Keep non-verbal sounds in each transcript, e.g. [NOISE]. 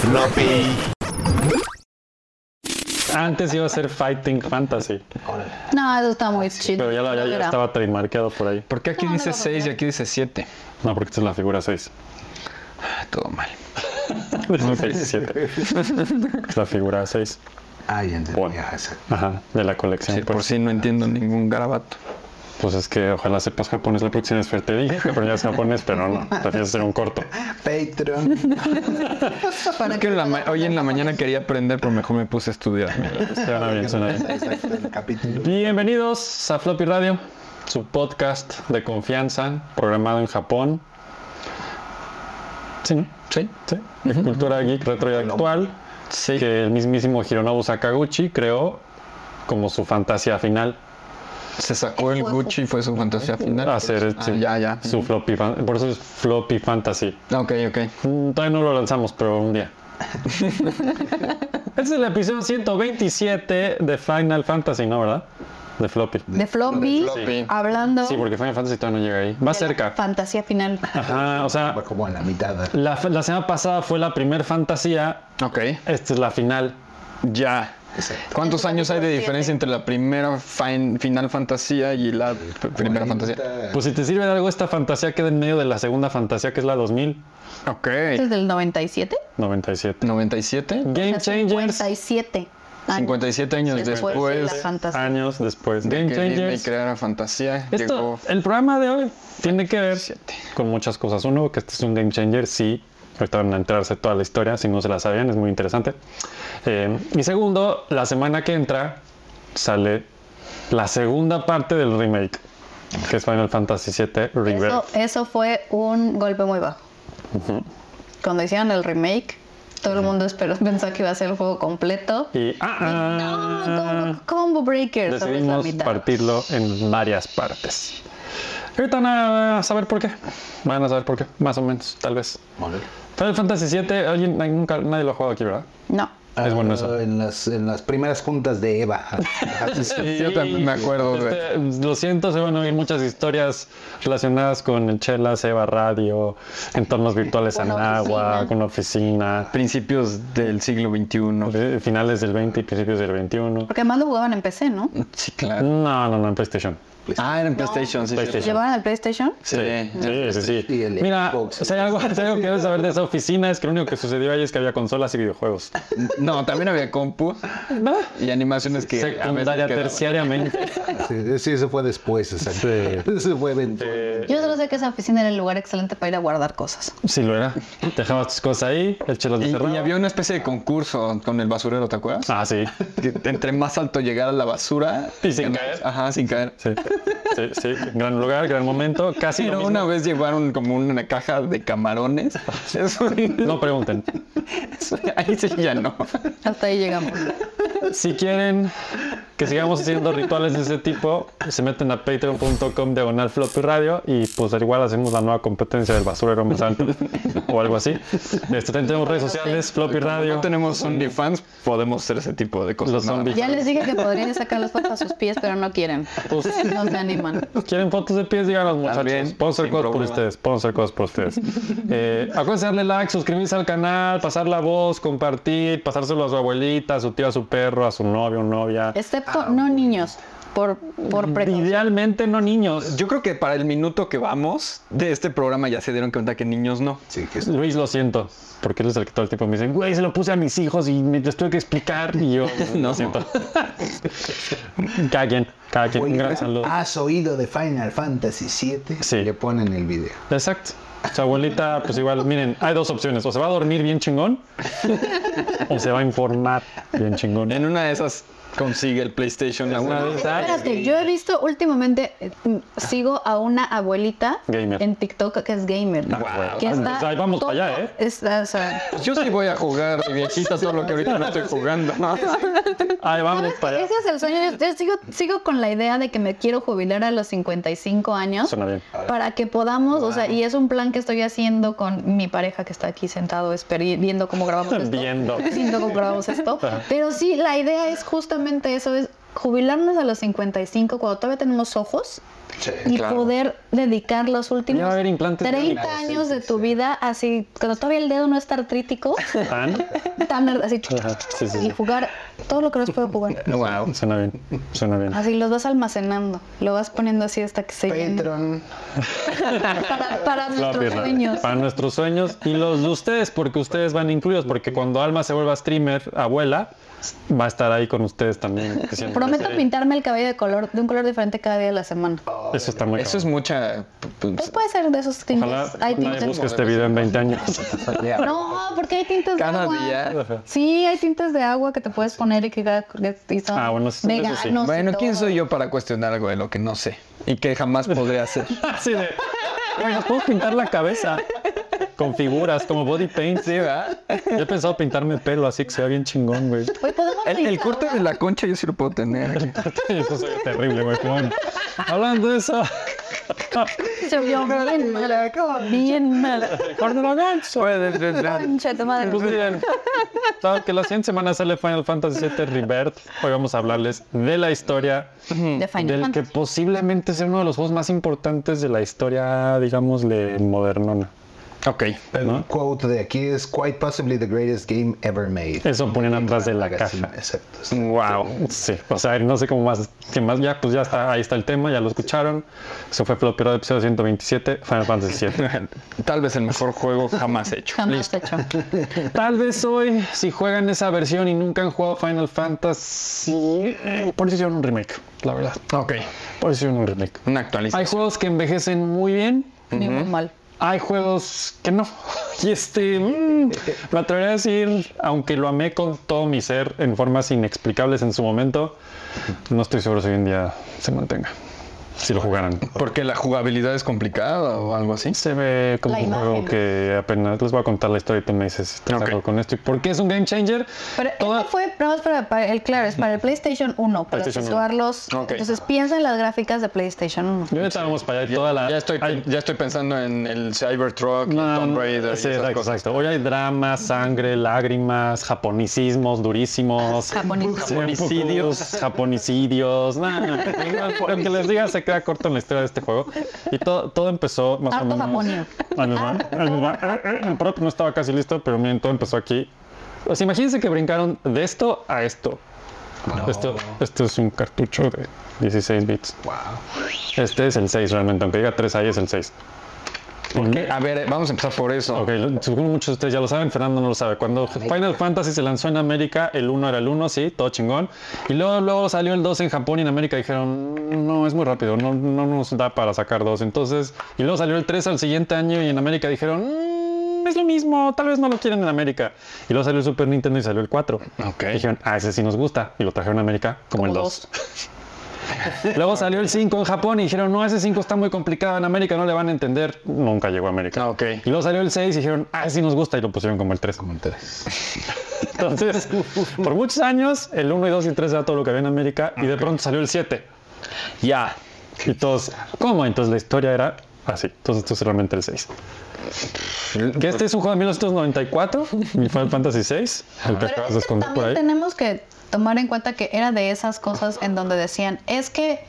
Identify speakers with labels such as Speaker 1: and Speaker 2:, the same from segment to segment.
Speaker 1: Floppy.
Speaker 2: Antes iba a ser Fighting Fantasy,
Speaker 3: No, eso está muy chido.
Speaker 2: pero ya, lo- ya- ya
Speaker 3: Mira.
Speaker 2: estaba trademarkeado por ahí.
Speaker 4: ¿Por qué aquí
Speaker 3: No, no
Speaker 4: dice
Speaker 3: lo
Speaker 4: 6 y
Speaker 3: logré.
Speaker 4: aquí dice 7?
Speaker 2: No, porque esta es la figura 6.
Speaker 4: Ah,
Speaker 2: [LAUGHS]
Speaker 4: Todo mal.
Speaker 2: Es un 6, 7. Es la figura 6.
Speaker 1: Ah, ya entendí.
Speaker 2: Bueno.
Speaker 1: ajá, exacto.
Speaker 2: Ajá, de la colección.
Speaker 4: Sí, por
Speaker 2: pues.
Speaker 4: si no entiendo ningún garabato.
Speaker 2: Pues es que ojalá sepas japonés la próxima vez. Te dije que aprendías japonés, pero no. Prefieres hacer un corto.
Speaker 1: Patreon.
Speaker 4: Es que en la ma- hoy en la mañana quería aprender, pero mejor me puse a estudiar. mira.
Speaker 2: Suena bien, suena bien.
Speaker 1: Exacto, el capítulo.
Speaker 2: Bienvenidos a Floppy Radio, su podcast de confianza programado en Japón. Sí, ¿no?
Speaker 4: ¿Sí?
Speaker 2: [LAUGHS] Sí. De cultura geek retro y actual
Speaker 4: Sí.
Speaker 2: que el mismísimo Hironobu Sakaguchi creó como su fantasía final.
Speaker 4: Ah, Se sacó el Gucci y fue su fantasía final.
Speaker 2: Hacer
Speaker 4: Ah,
Speaker 2: sí,
Speaker 4: ya, ya.
Speaker 2: su floppy fan- Por eso es floppy fantasy.
Speaker 4: Ok, ok.
Speaker 2: Mm, Todavía no lo lanzamos, pero un
Speaker 4: [LAUGHS]
Speaker 2: día. este es el episodio 127 de Final Fantasy, ¿no, verdad? De floppy.
Speaker 3: De Floppy,
Speaker 4: Sí.
Speaker 3: hablando
Speaker 2: Sí, porque Final Fantasy todavía no llega ahí. Va
Speaker 4: [LAUGHS]
Speaker 2: cerca.
Speaker 3: fantasía final.
Speaker 2: Ajá, o sea,
Speaker 1: Va como a la mitad.
Speaker 2: la, la semana pasada fue la primer fantasía,
Speaker 4: Ok.
Speaker 2: esta es la final.
Speaker 4: Ya.
Speaker 1: Exacto.
Speaker 4: ¿Cuántos años hay de diferencia entre la primera fin- Final Fantasía y la pr- primera fantasía?
Speaker 2: Pues si te sirve de algo esta fantasía queda en medio de la segunda fantasía que es la
Speaker 4: Ok.
Speaker 3: ¿Este es del 97?
Speaker 2: 2097.
Speaker 4: ¿97?
Speaker 2: Game Changers
Speaker 3: 57. años
Speaker 4: 57 años
Speaker 3: de la
Speaker 4: después
Speaker 3: fantasía.
Speaker 2: años después.
Speaker 4: de
Speaker 2: Game
Speaker 4: que Disney
Speaker 2: Changers.
Speaker 4: creara Fantasía,
Speaker 2: Esto,
Speaker 4: llegó
Speaker 2: el programa de hoy tiene que ver
Speaker 4: Siete.
Speaker 2: con muchas cosas. Uno, que este es un game changer, sí. Ahorita van a entrarse toda la historia, si no se la sabían, es muy interesante. Eh, y segundo, la semana que entra sale la segunda parte del remake, que es Final Fantasy VII Rebirth.
Speaker 3: Eso, eso fue un golpe muy bajo. Cuando hicieron el remake, todo el mundo esperó, [LAUGHS] pensó que iba a ser el juego completo.
Speaker 2: Y ah, ah,
Speaker 3: No, combo, combo breaker sobre la
Speaker 2: decidimos
Speaker 3: mitad.
Speaker 2: partirlo en varias partes. Ahorita van a saber por qué. Van a saber por qué, más o menos, tal vez.
Speaker 1: Órale.
Speaker 2: Final Fantasy VII, alguien, ay, nunca, nadie lo ha jugado aquí, ¿verdad?
Speaker 3: No.
Speaker 2: Es bueno eso.
Speaker 1: Ah, En las, en las primeras juntas de
Speaker 2: [LAUGHS]
Speaker 1: Eva. Así
Speaker 4: Yo también me acuerdo de...
Speaker 2: Este, lo siento, se van a oír muchas historias relacionadas con el Chela, Seba Radio, entornos virtuales en
Speaker 3: Con
Speaker 2: agua,
Speaker 3: oficina.
Speaker 2: con oficina,
Speaker 4: Principios del siglo XXI.
Speaker 2: de- finales del 20 y principios del 21.
Speaker 3: Porque más lo jugaban en PC, ¿no?
Speaker 4: Sí, claro.
Speaker 2: No, no, no, en PlayStation.
Speaker 4: Ah, era en PlayStation, sí.
Speaker 2: PlayStation.
Speaker 3: ¿Llevaban al PlayStation?
Speaker 4: Sí. sí.
Speaker 2: Sí, sí, sí.
Speaker 1: Y el
Speaker 2: Mira,
Speaker 1: Xbox.
Speaker 2: si hay algo, si hay algo que debes saber de esa oficina es que lo único que sucedió ahí es que había consolas y videojuegos.
Speaker 4: No, también había compu y animaciones que... a veces
Speaker 2: Secundaria,
Speaker 4: quedaban.
Speaker 2: terciariamente.
Speaker 4: [LAUGHS]
Speaker 1: Sí, sí, eso fue después, exacto. Eso fue eventual.
Speaker 2: Eh,
Speaker 3: Yo solo sé que esa oficina era el lugar excelente para ir a guardar cosas.
Speaker 2: Sí, lo era. Dejabas tus cosas ahí, el chelo
Speaker 4: Y,
Speaker 2: te cerraba.
Speaker 4: y había una especie de concurso con el basurero, ¿te acuerdas?
Speaker 2: Ah, sí.
Speaker 4: Que entre más alto llegara la basura...
Speaker 2: Y sin
Speaker 4: ganas.
Speaker 2: caer.
Speaker 4: Ajá, sin caer.
Speaker 2: Sí, sí, sí. Gran lugar, gran momento. Casi lo
Speaker 4: Pero
Speaker 2: mismo.
Speaker 4: una vez llevaron como una caja de
Speaker 2: [LAUGHS]
Speaker 4: camarones. Eso- [LAUGHS]
Speaker 2: No pregunten.
Speaker 4: eso- ahí sí ya no.
Speaker 3: Hasta ahí llegamos.
Speaker 2: Si quieren que sigamos haciendo rituales de ese tipo, se meten a patreon.com diagonal floppy radio y pues al igual hacemos la nueva competencia del basurero más alto o algo así. Este, también tenemos redes sociales, floppy radio.
Speaker 4: No tenemos OnlyFans, podemos hacer ese tipo de cosas.
Speaker 2: Los
Speaker 4: nada
Speaker 2: zombies.
Speaker 3: Ya les dije que podrían sacar las patas a sus pies, pero no quieren.
Speaker 2: Pues,
Speaker 3: No se animan.
Speaker 2: ¿Quieren fotos de pies? Díganos, muchachos.
Speaker 4: bien,
Speaker 2: sponsor
Speaker 4: sin
Speaker 2: cosas por
Speaker 4: problema.
Speaker 2: ustedes. Sponsor cosas por
Speaker 4: [LAUGHS]
Speaker 2: ustedes. Eh, acuérdense de darle like, suscribirse al canal, pasar la voz, compartir, pasárselo a su abuelita, a su tío, a su perro, a su novio, novia.
Speaker 3: Excepto no niños, por, por precaución.
Speaker 2: Idealmente no niños.
Speaker 4: más. Yo creo que para el minuto que vamos de este programa ya se dieron cuenta que niños no.
Speaker 1: Sí, que es-
Speaker 2: Luis, lo siento, porque él es el que todo el tiempo me dicen, güey, se lo puse a mis hijos y me les tuve que explicar. Y yo,
Speaker 4: [LAUGHS] No.
Speaker 2: lo siento. [LAUGHS] cada quien, cada quien. Un gran saludo.
Speaker 4: Ah,
Speaker 1: ¿Has oído de Final Fantasy VII?
Speaker 2: Sí.
Speaker 1: Le ponen el video.
Speaker 2: Exacto. Su abuelita, pues igual, miren, hay dos opciones. O se va a dormir bien chingón o se va a informar bien chingón. ¿eh?
Speaker 4: En una de esas consigue el PlayStation. a una
Speaker 2: Una
Speaker 4: vez.
Speaker 2: vez, ¿sabes?
Speaker 3: Espérate, yo he visto últimamente, eh, mm, sigo a una abuelita
Speaker 2: Gamer.
Speaker 3: en TikTok que es gamer.
Speaker 2: Guau.
Speaker 3: Que
Speaker 2: O sea, ahí vamos para allá, ¿eh?
Speaker 3: está- ah, o sea,
Speaker 4: Yo sí voy a jugar de viejita todo lo que ahorita no estoy jugando.
Speaker 2: Ahí vamos
Speaker 3: ¿sabes?
Speaker 2: para allá.
Speaker 3: Ese es el sueño. Yo, yo sigo, sigo con la idea de que me quiero jubilar a los 55 años
Speaker 2: Suena bien.
Speaker 3: para que podamos, o sea, y es un plan que estoy haciendo con mi pareja que está aquí sentado
Speaker 2: [LAUGHS]
Speaker 3: esperi- [LAUGHS] viendo cómo grabamos esto.
Speaker 2: Viendo.
Speaker 3: Siento cómo grabamos esto. Pero sí, la idea es justamente eso, es jubilarnos a los 55 cuando todavía tenemos ojos
Speaker 1: Sí.
Speaker 2: Eh,
Speaker 3: y
Speaker 4: Claro.
Speaker 3: poder dedicar los últimos
Speaker 2: Ya va a haber implantes
Speaker 3: 30
Speaker 1: biónicos.
Speaker 3: años de
Speaker 1: Sí,
Speaker 3: tu
Speaker 1: sí.
Speaker 3: vida así, cuando todavía el dedo no
Speaker 2: [LAUGHS]
Speaker 3: está artrítico,
Speaker 2: ¿Tan?
Speaker 3: tan ar- así
Speaker 2: Ajá, sí, sí,
Speaker 3: y
Speaker 2: sí.
Speaker 3: jugar todo lo que nos puede jugar.
Speaker 4: Wow.
Speaker 2: Suena bien, suena bien.
Speaker 3: Así los vas almacenando, lo vas poniendo así hasta que se llene.
Speaker 4: Patreon.
Speaker 3: [LAUGHS] para, para
Speaker 2: La
Speaker 3: nuestros
Speaker 2: pierna.
Speaker 3: sueños.
Speaker 2: Para nuestros sueños y los de ustedes, porque ustedes van incluidos, porque cuando Alma se vuelva streamer, abuela, va a estar ahí con ustedes
Speaker 3: [LAUGHS]
Speaker 2: también. que siempre-
Speaker 3: Prometo pintarme el cabello de color de un color diferente cada día de la semana.
Speaker 2: Eso está muy
Speaker 4: Eso es
Speaker 2: cabrón.
Speaker 4: mucha.
Speaker 3: Pues
Speaker 4: pues,
Speaker 3: puede ser de esos tintes.
Speaker 2: Ojalá
Speaker 3: hay
Speaker 2: nadie
Speaker 3: tintes.
Speaker 2: busque este video en 20 años.
Speaker 3: No, porque hay tintes de
Speaker 4: Cada
Speaker 3: agua.
Speaker 4: día.
Speaker 3: Sí, hay tintes de agua que te puedes poner y que, cada- que son
Speaker 2: Ah, bueno, eso- eso sí.
Speaker 3: veganos y
Speaker 4: Bueno, ¿quién
Speaker 3: todo.
Speaker 4: soy yo para cuestionar algo de lo que no sé y que jamás podré hacer?
Speaker 2: Así de, "Oiga, puedo pintar la cabeza con figuras como body paint.
Speaker 4: Sí, ¿verdad?
Speaker 2: Yo he pensado pintarme el pelo así que se vea bien chingón, güey. [LAUGHS]
Speaker 3: Güey, podemos
Speaker 4: El, el
Speaker 3: pintar
Speaker 4: corte de la concha yo sí lo puedo tener.
Speaker 2: Eso sería terrible, güey. pero bueno. Hablando de eso,
Speaker 3: Se
Speaker 4: [LAUGHS]
Speaker 3: vio bien mal, bien mal.
Speaker 2: Gordon lo gancho.
Speaker 3: Concha de tu madre.
Speaker 2: Pues miren, dado que la siguiente semana sale Final Fantasy VII Rebirth, hoy vamos a hablarles de la historia
Speaker 3: De Final
Speaker 2: del que
Speaker 3: Fantasy.
Speaker 2: posiblemente sea uno de los juegos más importantes de la historia, digámosle, modernona.
Speaker 4: Ok.
Speaker 1: El
Speaker 2: ¿no?
Speaker 1: quote de aquí es quite possibly the greatest game ever made.
Speaker 2: Eso ponían atrás de la
Speaker 1: Magazine,
Speaker 2: caja.
Speaker 1: Exacto.
Speaker 4: Wow.
Speaker 2: Sí, o sea, no sé cómo más, qué más, ya, pues ya está, ahí está el tema, ya lo escucharon. Eso fue Flopero de episodio 127, Final Fantasy
Speaker 4: [LAUGHS]
Speaker 2: VII.
Speaker 4: Tal vez el mejor juego jamás hecho.
Speaker 3: Jamás hecho.
Speaker 4: [LAUGHS]
Speaker 2: Tal vez hoy, si juegan esa versión y nunca han jugado Final Fantasy, eh, por eso hicieron un remake, la verdad.
Speaker 4: Ok.
Speaker 2: Por eso hicieron un remake.
Speaker 4: Una
Speaker 2: Hay
Speaker 4: actualización.
Speaker 2: juegos que envejecen muy bien,
Speaker 3: Ni muy mal.
Speaker 2: hay juegos que no. [LAUGHS] Y este, mm, me atrevería a decir, aunque lo amé con todo mi ser en formas inexplicables en su momento, no estoy seguro si hoy en día se mantenga. Si lo jugaran.
Speaker 4: Porque la jugabilidad es complicada o algo así.
Speaker 2: Se ve como
Speaker 3: La
Speaker 2: un juego
Speaker 3: imagen.
Speaker 2: que apenas les voy a contar la historia y tú me dices, ¿estás de
Speaker 4: Ok.
Speaker 2: acuerdo con esto? ¿Y por qué es un game changer?
Speaker 3: Pero
Speaker 2: Toda-
Speaker 3: esto fue nada más para, para el claro, es para el PlayStation 1, para
Speaker 2: PlayStation uno.
Speaker 3: situarlos.
Speaker 4: Ok.
Speaker 3: Entonces piensa en las gráficas de PlayStation 1.
Speaker 2: Yo ahorita vamos para allá y toda la...
Speaker 4: Ya estoy,
Speaker 2: hay-
Speaker 4: ya estoy pensando en el Cybertruck, y
Speaker 2: No,
Speaker 4: Tomb
Speaker 2: no,
Speaker 4: Raider. y
Speaker 2: sí,
Speaker 4: esas
Speaker 2: exacto,
Speaker 4: cosas.
Speaker 2: exacto. Hoy hay drama, sangre, lágrimas, japonicismos
Speaker 3: [LAUGHS]
Speaker 2: durísimos.
Speaker 3: Japonés.
Speaker 2: Sí, [LAUGHS] Japonicidios, japonicidios, nah, lo que les diga se queda corto en la historia de este juego. Y todo, todo empezó más
Speaker 3: Harto
Speaker 2: o menos. Ah,
Speaker 3: japonio.
Speaker 2: Ahí les va, ahí les va. El prop no estaba casi listo, pero miren, todo empezó aquí. Pues imagínense que brincaron de esto a esto. Esto, esto es un cartucho de 16 bits.
Speaker 1: Wow.
Speaker 2: Este es el 6 realmente, aunque diga 3 ahí es el 6. ¿Por qué?
Speaker 4: A ver, vamos a empezar por eso.
Speaker 2: Ok, lo- seguro muchos de ustedes ya lo saben, Fernando no lo sabe. Cuando Final Fantasy se lanzó en América, el 1 era el 1, sí, todo chingón. Y luego, luego salió el 2 en Japón y en América dijeron, no, es muy rápido, no, no nos da para sacar dos. Entonces, y luego salió el 3 al siguiente año y en América dijeron, "Mm, es lo mismo, tal vez no lo quieren en América. Y luego salió el Super Nintendo y salió el 4.
Speaker 4: Ok.
Speaker 2: Dijeron, ah, ese sí nos gusta. Y lo trajeron a América como, el
Speaker 3: Como
Speaker 2: 2. Luego salió el 5 en Japón y dijeron, no, ese 5 está muy complicado, en América no le van a entender. Nunca llegó a América.
Speaker 4: Ah, ok.
Speaker 2: Y luego salió el 6 y dijeron, ah, sí nos gusta, y lo pusieron como el 3.
Speaker 1: Como en tres.
Speaker 4: [LAUGHS]
Speaker 2: Entonces, por muchos años, el 1 y 2 y el 3 era todo lo que había en América, y de pronto salió el 7. Ya. Y todos, ¿cómo? Entonces la historia era así. Entonces esto es realmente el 6. Que este es un juego de 1994, mi Final Fantasy 6, el que
Speaker 3: Pero
Speaker 2: acabas
Speaker 3: es
Speaker 2: de
Speaker 3: que
Speaker 2: esconder por
Speaker 3: también
Speaker 2: ahí.
Speaker 3: tenemos que tomar en cuenta que era de esas cosas en donde decían, es que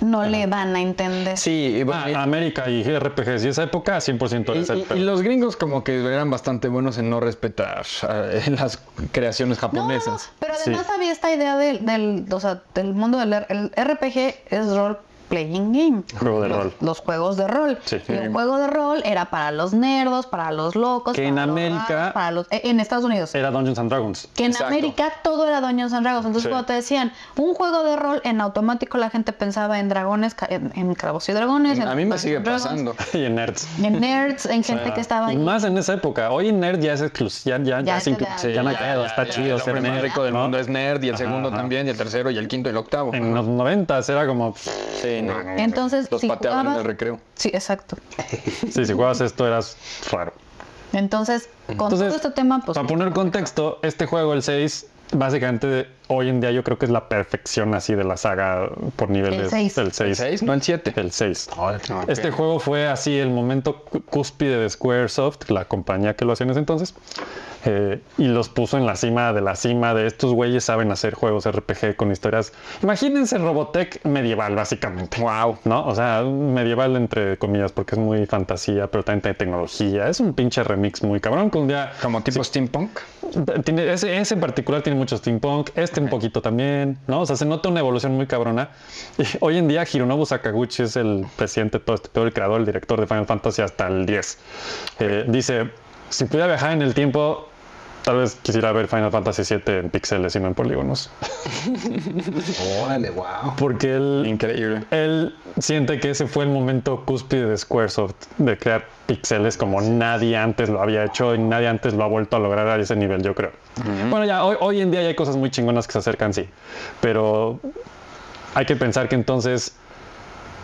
Speaker 3: no le van a entender.
Speaker 4: Sí, y bueno,
Speaker 2: Ah, América y RPGs, y esa época 100%
Speaker 4: y-
Speaker 2: era ese
Speaker 4: y- y
Speaker 2: pedo.
Speaker 4: los gringos como que eran bastante buenos en no respetar eh, [LAUGHS] las creaciones
Speaker 3: No, no, no,
Speaker 4: japonesas.
Speaker 3: pero
Speaker 2: Sí.
Speaker 3: además había esta idea del, del, o sea, del mundo del R- el RPG es role playing game.
Speaker 2: Juego de rol.
Speaker 3: Los juegos de rol.
Speaker 2: Sí.
Speaker 3: Y un juego de rol era para los nerdos, para los locos,
Speaker 2: Que en
Speaker 3: para los
Speaker 2: América-
Speaker 3: raros, para los, eh, en Estados Unidos.
Speaker 2: Era Dungeons and Dragons. [LAUGHS]
Speaker 3: Que en
Speaker 4: Exacto.
Speaker 3: América todo era Dungeons and Dragons. Entonces,
Speaker 2: Sí.
Speaker 3: cuando te decían un juego de rol, en automático la gente pensaba en dragones, ca- en, en calabozos y dragones. en
Speaker 4: A mí me
Speaker 3: Dungeons
Speaker 4: sigue
Speaker 3: and Dragons,
Speaker 4: pasando.
Speaker 2: Y en Nerds.
Speaker 3: En nerds, en gente que estaba
Speaker 2: Y
Speaker 3: ahí.
Speaker 2: más en esa época. Hoy en Nerd ya es exclusivo. Ya, ya, ya,
Speaker 3: Ya
Speaker 2: es
Speaker 3: te
Speaker 2: inclu-
Speaker 3: da-
Speaker 2: sí,
Speaker 3: ya
Speaker 2: ya me
Speaker 3: da-
Speaker 2: quedo. Está chido
Speaker 4: el
Speaker 2: ser
Speaker 4: hombre
Speaker 2: nerd.
Speaker 4: más rico del
Speaker 2: ¿no?
Speaker 4: mundo es nerd y el segundo también y el tercero y el quinto y el octavo.
Speaker 2: En los 90 era como. Sí,
Speaker 4: Sí, no.
Speaker 3: Entonces,
Speaker 4: los
Speaker 3: si
Speaker 4: pateaban
Speaker 3: jugabas-
Speaker 4: en el recreo.
Speaker 3: Sí, exacto.
Speaker 2: si jugabas esto eras raro.
Speaker 3: Entonces, con todo
Speaker 2: Entonces,
Speaker 3: este tema, pues.
Speaker 2: Para poner contexto, este juego, el 6, básicamente de- hoy en día yo creo que es la perfección así de la saga por niveles.
Speaker 3: El seis.
Speaker 2: El 6.
Speaker 4: ¿Seis? No, el siete.
Speaker 2: El 6.
Speaker 4: Ok.
Speaker 2: Este juego fue así el momento cu- cúspide de Squaresoft, la compañía que lo hacía en ese entonces, eh, y los puso en la cima de la cima de estos güeyes saben hacer juegos RPG con historias. Imagínense Robotech medieval, básicamente. Wow. ¿No? O sea, medieval entre comillas, porque es muy fantasía, pero también tiene tecnología. Es un pinche remix muy cabrón que un día.
Speaker 4: Como tipo steampunk.
Speaker 2: Tiene- ese, ese en particular tiene mucho steampunk, este un poquito también, ¿no? O sea, se nota una evolución muy cabrona. Y hoy en día Hironobu Sakaguchi es el presidente de todo este pedo, el creador, el director de Final Fantasy hasta el 10. Eh, dice, si pudiera viajar en el tiempo, tal vez quisiera ver Final Fantasy 7 en píxeles y no en polígonos. [LAUGHS]
Speaker 1: Órale, wow.
Speaker 2: Porque él,
Speaker 4: Increíble.
Speaker 2: él siente que ese fue el momento cúspide de Squaresoft, de crear píxeles como nadie antes lo había hecho y nadie antes lo ha vuelto a lograr a ese nivel, yo creo. Bueno, ya hoy, hoy en día ya hay cosas muy chingonas que se acercan, sí, pero hay que pensar que entonces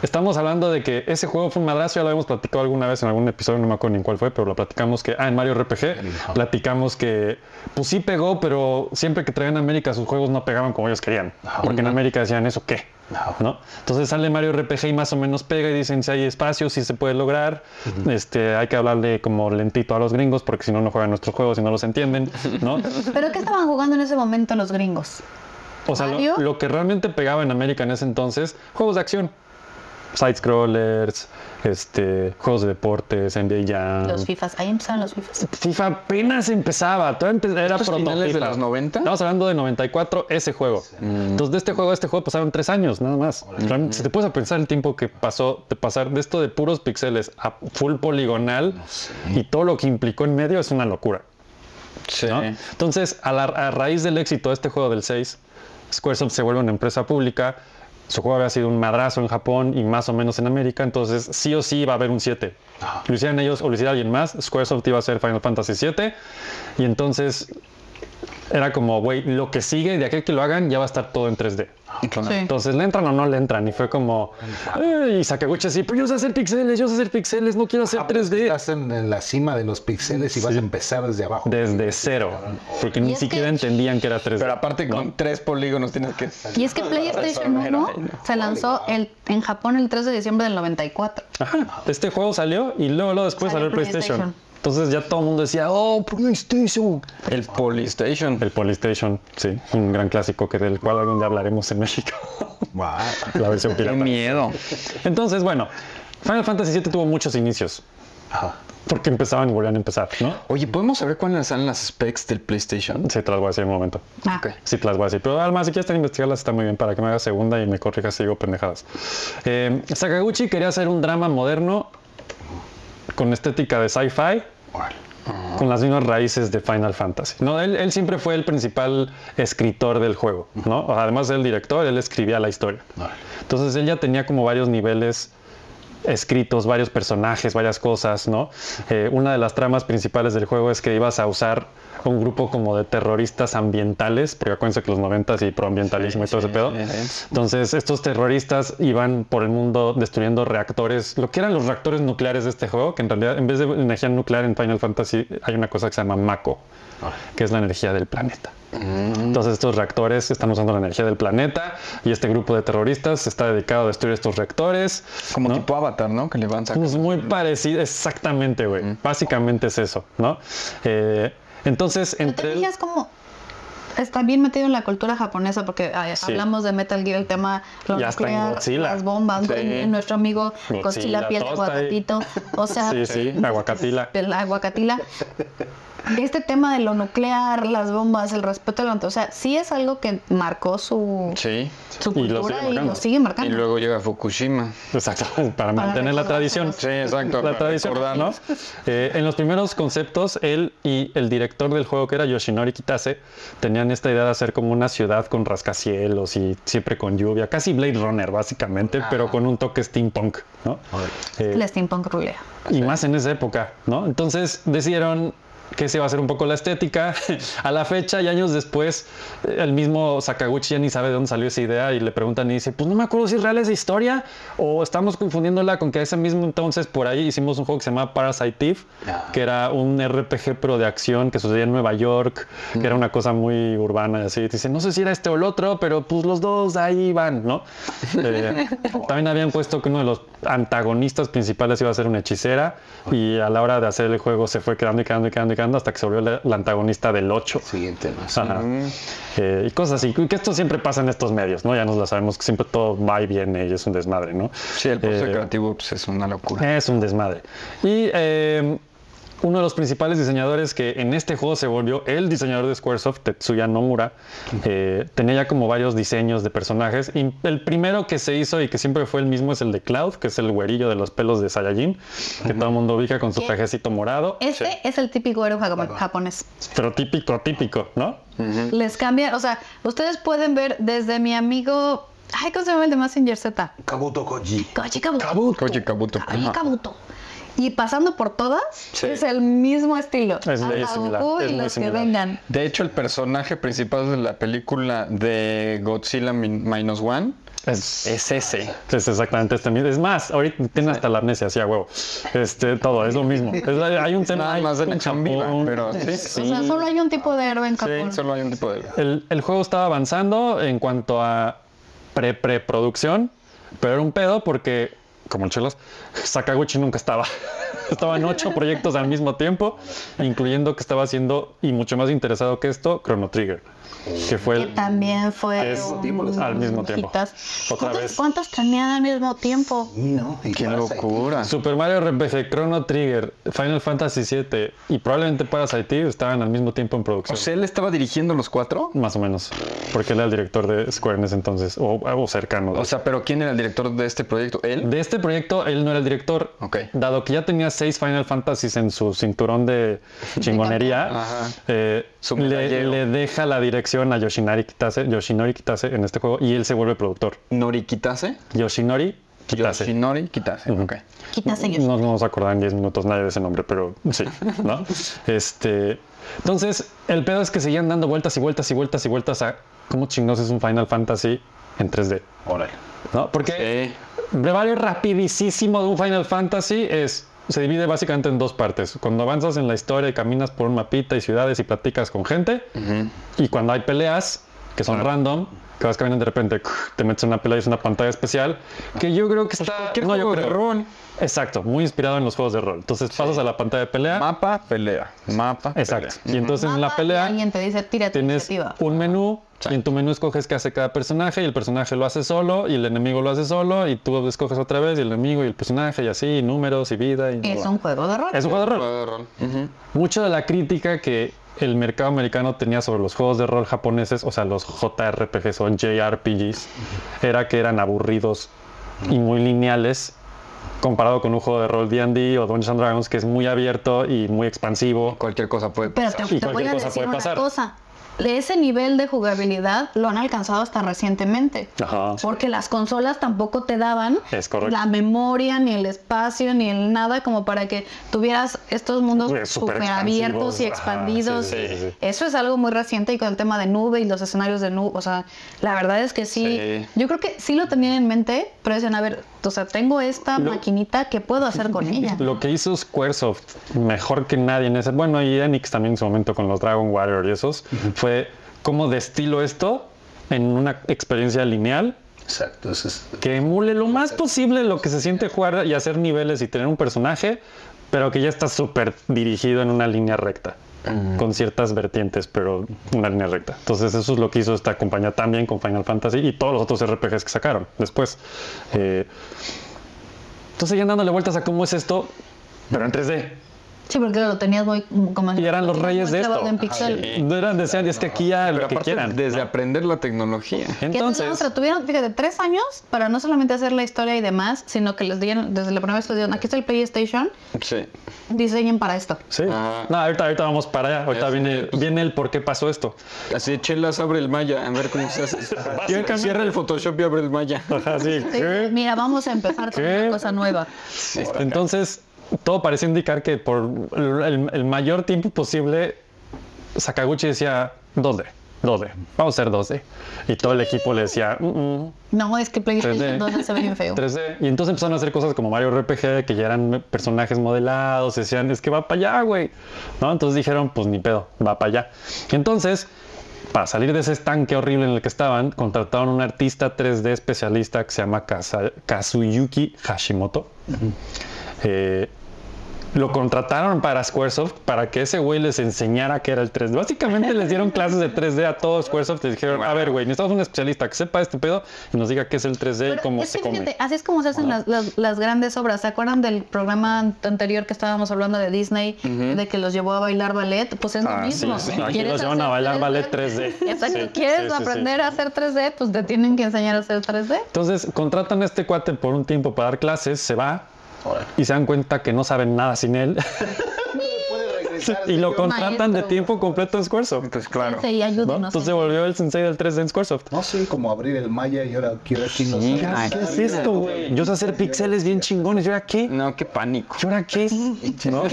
Speaker 2: estamos hablando de que ese juego fue un madrazo, ya lo habíamos platicado alguna vez en algún episodio, no me acuerdo ni en cuál fue, pero lo platicamos que, ah, en Mario RPG, platicamos que, pues sí pegó, pero siempre que traían a América sus juegos no pegaban como ellos querían, porque en América decían, ¿eso qué? ¿No? Entonces sale Mario RPG y más o menos pega y dicen si hay espacio, si se puede lograr, este, hay que hablarle como lentito a los gringos porque si no, no juegan nuestros juegos y no los entienden, ¿no?
Speaker 3: ¿Pero qué estaban jugando en ese momento los gringos?
Speaker 2: O sea, lo,
Speaker 3: ¿Mario?
Speaker 2: lo que realmente pegaba en América en ese entonces, juegos de acción. Side-scrollers, este, juegos de deportes, NBA Jam.
Speaker 3: Los FIFAs. Ahí empezaron los FIFAs.
Speaker 2: FIFA apenas empezaba, todavía empe- era
Speaker 4: ¿Estos
Speaker 2: prototipo.
Speaker 4: finales de los 90?
Speaker 2: Estamos hablando de 94, ese juego. Entonces, de este juego a este juego pasaron tres años, nada más. Realmente, Si te puedes a pensar el tiempo que pasó de pasar de esto de puros píxeles a full poligonal y todo lo que implicó en medio es una locura.
Speaker 4: Sí.
Speaker 2: ¿no? Entonces, a, la- a raíz del éxito de este juego del 6, Squaresoft se vuelve una empresa pública. Su juego había sido un madrazo en Japón y más o menos en América, entonces sí o sí iba a haber un 7. Lo hicieran ellos o lo hiciera alguien más, Squaresoft iba a ser Final Fantasy 7 y entonces era como, güey, lo que sigue de aquel que lo hagan ya va a estar todo en 3D.
Speaker 3: Sí.
Speaker 2: Entonces, ¿le entran o no le entran? Y fue como, "Eh", y Sakaguchi así, pero yo sé hacer pixeles, yo sé hacer pixeles, no quiero
Speaker 4: Ah,
Speaker 2: hacer 3D.
Speaker 1: Estás en, en la cima de los píxeles y vas a empezar desde abajo.
Speaker 2: Desde cero, porque
Speaker 3: Y
Speaker 2: ni
Speaker 3: es que-
Speaker 2: siquiera entendían que era 3D.
Speaker 4: Pero aparte con tres polígonos tienes que...
Speaker 3: Y es que PlayStation 1 se lanzó el, en Japón el 3 de diciembre del 94.
Speaker 2: Ajá, [LAUGHS] este juego salió y luego, luego después salió
Speaker 3: Salió
Speaker 2: el PlayStation.
Speaker 3: PlayStation.
Speaker 2: Entonces ya todo el mundo decía, oh, PlayStation.
Speaker 4: El Polystation.
Speaker 2: El PlayStation, sí, un gran clásico que del cual algún día hablaremos en México, [LAUGHS]
Speaker 1: Wow.
Speaker 2: la versión
Speaker 4: Qué
Speaker 2: pirata.
Speaker 4: miedo.
Speaker 2: Entonces, bueno, Final Fantasy VII tuvo muchos inicios,
Speaker 1: Ajá.
Speaker 2: porque empezaban y volvían a empezar, ¿no?
Speaker 4: Oye, ¿podemos saber cuáles son las specs del PlayStation?
Speaker 2: Sí, te las voy a decir en un momento.
Speaker 3: Ah,
Speaker 4: Ok.
Speaker 2: Sí, te las voy a decir. Pero además, si quieres investigarlas, está muy bien para que me hagas segunda y me corrijas si digo pendejadas. Eh, Sakaguchi quería hacer un drama moderno con estética de sci-fi,
Speaker 1: Órale.
Speaker 2: con las mismas raíces de Final Fantasy. No, él, él siempre fue el principal escritor del juego, ¿no? O sea, Además del director, él escribía la historia.
Speaker 1: Órale.
Speaker 2: Entonces él ya tenía como varios niveles escritos, varios personajes, varias cosas, ¿no? Eh, una de las tramas principales del juego es que ibas a usar un grupo como de terroristas ambientales, porque acuérdense que los noventas y proambientalismo y todo ese pedo.
Speaker 4: sí, sí.
Speaker 2: Entonces, estos terroristas iban por el mundo destruyendo reactores, lo que eran los reactores nucleares de este juego, que en realidad en vez de energía nuclear en Final Fantasy hay una cosa que se llama Mako,
Speaker 4: Ah.
Speaker 2: que es la energía del planeta. Entonces estos reactores están usando la energía del planeta y este grupo de terroristas está dedicado a destruir estos reactores.
Speaker 4: Como
Speaker 2: ¿no?
Speaker 4: tipo Avatar, ¿no? Que le van sacando.
Speaker 2: Es muy parecido, exactamente, güey. Básicamente es eso, ¿no? Eh, entonces,
Speaker 3: Pero te
Speaker 2: entre...
Speaker 3: fijas como está bien metido en la cultura japonesa porque ah,
Speaker 2: Sí.
Speaker 3: hablamos de Metal Gear, el tema lo
Speaker 2: Y hasta en
Speaker 3: nuclear,
Speaker 2: Godzilla.
Speaker 3: las bombas,
Speaker 4: Sí.
Speaker 3: n- nuestro amigo
Speaker 2: Godzilla,
Speaker 3: Godzilla, piel de
Speaker 2: todo está ahí.
Speaker 3: aguacatito, o sea,
Speaker 2: Sí, sí, aguacatila.
Speaker 3: el aguacatila. De este tema de lo nuclear, las bombas, el respeto al otro, o sea, sí es algo que marcó su,
Speaker 4: Sí.
Speaker 3: su
Speaker 2: Y lo sigue
Speaker 3: cultura y
Speaker 2: marcando.
Speaker 3: lo sigue
Speaker 4: Y
Speaker 3: marcando.
Speaker 4: luego llega Fukushima.
Speaker 2: Exacto, [LAUGHS] para mantener la
Speaker 3: recordar
Speaker 2: tradición.
Speaker 3: esas
Speaker 4: Sí, exacto.
Speaker 2: La
Speaker 4: para
Speaker 2: tradición,
Speaker 4: recordar.
Speaker 2: ¿no? Eh, en los primeros conceptos, él y el director del juego, que era Yoshinori Kitase, tenían esta idea de hacer como una ciudad con rascacielos y siempre con lluvia, casi Blade Runner, básicamente, pero con un toque steampunk, ¿no?
Speaker 1: Órale.
Speaker 2: Eh,
Speaker 3: El steampunk rulea.
Speaker 2: y más en esa época, ¿no? Entonces decidieron que se iba a hacer un poco la estética. [LAUGHS] A la fecha y años después, eh, el mismo Sakaguchi ya ni sabe de dónde salió esa idea y le preguntan y dice, pues no me acuerdo si es real esa historia o estamos confundiéndola con que ese mismo entonces por ahí hicimos un juego que se llamaba Parasite Thief,
Speaker 1: Ah.
Speaker 2: que era un RPG pero de acción que sucedía en Nueva York, que era una cosa muy urbana y así. Dice, no sé si era este o el otro, pero pues los dos ahí van,
Speaker 4: [LAUGHS]
Speaker 2: ¿no? Eh, también habían puesto que uno de los antagonistas principales iba a ser una hechicera y a la hora de hacer el juego se fue quedando y quedando y quedando y sacando hasta que se volvió la, la antagonista del 8.
Speaker 1: Siguiente, ¿no?
Speaker 2: Ajá. Eh, y cosas así, que esto siempre pasa en estos medios, ¿no? Ya nos la sabemos que siempre todo va y viene y es un desmadre, ¿no?
Speaker 4: Sí, el proceso
Speaker 2: Eh,
Speaker 4: creativo pues, es una locura.
Speaker 2: Es un desmadre. Y eh, uno de los principales diseñadores que en este juego se volvió el diseñador de Squaresoft, Tetsuya Nomura, eh, tenía ya como varios diseños de personajes. Y el primero que se hizo y que siempre fue el mismo es el de Cloud, que es el güerillo de los pelos de Saiyajin, que todo el mundo ubica con su
Speaker 3: ¿Qué?
Speaker 2: trajecito morado.
Speaker 3: Este es el típico héroe japo- japonés.
Speaker 2: Pero típico, típico, ¿no? Mm.
Speaker 3: Les cambia, o sea, ustedes pueden ver desde mi amigo. Ay, ¿cómo se llama el de Messenger Z?
Speaker 1: Kabuto Koji.
Speaker 3: Koji Kabuto.
Speaker 4: Koji Kabuto.
Speaker 3: Koji
Speaker 4: Ajá.
Speaker 3: Kabuto. Y pasando por todas, es el mismo estilo.
Speaker 2: Es-
Speaker 3: Hasta
Speaker 2: es similar,
Speaker 3: Goku
Speaker 2: es
Speaker 3: y
Speaker 2: muy
Speaker 3: los que
Speaker 2: similar.
Speaker 3: vengan.
Speaker 4: De hecho, el personaje principal de la película de Godzilla Min- Minus One
Speaker 2: Es,
Speaker 4: es ese.
Speaker 2: es exactamente este mismo. Es más, ahorita tiene hasta la amnesia, así a huevo. Este, todo, es lo mismo. Es la- hay un tema.
Speaker 4: Nada
Speaker 2: hay
Speaker 4: más de la
Speaker 2: un
Speaker 4: chambiva,
Speaker 2: Japón.
Speaker 4: pero sí.
Speaker 3: O sea, solo hay un tipo de héroe en Japón.
Speaker 4: Sí, solo hay un tipo de...
Speaker 2: el, el juego estaba avanzando en cuanto a pre-preproducción, pero era un pedo porque, como el chelos, Sakaguchi nunca estaba. [LAUGHS] Estaban ocho proyectos al mismo tiempo, incluyendo que estaba haciendo, y mucho más interesado que esto, Chrono Trigger, que fue
Speaker 3: que
Speaker 2: el,
Speaker 3: también fue
Speaker 2: Es-
Speaker 3: un-
Speaker 2: al mismo tiempo.
Speaker 3: hitas.
Speaker 2: Otra
Speaker 3: ¿Cuántos,
Speaker 2: vez.
Speaker 3: cuántos tenían al mismo tiempo?
Speaker 1: No, y
Speaker 4: ¡Qué
Speaker 1: Parasite.
Speaker 4: locura!
Speaker 2: Super Mario RPG, Chrono Trigger, Final Fantasy VII y probablemente Parasite Eve estaban al mismo tiempo en producción.
Speaker 4: O sea, él estaba dirigiendo los cuatro.
Speaker 2: más o menos, porque él era el director de Square en ese entonces, o, o cercano. de-
Speaker 4: O sea, pero ¿quién era el director de este proyecto? Él.
Speaker 2: De este proyecto, él no era el director.
Speaker 4: Ok.
Speaker 2: Dado que ya tenía seis Final Fantasies en su cinturón de
Speaker 4: [LAUGHS]
Speaker 2: chingonería,
Speaker 4: Ajá.
Speaker 2: eh,
Speaker 4: Su
Speaker 2: le,
Speaker 4: medallero.
Speaker 2: le deja la dirección a Yoshinari Kitase, Yoshinori Kitase en este juego y él se vuelve productor.
Speaker 4: Nori Kitase.
Speaker 2: Yoshinori Kitase.
Speaker 4: Yoshinori Kitase. Ok.
Speaker 3: Quitas ellos.
Speaker 2: No nos acordar en 10 minutos nadie de ese nombre, pero sí,
Speaker 4: [LAUGHS]
Speaker 2: ¿no? Este, entonces, el pedo es que seguían dando vueltas y vueltas y vueltas y vueltas a cómo chingados es un Final Fantasy en 3D,
Speaker 1: Órale.
Speaker 2: ¿no? Porque
Speaker 4: Eh,
Speaker 2: brevario rapidísimo de un Final Fantasy es se divide básicamente en dos partes. Cuando avanzas en la historia y caminas por un mapita y ciudades y platicas con gente, y cuando hay peleas que son random, que vas caminando y de repente [LAUGHS] te metes en una pelea y es una pantalla especial, que yo creo que está
Speaker 4: cualquier
Speaker 2: no, yo
Speaker 4: juego de
Speaker 2: creo.
Speaker 4: rol.
Speaker 2: Exacto, muy inspirado en los juegos de rol. Entonces pasas a la pantalla de
Speaker 4: ¿Ah?
Speaker 2: pelea.
Speaker 4: mapa, pelea. Mapa,
Speaker 2: Exacto.
Speaker 4: pelea.
Speaker 2: Y entonces en la
Speaker 3: Mapa,
Speaker 2: pelea
Speaker 3: y Alguien te dice, tira tu
Speaker 2: tienes
Speaker 3: iniciativa.
Speaker 2: un menú y en tu menú escoges qué hace cada personaje y el personaje lo hace solo y el enemigo lo hace solo y tú escoges otra vez y el enemigo y el personaje y así, y números y vida. Y...
Speaker 3: Es un juego de rol.
Speaker 2: Es un juego de rol.
Speaker 4: Juego de rol. Ujú.
Speaker 2: Mucho de la crítica que el mercado americano tenía sobre los juegos de rol japoneses, o sea, los JRPGs o JRPGs, era que eran aburridos y muy lineales comparado con un juego de rol D&D o Dungeons and Dragons que es muy abierto y muy expansivo.
Speaker 4: Cualquier cosa puede
Speaker 3: Pero
Speaker 4: pasar.
Speaker 3: te,
Speaker 2: Y
Speaker 3: te voy
Speaker 2: cualquier
Speaker 3: a
Speaker 2: cosa
Speaker 3: decir
Speaker 2: puede
Speaker 3: una
Speaker 2: pasar.
Speaker 3: cosa. De ese nivel de jugabilidad lo han alcanzado hasta recientemente.
Speaker 2: Ajá.
Speaker 3: Porque las consolas tampoco te daban
Speaker 2: Es correcto.
Speaker 3: la memoria, ni el espacio, ni el nada, como para que tuvieras estos mundos
Speaker 2: Eh, súper
Speaker 3: súper abiertos y
Speaker 2: expansivos.
Speaker 3: expandidos.
Speaker 2: Ajá, sí, sí, sí, sí.
Speaker 3: Eso es algo muy reciente y con el tema de nube y los escenarios de nube. O sea, la verdad es que sí.
Speaker 4: Sí.
Speaker 3: Yo creo que sí lo tenían en mente, pero decían, a ver, o sea, tengo esta
Speaker 2: Lo-
Speaker 3: maquinita, ¿qué puedo
Speaker 2: [LAUGHS]
Speaker 3: hacer con ella?
Speaker 2: Lo que hizo Squaresoft mejor que nadie en ese, bueno, y Enix también en su momento con los Dragon Warrior y esos, fue cómo destilo esto en una experiencia lineal
Speaker 1: Exacto, eso es.
Speaker 2: que emule lo más posible lo que se siente jugar y hacer niveles y tener un personaje, pero que ya está súper dirigido en una línea recta. Con ciertas vertientes, pero una línea recta. Entonces, eso es lo que hizo esta compañía también con Final Fantasy y todos los otros RPGs que sacaron después. Eh, entonces, ya dándole vueltas a cómo es esto, pero en 3D.
Speaker 3: Sí, porque lo tenías muy como...
Speaker 2: Y eran los reyes
Speaker 3: muy
Speaker 2: de esto.
Speaker 3: clavado en pixel.
Speaker 2: No eran desean, es que aquí ya
Speaker 4: Pero
Speaker 2: lo que
Speaker 4: aparte,
Speaker 2: quieran.
Speaker 4: desde aprender la tecnología.
Speaker 3: Que
Speaker 2: Entonces,
Speaker 3: entonces, o sea, tuvieron, fíjate, tres años para no solamente hacer la historia y demás, sino que les dieron, desde la primera vez les dieron, aquí está el PlayStation,
Speaker 4: Sí.
Speaker 3: diseñen para esto.
Speaker 2: sí.
Speaker 4: Ah.
Speaker 2: No, ahorita, ahorita vamos para allá. Ahorita
Speaker 4: Este,
Speaker 2: viene,
Speaker 4: pues-
Speaker 2: viene el por qué pasó esto.
Speaker 4: Así, chelas, abre el maya. A ver cómo se [LAUGHS] hace.
Speaker 2: Básicamente.
Speaker 4: Cierra el Photoshop y abre el maya.
Speaker 2: Así.
Speaker 3: Sí, Mira, vamos a empezar con
Speaker 2: ¿Qué?
Speaker 3: una cosa nueva.
Speaker 2: Entonces, todo parecía indicar que por el, el mayor tiempo posible, Sakaguchi decía 2D, 2D, vamos a hacer 2D. Y todo el equipo le decía "Mm, mm,
Speaker 3: No, es que PlayStation
Speaker 2: 3D.
Speaker 3: 2 se ve bien feo.
Speaker 2: 3D. Y entonces empezaron a hacer cosas como Mario RPG, que ya eran personajes modelados, y decían, es que va para allá, güey. ¿No? Entonces dijeron, pues ni pedo, va para allá. Entonces, para salir de ese estanque horrible en el que estaban, contrataron a un artista 3D especialista que se llama Kasa- Kazuyuki Hashimoto. Eh, Lo contrataron para Squaresoft para que ese güey les enseñara qué era el 3D. Básicamente les dieron clases de 3D a todos Squaresoft. Les dijeron, a ver, güey, necesitamos un especialista que sepa este pedo y nos diga qué es el 3D y
Speaker 3: Pero
Speaker 2: cómo
Speaker 3: es
Speaker 2: se
Speaker 3: que
Speaker 2: come.
Speaker 3: fíjate, así es como se hacen las, las- las grandes obras. ¿Se acuerdan del programa an- anterior que estábamos hablando de Disney, de que los llevó a bailar ballet? Pues es
Speaker 4: Ah,
Speaker 3: lo
Speaker 4: sí,
Speaker 3: mismo.
Speaker 4: sí.
Speaker 2: Aquí
Speaker 3: ¿Quieres
Speaker 2: los llevan a
Speaker 3: hacer
Speaker 2: bailar ballet 3D.
Speaker 3: [LAUGHS] Exacto.
Speaker 2: Sí, sí,
Speaker 3: ¿Quieres
Speaker 2: sí, sí.
Speaker 3: aprender a hacer 3D? Pues te tienen que enseñar a hacer 3D.
Speaker 2: Entonces contratan a este cuate por un tiempo para dar clases, se va y se dan cuenta que no saben nada sin
Speaker 3: [LAUGHS]
Speaker 2: él
Speaker 1: Puede regresar.
Speaker 2: y lo
Speaker 1: señor.
Speaker 2: contratan de
Speaker 3: Maestro.
Speaker 2: tiempo completo en Squaresoft.
Speaker 4: Entonces, claro.
Speaker 3: Y ayúdenos.
Speaker 2: Entonces se volvió el sensei del 3D en Squaresoft.
Speaker 1: No sé cómo abrir el Maya y ahora quiero chino.
Speaker 4: ay,
Speaker 2: ¿Qué es esto, güey? Yo sé hacer píxeles bien chingones. ¿Yo era qué?
Speaker 4: No, qué pánico.
Speaker 2: ¿Yo era
Speaker 3: [LAUGHS]
Speaker 2: qué? ¿No?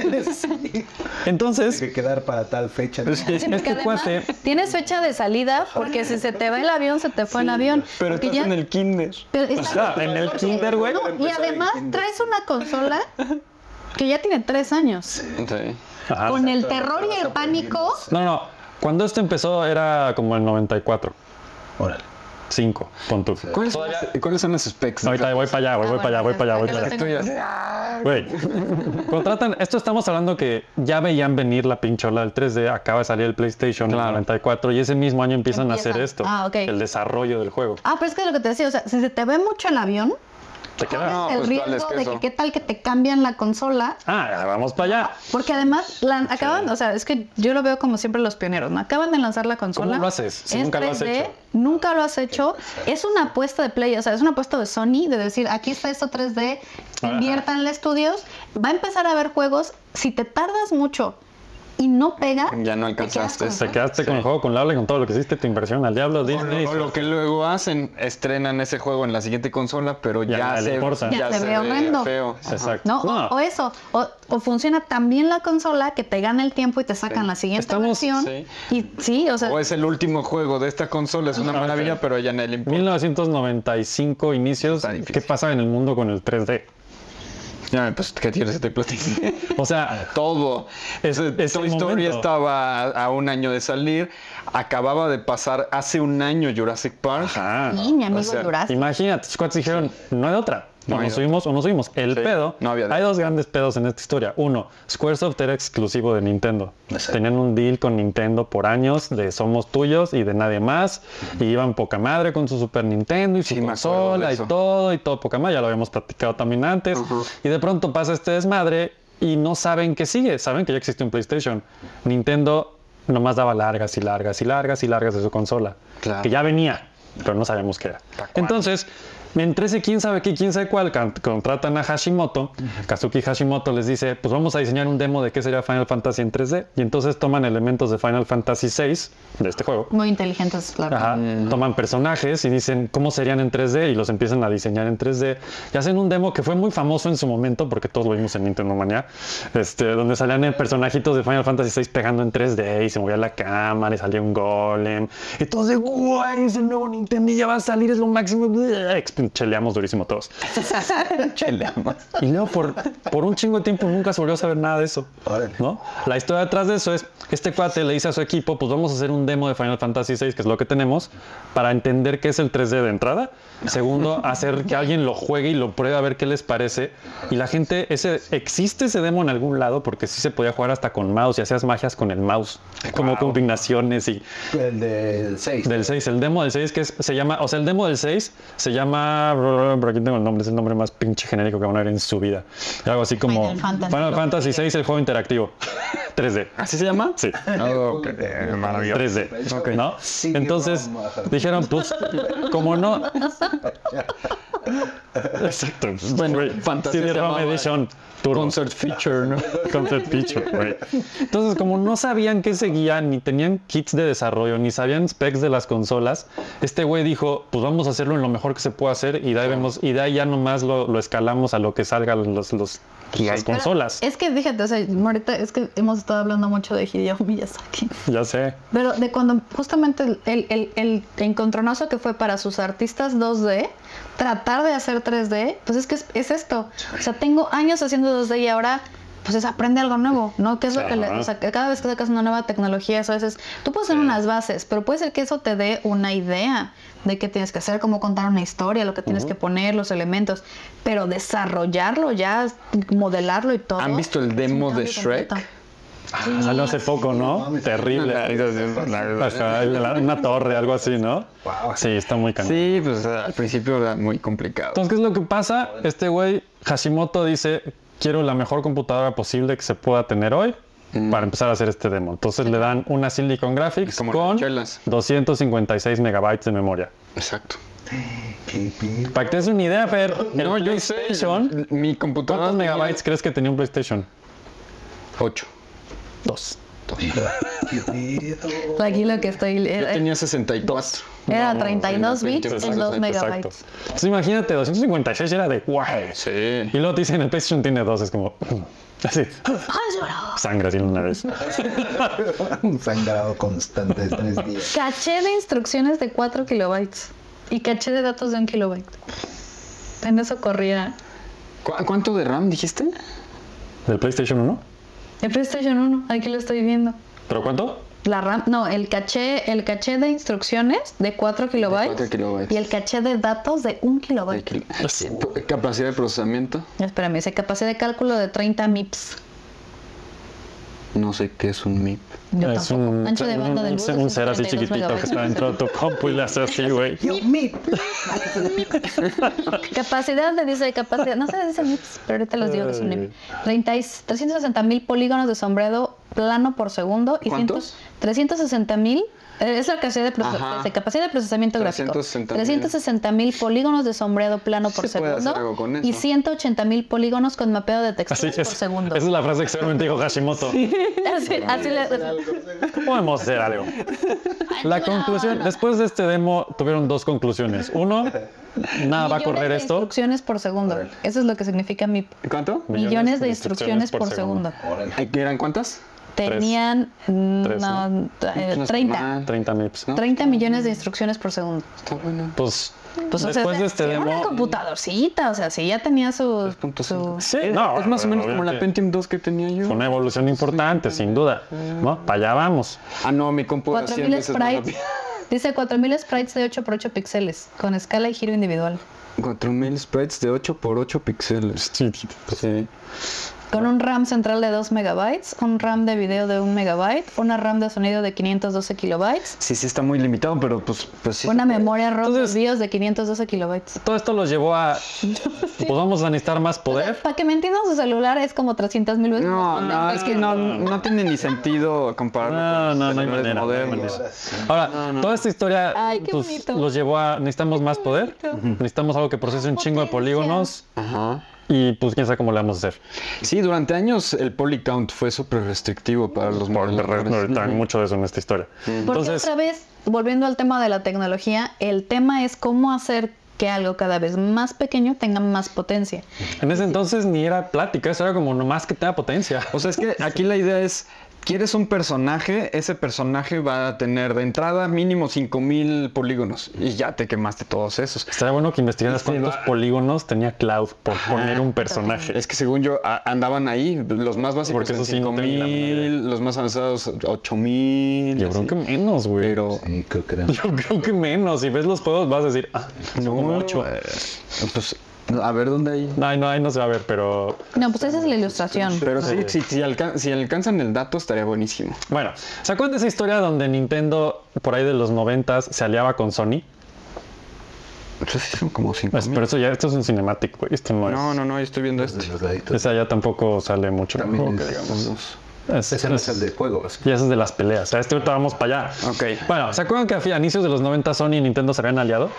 Speaker 2: Entonces,
Speaker 1: que quedar para tal fecha. ¿no?
Speaker 3: Sí, porque
Speaker 2: este
Speaker 3: además
Speaker 2: cuate
Speaker 3: Tienes fecha de salida porque si se te va el avión, se te fue el avión.
Speaker 4: Pero
Speaker 3: Porque
Speaker 4: estás
Speaker 3: ya-
Speaker 4: en el kinder.
Speaker 3: pero
Speaker 2: [LAUGHS]
Speaker 3: está-
Speaker 2: sea, Ah, en el
Speaker 3: porque-
Speaker 2: kinder, güey.
Speaker 3: no, y además traes una consola que ya tiene tres años.
Speaker 4: Sí.
Speaker 2: Ajá.
Speaker 3: Con el terror y el pánico.
Speaker 2: No, no. Cuando esto empezó era como el 94,
Speaker 1: Órale.
Speaker 2: 5, pon tú.
Speaker 4: ¿Cuáles, son las- cuáles son las specs?
Speaker 2: Ahorita voy para allá, güey, voy
Speaker 3: Ah,
Speaker 2: para allá, voy
Speaker 3: bueno,
Speaker 2: para allá, voy
Speaker 3: ya
Speaker 2: para
Speaker 3: lo
Speaker 2: allá.
Speaker 3: tengo.
Speaker 4: Tú ya-
Speaker 2: Güey, contratan, esto estamos hablando que ya veían venir la pinchola del 3D, acaba de salir el PlayStation el 94 y ese mismo año empiezan a hacer
Speaker 3: Empiezan.
Speaker 2: esto,
Speaker 3: Ah, ok.
Speaker 2: el desarrollo del juego.
Speaker 3: Ah, pero es que lo que te decía, o sea, si se te ve mucho el avión,
Speaker 2: Te queda.
Speaker 4: No,
Speaker 3: el
Speaker 4: pues,
Speaker 3: riesgo
Speaker 4: vale, es que
Speaker 3: de
Speaker 4: eso.
Speaker 3: que qué tal que te cambian la consola.
Speaker 2: Ah, vamos para allá.
Speaker 3: Porque además la, acaban, o sea, es que yo lo veo como siempre los pioneros, ¿no? Acaban de lanzar la consola.
Speaker 2: lo haces? Si
Speaker 3: Es
Speaker 2: nunca lo has
Speaker 3: 3D,
Speaker 2: hecho.
Speaker 3: Nunca lo has hecho. Es una apuesta de Play, o sea, es una apuesta de Sony de decir, aquí está esto 3D,
Speaker 2: Ajá.
Speaker 3: inviértanle estudios, va a empezar a haber juegos, si te tardas mucho y no pega,
Speaker 4: Ya no
Speaker 3: te quedas
Speaker 4: alcanzaste.
Speaker 3: con-
Speaker 2: Te quedaste con el juego, con la habla y con todo lo que hiciste, tu inversión al diablo,
Speaker 4: O
Speaker 2: Disney.
Speaker 4: lo, o lo que luego hacen, estrenan ese juego en la siguiente consola, pero
Speaker 2: Ya
Speaker 4: ya,
Speaker 2: nadie le
Speaker 4: se,
Speaker 2: importa.
Speaker 3: Ya se ve horrendo.
Speaker 4: feo.
Speaker 2: Exacto.
Speaker 3: ¿no? O- O, eso, o, o funciona también la consola que te gana el tiempo y te sacan la siguiente
Speaker 2: Estamos-
Speaker 3: versión.
Speaker 4: sí.
Speaker 3: Y sí, o sea,
Speaker 4: O es el último juego de esta consola, es una
Speaker 2: Ah,
Speaker 4: maravilla, pero ya nadie le importa.
Speaker 2: 1995 inicios,
Speaker 4: Está difícil.
Speaker 2: ¿qué pasa en el mundo con el 3D?
Speaker 4: Ya, pues, ¿qué tienes que
Speaker 2: [LAUGHS]
Speaker 4: te platique?
Speaker 2: O sea,
Speaker 4: Todo.
Speaker 2: Es-
Speaker 4: Ese-
Speaker 2: es
Speaker 4: Toy
Speaker 2: el
Speaker 4: Story
Speaker 2: momento.
Speaker 4: estaba a, a un año de salir. Acababa de pasar hace un año Jurassic Park.
Speaker 2: ah,
Speaker 3: sí, mi amigo
Speaker 4: o sea,
Speaker 3: Duraz.
Speaker 2: imagínate, tus cuates dijeron, no hay otra.
Speaker 4: No
Speaker 2: O
Speaker 4: hay
Speaker 2: nos
Speaker 4: otra.
Speaker 2: subimos o no subimos. El
Speaker 4: Sí,
Speaker 2: pedo.
Speaker 4: no había de
Speaker 2: hay
Speaker 4: otra.
Speaker 2: dos grandes pedos en esta historia. Uno, Squaresoft era exclusivo de Nintendo. Tenían un deal con Nintendo por años de somos tuyos y de nadie más. Y iban poca madre con su Super Nintendo y su
Speaker 4: Sí, me acuerdo de
Speaker 2: consola y
Speaker 4: eso.
Speaker 2: todo y todo poca madre. Ya lo habíamos platicado también antes. Y de pronto pasa este desmadre y no saben qué sigue. Saben que ya existe un PlayStation. Nintendo nomás daba largas y largas y largas y largas de su consola.
Speaker 4: Claro.
Speaker 2: Que ya venía, pero no sabíamos qué era. Entonces, entre ese quién sabe qué, quién sabe cuál, can- contratan a Hashimoto. Kazuki Hashimoto les dice, pues vamos a diseñar un demo de qué sería Final Fantasy en 3D. Y entonces toman elementos de Final Fantasy VI, de este juego.
Speaker 3: Muy inteligentes, claro.
Speaker 2: Ajá, Eh, Toman personajes y dicen cómo serían en 3D y los empiezan a diseñar en 3D. Y hacen un demo que fue muy famoso en su momento, porque todos lo vimos en Nintendo Mania, este, donde salían eh, personajitos de Final Fantasy VI pegando en 3D y se movía la cámara y salía un golem. Y todos de guay, es el nuevo Nintendo y ya va a salir, es lo máximo. Exp- Cheleamos durísimo todos. Y luego por, por un chingo de tiempo nunca se volvió a saber nada de eso.
Speaker 1: Órale.
Speaker 2: ¿no? La historia detrás de eso es, este cuate le dice a su equipo, pues vamos a hacer un demo de Final Fantasy VI, que es lo que tenemos, para entender qué es el 3D de entrada. Segundo, [LAUGHS] hacer que alguien lo juegue y lo pruebe a ver qué les parece. Y la gente, ese, existe ese demo en algún lado, porque sí se podía jugar hasta con mouse y hacías magias con el mouse, como combinaciones y
Speaker 1: El del 6.
Speaker 2: del 6, el demo del 6 que es- se llama, o sea, el demo del 6 se llama, por aquí tengo el nombre, es el nombre más pinche genérico que van a ver en su vida. Algo así como
Speaker 3: Final Fantasy.
Speaker 2: Final Fantasy 6, el juego interactivo [LAUGHS] 3D.
Speaker 4: ¿Así se llama?
Speaker 2: Sí.
Speaker 4: Oh, qué- eh, maravilloso.
Speaker 2: 3D,
Speaker 1: Ok.
Speaker 2: ¿no?
Speaker 1: Sí,
Speaker 2: Entonces
Speaker 1: broma.
Speaker 2: dijeron, pues, como no. Exacto. Bueno,
Speaker 4: fantasía se llamaba
Speaker 2: Edition Turbo.
Speaker 4: Concert feature,
Speaker 2: [LAUGHS]
Speaker 4: ¿no?
Speaker 2: Concept feature, güey. Entonces, como no sabían qué seguían, ni tenían kits de desarrollo, ni sabían specs de las consolas, este güey dijo, pues vamos a hacerlo en lo mejor que se pueda hacer y de ahí, vemos, y de ahí ya nomás lo, lo escalamos a lo que salgan los, los, las
Speaker 3: Pero
Speaker 2: consolas.
Speaker 3: Es que fíjate, o sea, ahorita es que hemos estado hablando mucho de Hideo Miyazaki.
Speaker 2: Ya sé.
Speaker 3: Pero de cuando justamente el, el, el- el encontronazo que fue para sus artistas 2D, tratar de hacer 3D, pues es que es, es esto. O sea, tengo años haciendo 2D y ahora pues es aprende algo nuevo, ¿no? ¿Qué es lo que le-
Speaker 2: Ajá.
Speaker 3: o sea, que cada vez que sacas una nueva tecnología, eso a veces, tú puedes tener unas bases, pero puede ser que eso te dé una idea de qué tienes que hacer, cómo contar una historia, lo que tienes que poner, los elementos, pero desarrollarlo ya, modelarlo y todo.
Speaker 4: ¿Han visto el
Speaker 3: es un
Speaker 4: demo de
Speaker 3: cambio
Speaker 4: Shrek?
Speaker 3: completo.
Speaker 2: Salió Ah, hace poco, ¿no? Terrible. Ajá, la- una torre, algo así, ¿no?
Speaker 1: Wow.
Speaker 2: Sí, está muy cansado.
Speaker 4: Sí, pues al principio era muy complicado.
Speaker 2: Entonces, ¿qué es lo que pasa? Este güey, Hashimoto, dice, quiero la mejor computadora posible que se pueda tener hoy para empezar a hacer este demo. Entonces le dan una Silicon Graphics
Speaker 4: Mm. Como
Speaker 2: con
Speaker 4: las chelas.
Speaker 2: 256 megabytes de memoria.
Speaker 4: Exacto.
Speaker 1: Qué pin-
Speaker 2: Para que te des una idea, Fer, el
Speaker 4: No, yo sé. Ah,
Speaker 2: PlayStation,
Speaker 4: Mi computadora
Speaker 2: ¿cuántos
Speaker 4: tenía
Speaker 2: megabytes crees que tenía un PlayStation?
Speaker 4: 8.
Speaker 2: Dos.
Speaker 3: Pues Aquí lo que estoy... eh,
Speaker 4: Yo tenía 64.
Speaker 3: Era
Speaker 2: No,
Speaker 3: 32
Speaker 4: veinte,
Speaker 3: bits en
Speaker 4: exacto,
Speaker 3: 2
Speaker 4: exacto.
Speaker 3: megabytes.
Speaker 2: Entonces imagínate, 256 era de wow.
Speaker 4: Sí.
Speaker 2: Y luego te dicen, el PlayStation tiene dos, es como... [LAUGHS] Así,
Speaker 3: ¡Ah,
Speaker 2: sangre así en una vez.
Speaker 1: Un [LAUGHS] sangrado constante de tres días.
Speaker 3: Caché de instrucciones de 4 kilobytes y caché de datos de 1 kilobyte. En eso corría
Speaker 4: ¿Cu- ¿Cuánto de RAM dijiste?
Speaker 2: ¿Del PlayStation 1?
Speaker 3: el PlayStation 1. Aquí lo estoy viendo.
Speaker 2: ¿Pero cuánto?
Speaker 3: La RAM, no, el caché, el caché de instrucciones de 4 kilobytes,
Speaker 4: cuatro kilobytes.
Speaker 3: y el caché de datos de 1
Speaker 4: De
Speaker 3: kilobyte.
Speaker 4: kil-
Speaker 2: Ah,
Speaker 4: Capacidad de procesamiento.
Speaker 3: Espérame, dice capacidad de cálculo de 30 MIPS.
Speaker 4: No sé qué es un MIP.
Speaker 3: Yo
Speaker 2: es
Speaker 3: tampoco.
Speaker 2: un,
Speaker 3: Ancho de banda
Speaker 2: un,
Speaker 3: del bus
Speaker 2: un
Speaker 3: es
Speaker 2: ser así
Speaker 3: 32
Speaker 2: chiquitito que
Speaker 3: megabytes.
Speaker 2: está dentro de tu compu y le hace
Speaker 3: [LAUGHS]
Speaker 2: así, güey.
Speaker 3: Capacidad de dice capacidad, no sé, dice MIPS, pero ahorita les digo que es un MIP. 30 y- 360 mil polígonos de sombredo plano por segundo y
Speaker 4: ¿Cuántos?
Speaker 3: 360 mil eh, es la capacidad de, proce-
Speaker 4: Ajá.
Speaker 3: de capacidad de procesamiento gráfico.
Speaker 4: 360,000.
Speaker 3: 360 mil polígonos de sombreado plano por
Speaker 4: se puede hacer
Speaker 3: segundo
Speaker 4: algo con eso.
Speaker 3: y 180 mil polígonos con mapeo de
Speaker 2: Así
Speaker 3: texturas
Speaker 2: es.
Speaker 3: por segundo.
Speaker 2: Esa es la frase que seguramente dijo Hashimoto.
Speaker 3: [LAUGHS] Así, así le-
Speaker 2: Podemos hacer algo. La conclusión, después de este demo, tuvieron dos conclusiones. Uno, nada va a
Speaker 3: millones
Speaker 2: correr
Speaker 3: de
Speaker 2: esto.
Speaker 3: Instrucciones por segundo. Eso es lo que significa MIP.
Speaker 4: ¿Cuánto?
Speaker 3: Millones, de instrucciones por segundo.
Speaker 4: Ay, ¿Eran cuántas?
Speaker 3: Tenían mm,
Speaker 2: Tres,
Speaker 3: no, eh,
Speaker 4: No está
Speaker 3: 30.
Speaker 4: mal.
Speaker 2: 30 mips.
Speaker 4: ¿no?
Speaker 3: 30 millones de instrucciones por segundo.
Speaker 4: Está bueno.
Speaker 2: Pues,
Speaker 3: Pues, o sea,
Speaker 2: después de este
Speaker 3: era Una
Speaker 2: demo...
Speaker 3: computadorcita, o sea, sí, ya tenía su.
Speaker 4: 3.5.
Speaker 3: su-
Speaker 2: Sí, no,
Speaker 4: es más o menos
Speaker 2: obviamente
Speaker 4: como la Pentium 2 que tenía
Speaker 2: Fue
Speaker 4: yo.
Speaker 2: una evolución importante, sin duda. ¿no? Para allá vamos.
Speaker 4: Ah, no, mi compu era 100
Speaker 3: 4000
Speaker 4: veces más
Speaker 3: sprites.
Speaker 4: rápida.
Speaker 3: [LAUGHS] Dice 4000 sprites de 8 por 8 píxeles, con escala y giro individual.
Speaker 4: 4000 sprites de 8 por 8 píxeles.
Speaker 2: Sí,
Speaker 4: Sí.
Speaker 3: Con un RAM central de 2 megabytes, un RAM de video de 1 megabyte, una RAM de sonido de 512 kilobytes,
Speaker 4: Sí, sí está muy limitado, pero pues, pues sí.
Speaker 3: una memoria ROM
Speaker 2: Entonces-
Speaker 3: de BIOS de 512 kilobytes.
Speaker 2: Todo esto los llevó a... Pues vamos a necesitar más poder.
Speaker 3: Para que me entiendan, su celular es como 300 mil veces. más
Speaker 4: No, no,
Speaker 3: potente
Speaker 4: es que no, no tiene ni sentido compararlo
Speaker 2: No,
Speaker 4: con
Speaker 2: no,
Speaker 4: los
Speaker 2: no hay
Speaker 4: celulares
Speaker 2: manera. no hay
Speaker 4: modernos.
Speaker 2: manera. Ahora, toda esta historia
Speaker 3: Ay, qué
Speaker 2: pues,
Speaker 3: bonito.
Speaker 2: los llevó a. Necesitamos más poder, necesitamos algo que procese un chingo de
Speaker 3: Potencia.
Speaker 2: polígonos
Speaker 4: Ajá.
Speaker 2: y pues quién sabe cómo le vamos a hacer.
Speaker 4: Sí, durante años el polycount fue súper restrictivo para los
Speaker 2: Porque re-
Speaker 4: modeladores.
Speaker 2: ahorita hay mucho de eso en esta historia.
Speaker 3: Porque
Speaker 2: Entonces,
Speaker 3: otra vez, volviendo al tema de la tecnología, el tema es cómo hacer que algo cada vez más pequeño tenga más potencia.
Speaker 2: en ese entonces ni era plática, eso era como nomás que tenga potencia.
Speaker 4: O sea, es que aquí la idea es, quieres un personaje, ese personaje va a tener de entrada mínimo 5000 polígonos y ya te quemaste todos esos.
Speaker 2: Estaría bueno que investigaras cuántos polígonos tenía Cloud por poner un personaje.
Speaker 4: Es que según yo a- andaban ahí los más básicos
Speaker 2: Porque
Speaker 4: en
Speaker 2: eso sí no tengo la menor
Speaker 4: 5000, los más avanzados 8000.
Speaker 2: Yo creo
Speaker 4: así.
Speaker 2: que menos, güey.
Speaker 4: pero
Speaker 1: Sí, creo que era.
Speaker 2: Yo creo que menos. Si ves los juegos vas a decir, ah, no, como ocho.
Speaker 4: eh, pues a ver dónde hay.
Speaker 2: No, ahí no, ahí no se va a ver, pero
Speaker 3: No, pues esa es la ilustración.
Speaker 4: Pero sí, sí, sí, alcan- si alcanzan el dato estaría buenísimo.
Speaker 2: Bueno, ¿se acuerdan de esa historia donde Nintendo, por ahí de los noventas, se aliaba con Sony?
Speaker 4: Entonces sí son como cinco
Speaker 2: Pues, pero eso ya, esto es un cinematic, güey. Esto no,
Speaker 4: Ah, No,
Speaker 2: es.
Speaker 4: no, no, yo estoy viendo este. esto.
Speaker 1: Los laditos.
Speaker 2: Esa ya tampoco sale mucho.
Speaker 1: También
Speaker 2: ¿no?
Speaker 1: es-
Speaker 2: Es-
Speaker 1: Ese no
Speaker 2: es-
Speaker 1: es el de juegos.
Speaker 2: Y eso es de las peleas. O sea, este ahorita vamos para allá.
Speaker 4: Ok.
Speaker 2: Bueno, ¿se acuerdan que a inicios de los 90 Sony y Nintendo se habían aliado?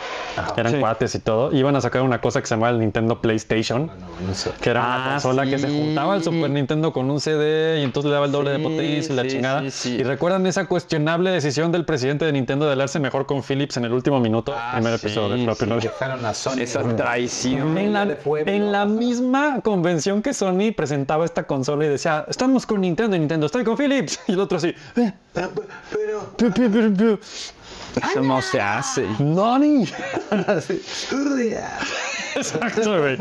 Speaker 2: Eran
Speaker 4: Sí.
Speaker 2: cuates y todo. Iban a sacar una cosa que se llamaba el Nintendo PlayStation.
Speaker 1: No, no sé.
Speaker 2: Que era una
Speaker 4: Ah,
Speaker 2: consola que se
Speaker 4: sí.
Speaker 2: juntaba al Super Nintendo con un CD y entonces le daba el doble de
Speaker 4: Sí,
Speaker 2: potencia y la
Speaker 4: sí,
Speaker 2: chingada.
Speaker 4: sí, sí.
Speaker 2: Y recuerdan esa cuestionable decisión del presidente de Nintendo de aliarse mejor con Philips en el último minuto,
Speaker 4: Ah,
Speaker 2: primer
Speaker 4: sí,
Speaker 2: episodio del propio
Speaker 1: Que fueron a Sony.
Speaker 4: Esa
Speaker 1: ¿no?
Speaker 4: traición.
Speaker 2: En la,
Speaker 1: de pueblo.
Speaker 2: en la misma convención que Sony presentaba esta consola y decía, estamos con Nintendo, y de Nintendo, estoy con Philips. [LAUGHS] Y el otro así,
Speaker 4: Ah,
Speaker 2: eh,
Speaker 1: Pero, pero-
Speaker 2: pi, pi, pi, pi.
Speaker 4: Eso no se hace.
Speaker 2: ¡Nani! [LAUGHS]
Speaker 1: así, "Urria".
Speaker 2: Exacto, güey.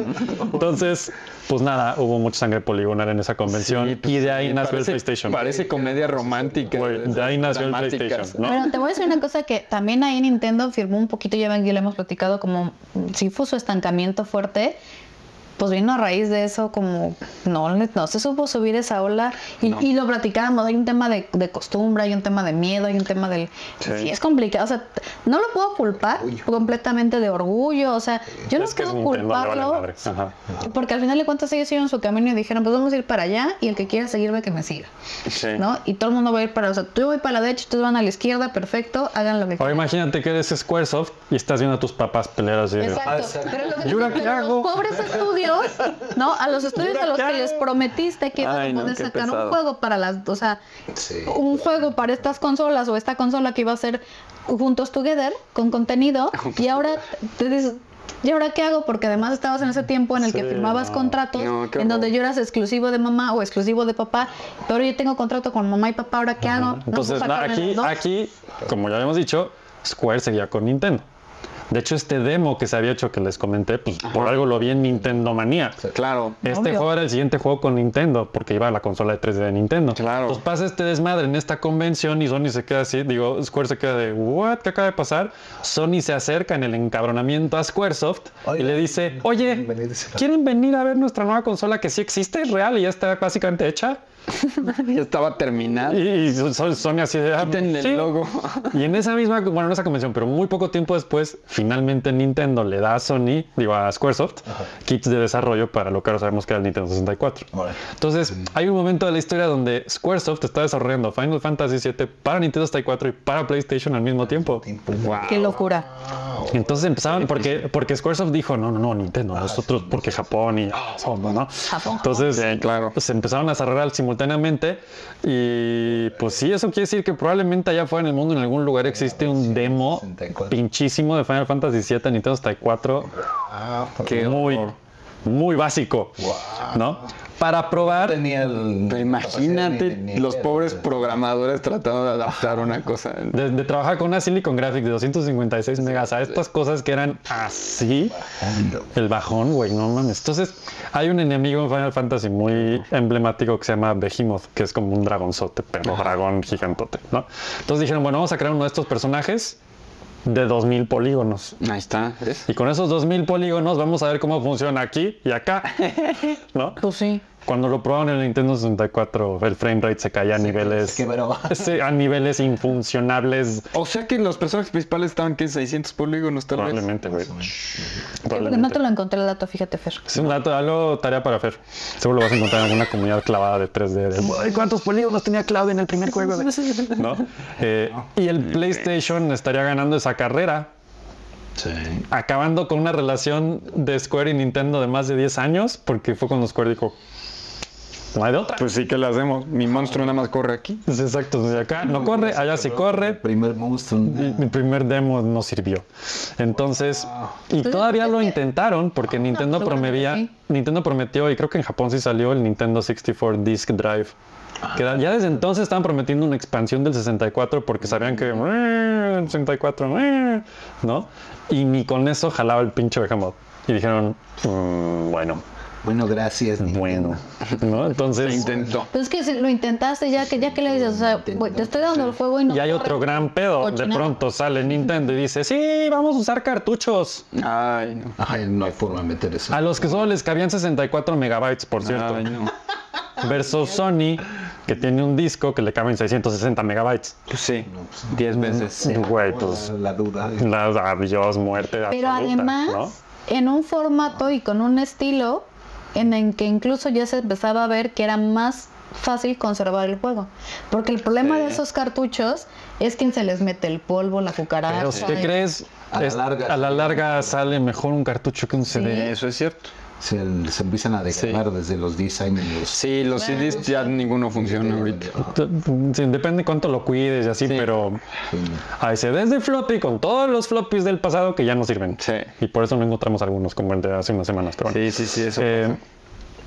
Speaker 2: Entonces, pues nada, hubo mucha sangre poligonal en esa convención.
Speaker 4: Sí, pues,
Speaker 2: y de ahí nació el
Speaker 4: Parece-
Speaker 2: PlayStation.
Speaker 4: Parece comedia romántica.
Speaker 2: Güey, de ahí nació el
Speaker 4: dramáticas.
Speaker 2: PlayStation, ¿no?
Speaker 3: Pero te voy a decir una cosa que también ahí Nintendo firmó un poquito, ya ven que lo hemos platicado, como mm, sí fue su estancamiento fuerte, pues vino a raíz de eso como no, le- no se supo subir esa ola y,
Speaker 4: No.
Speaker 3: y lo platicábamos, hay un tema de, de costumbre, hay un tema de miedo, hay un tema del...
Speaker 4: Sí.
Speaker 3: Sí. es complicado, o sea, t- no lo puedo culpar
Speaker 1: Orgullo.
Speaker 3: completamente de orgullo, o sea, yo no
Speaker 2: Es que es
Speaker 3: puedo
Speaker 2: Nintendo, le vale
Speaker 3: culparlo.
Speaker 2: madre. Ajá.
Speaker 3: Porque al final de cuentas ellos siguieron su camino y dijeron, pues vamos a ir para allá y el que quiera seguirme que me siga.
Speaker 2: Sí.
Speaker 3: ¿no? Y todo el mundo va a ir para, o sea, tú voy para la derecha, ustedes van a la izquierda, perfecto, hagan lo que
Speaker 2: Ahora
Speaker 3: quieran.
Speaker 2: imagínate que eres Squaresoft y estás viendo a tus papás pelear así. de- "Ah".
Speaker 3: Exacto. Pero lo que
Speaker 2: ¿Y ahora
Speaker 3: pero
Speaker 2: qué hago?
Speaker 3: los pobres estudios, ¿no? A los estudios a los que les prometiste que ibas
Speaker 4: Ay,
Speaker 3: a
Speaker 4: no,
Speaker 3: poder
Speaker 4: qué
Speaker 3: sacar
Speaker 4: pesado.
Speaker 3: un juego para las, o sea,
Speaker 1: Sí.
Speaker 3: un juego para estas consolas o esta consola que iba a ser juntos together con contenido y ahora te dices ¿Y ahora qué hago? Porque además estabas en ese tiempo en el que
Speaker 2: Sí,
Speaker 3: firmabas
Speaker 2: no.
Speaker 3: contratos,
Speaker 4: No, qué
Speaker 3: en donde
Speaker 4: horror.
Speaker 3: yo eras exclusivo de mamá o exclusivo de papá, pero yo tengo contrato con mamá y papá, ¿ahora qué hago? No puedo
Speaker 2: Entonces, na-
Speaker 3: sacarme
Speaker 2: aquí,
Speaker 3: los dos.
Speaker 2: aquí, como ya habíamos dicho, Square seguía con Nintendo. De hecho, este demo que se había hecho que les comenté, pues por algo lo vi en Nintendo Manía.
Speaker 4: Claro.
Speaker 2: Este
Speaker 3: Obvio.
Speaker 2: juego era el siguiente juego con Nintendo, porque iba a la consola de 3D de Nintendo.
Speaker 4: Claro.
Speaker 2: Entonces pasa este desmadre en esta convención y Sony se queda así, digo, Square se queda de, ¿what? ¿Qué acaba de pasar? Sony se acerca en el encabronamiento a Squaresoft y
Speaker 1: Oiga,
Speaker 2: le dice, oye,
Speaker 1: venid, señor".
Speaker 2: ¿quieren venir a ver nuestra nueva consola que sí existe, es real y ya está básicamente hecha?
Speaker 4: Ya estaba terminado.
Speaker 2: Y, y son, son así de... "Ah,
Speaker 4: Quítenle
Speaker 2: sí".
Speaker 4: el logo.
Speaker 2: Y en esa misma, bueno, no esa convención, pero muy poco tiempo después, finalmente Nintendo le da a Sony, digo a Squaresoft, kits de desarrollo para lo que ahora sabemos que era el Nintendo 64.
Speaker 1: Ahora,
Speaker 2: Entonces, hay un momento de la historia donde Squaresoft está desarrollando Final Fantasy VII para Nintendo 64 y para PlayStation al mismo tiempo. Oh,
Speaker 1: tiempo.
Speaker 3: Qué locura.
Speaker 2: Entonces empezaban, porque, porque Squaresoft dijo, no, Ah, no, no, Nintendo, nosotros, porque Japón y... ah, somos, ¿no? Entonces,
Speaker 4: Sí, claro.
Speaker 2: se empezaron a desarrollar simultáneamente y pues sí, eso quiere decir que probablemente allá afuera en el mundo, en algún lugar, existe un demo
Speaker 1: 64.
Speaker 2: pinchísimo de Final Fantasy VII, en Nintendo 64,
Speaker 1: Ah,
Speaker 4: Qué
Speaker 2: muy,
Speaker 4: horror.
Speaker 2: muy básico,
Speaker 1: Wow.
Speaker 2: ¿no? Para probar...
Speaker 1: tenía el-
Speaker 4: Pero imagínate
Speaker 1: capacidad ni- ni-
Speaker 4: los
Speaker 1: ni-
Speaker 4: pobres programadores tratando de adaptar una cosa.
Speaker 2: De, de trabajar con una Silicon Graphics de 256 megas a estas cosas que eran así, el bajón, güey, no mames. Entonces, hay un enemigo en Final Fantasy muy emblemático que se llama Behemoth, que es como un dragonzote, pero dragón gigantote, ¿no? Entonces dijeron, bueno, vamos a crear uno de estos personajes de 2000 polígonos.
Speaker 4: Ahí está. ¿ves?
Speaker 2: Y con esos 2000 polígonos vamos a ver cómo funciona aquí y [LAUGHS] acá, ¿no?
Speaker 3: Pues sí.
Speaker 2: Cuando lo probaron en el Nintendo 64, el frame rate se caía a niveles...
Speaker 1: Que pero [LAUGHS]
Speaker 2: sí, a niveles infuncionables
Speaker 4: O sea que los personajes principales estaban que 600 polígonos tal vez.
Speaker 2: Probablemente, güey.
Speaker 3: Porque no
Speaker 2: Probablemente.
Speaker 3: te lo encontré el dato, fíjate, Fer.
Speaker 2: Es un dato, algo tarea para Fer. Seguro lo vas a encontrar en alguna comunidad clavada de 3D. de, "Ay, ¿Cuántos polígonos tenía Claudio en el primer juego?
Speaker 3: [LAUGHS]
Speaker 2: ¿No? Eh, y el PlayStation estaría ganando esa carrera,
Speaker 1: sí.
Speaker 2: acabando con una relación de Square y Nintendo de más de 10 años, porque fue cuando Square dijo, no hay de otra.
Speaker 4: Pues sí que lo hacemos. Mi monstruo nada más corre aquí.
Speaker 2: Es Exacto, de acá no corre, allá sí corre,
Speaker 1: primer monstruo.
Speaker 2: Mi- mi primer demo no sirvió. Entonces, y todavía lo intentaron porque Nintendo
Speaker 3: seguramente
Speaker 2: prometía,
Speaker 3: sí.
Speaker 2: Nintendo prometió, y creo que en Japón sí salió el Nintendo 64 Disk Drive. Que da- ya desde entonces estaban prometiendo una expansión del 64 porque sabían que "Eh, el 64, eh", ¿no? Y ni con eso jalaba el pinche Behemoth. Y dijeron, "Mm, bueno,
Speaker 1: Bueno, gracias.
Speaker 2: bueno, ¿no? Entonces,
Speaker 4: Intentó.
Speaker 3: Pues es que si lo intentaste, ya que ya que le dices, o sea, güey, te estoy dando el juego y no.
Speaker 2: y hay
Speaker 3: corre.
Speaker 2: otro gran pedo. De
Speaker 3: Cochinada.
Speaker 2: pronto sale Nintendo y dice, sí, vamos a usar cartuchos.
Speaker 4: Ay, no.
Speaker 1: Ay, no hay forma de meter eso.
Speaker 2: A los que solo les cabían 64 megabytes,
Speaker 4: Ah,
Speaker 2: por cierto.
Speaker 4: Ay, no.
Speaker 2: Versus Sony, que tiene un disco que le caben 660 megabytes. Mm,
Speaker 4: Pues sí. 10 veces.
Speaker 2: Güey, pues.
Speaker 1: la, la duda.
Speaker 2: la- Adiós, muerte.
Speaker 3: Pero
Speaker 2: absoluta,
Speaker 3: además,
Speaker 2: ¿no?
Speaker 3: en un formato y con un estilo en el que incluso ya se empezaba a ver que era más fácil conservar el juego. Porque el problema de esos cartuchos es quien se les mete el polvo, la cucaracha.
Speaker 2: Pero, ¿qué
Speaker 3: el-
Speaker 2: crees?
Speaker 1: A la
Speaker 2: Es-
Speaker 1: larga-
Speaker 2: a la larga sale mejor un cartucho que un CD.
Speaker 4: Eh, Eso es cierto.
Speaker 1: Se, se empiezan a degradar desde los 10 años.
Speaker 4: Sí, los CDs ya ninguno
Speaker 1: [LAUGHS]
Speaker 4: funciona ahorita.
Speaker 2: Sí, Depende cuánto lo cuides y así, pero hay CDs de floppy con todos los floppies del pasado que ya no sirven.
Speaker 4: Sí.
Speaker 2: Y por eso no encontramos algunos como el de hace unas semanas. Pero bueno.
Speaker 4: Sí, sí, sí, eso. Pues
Speaker 2: Eh,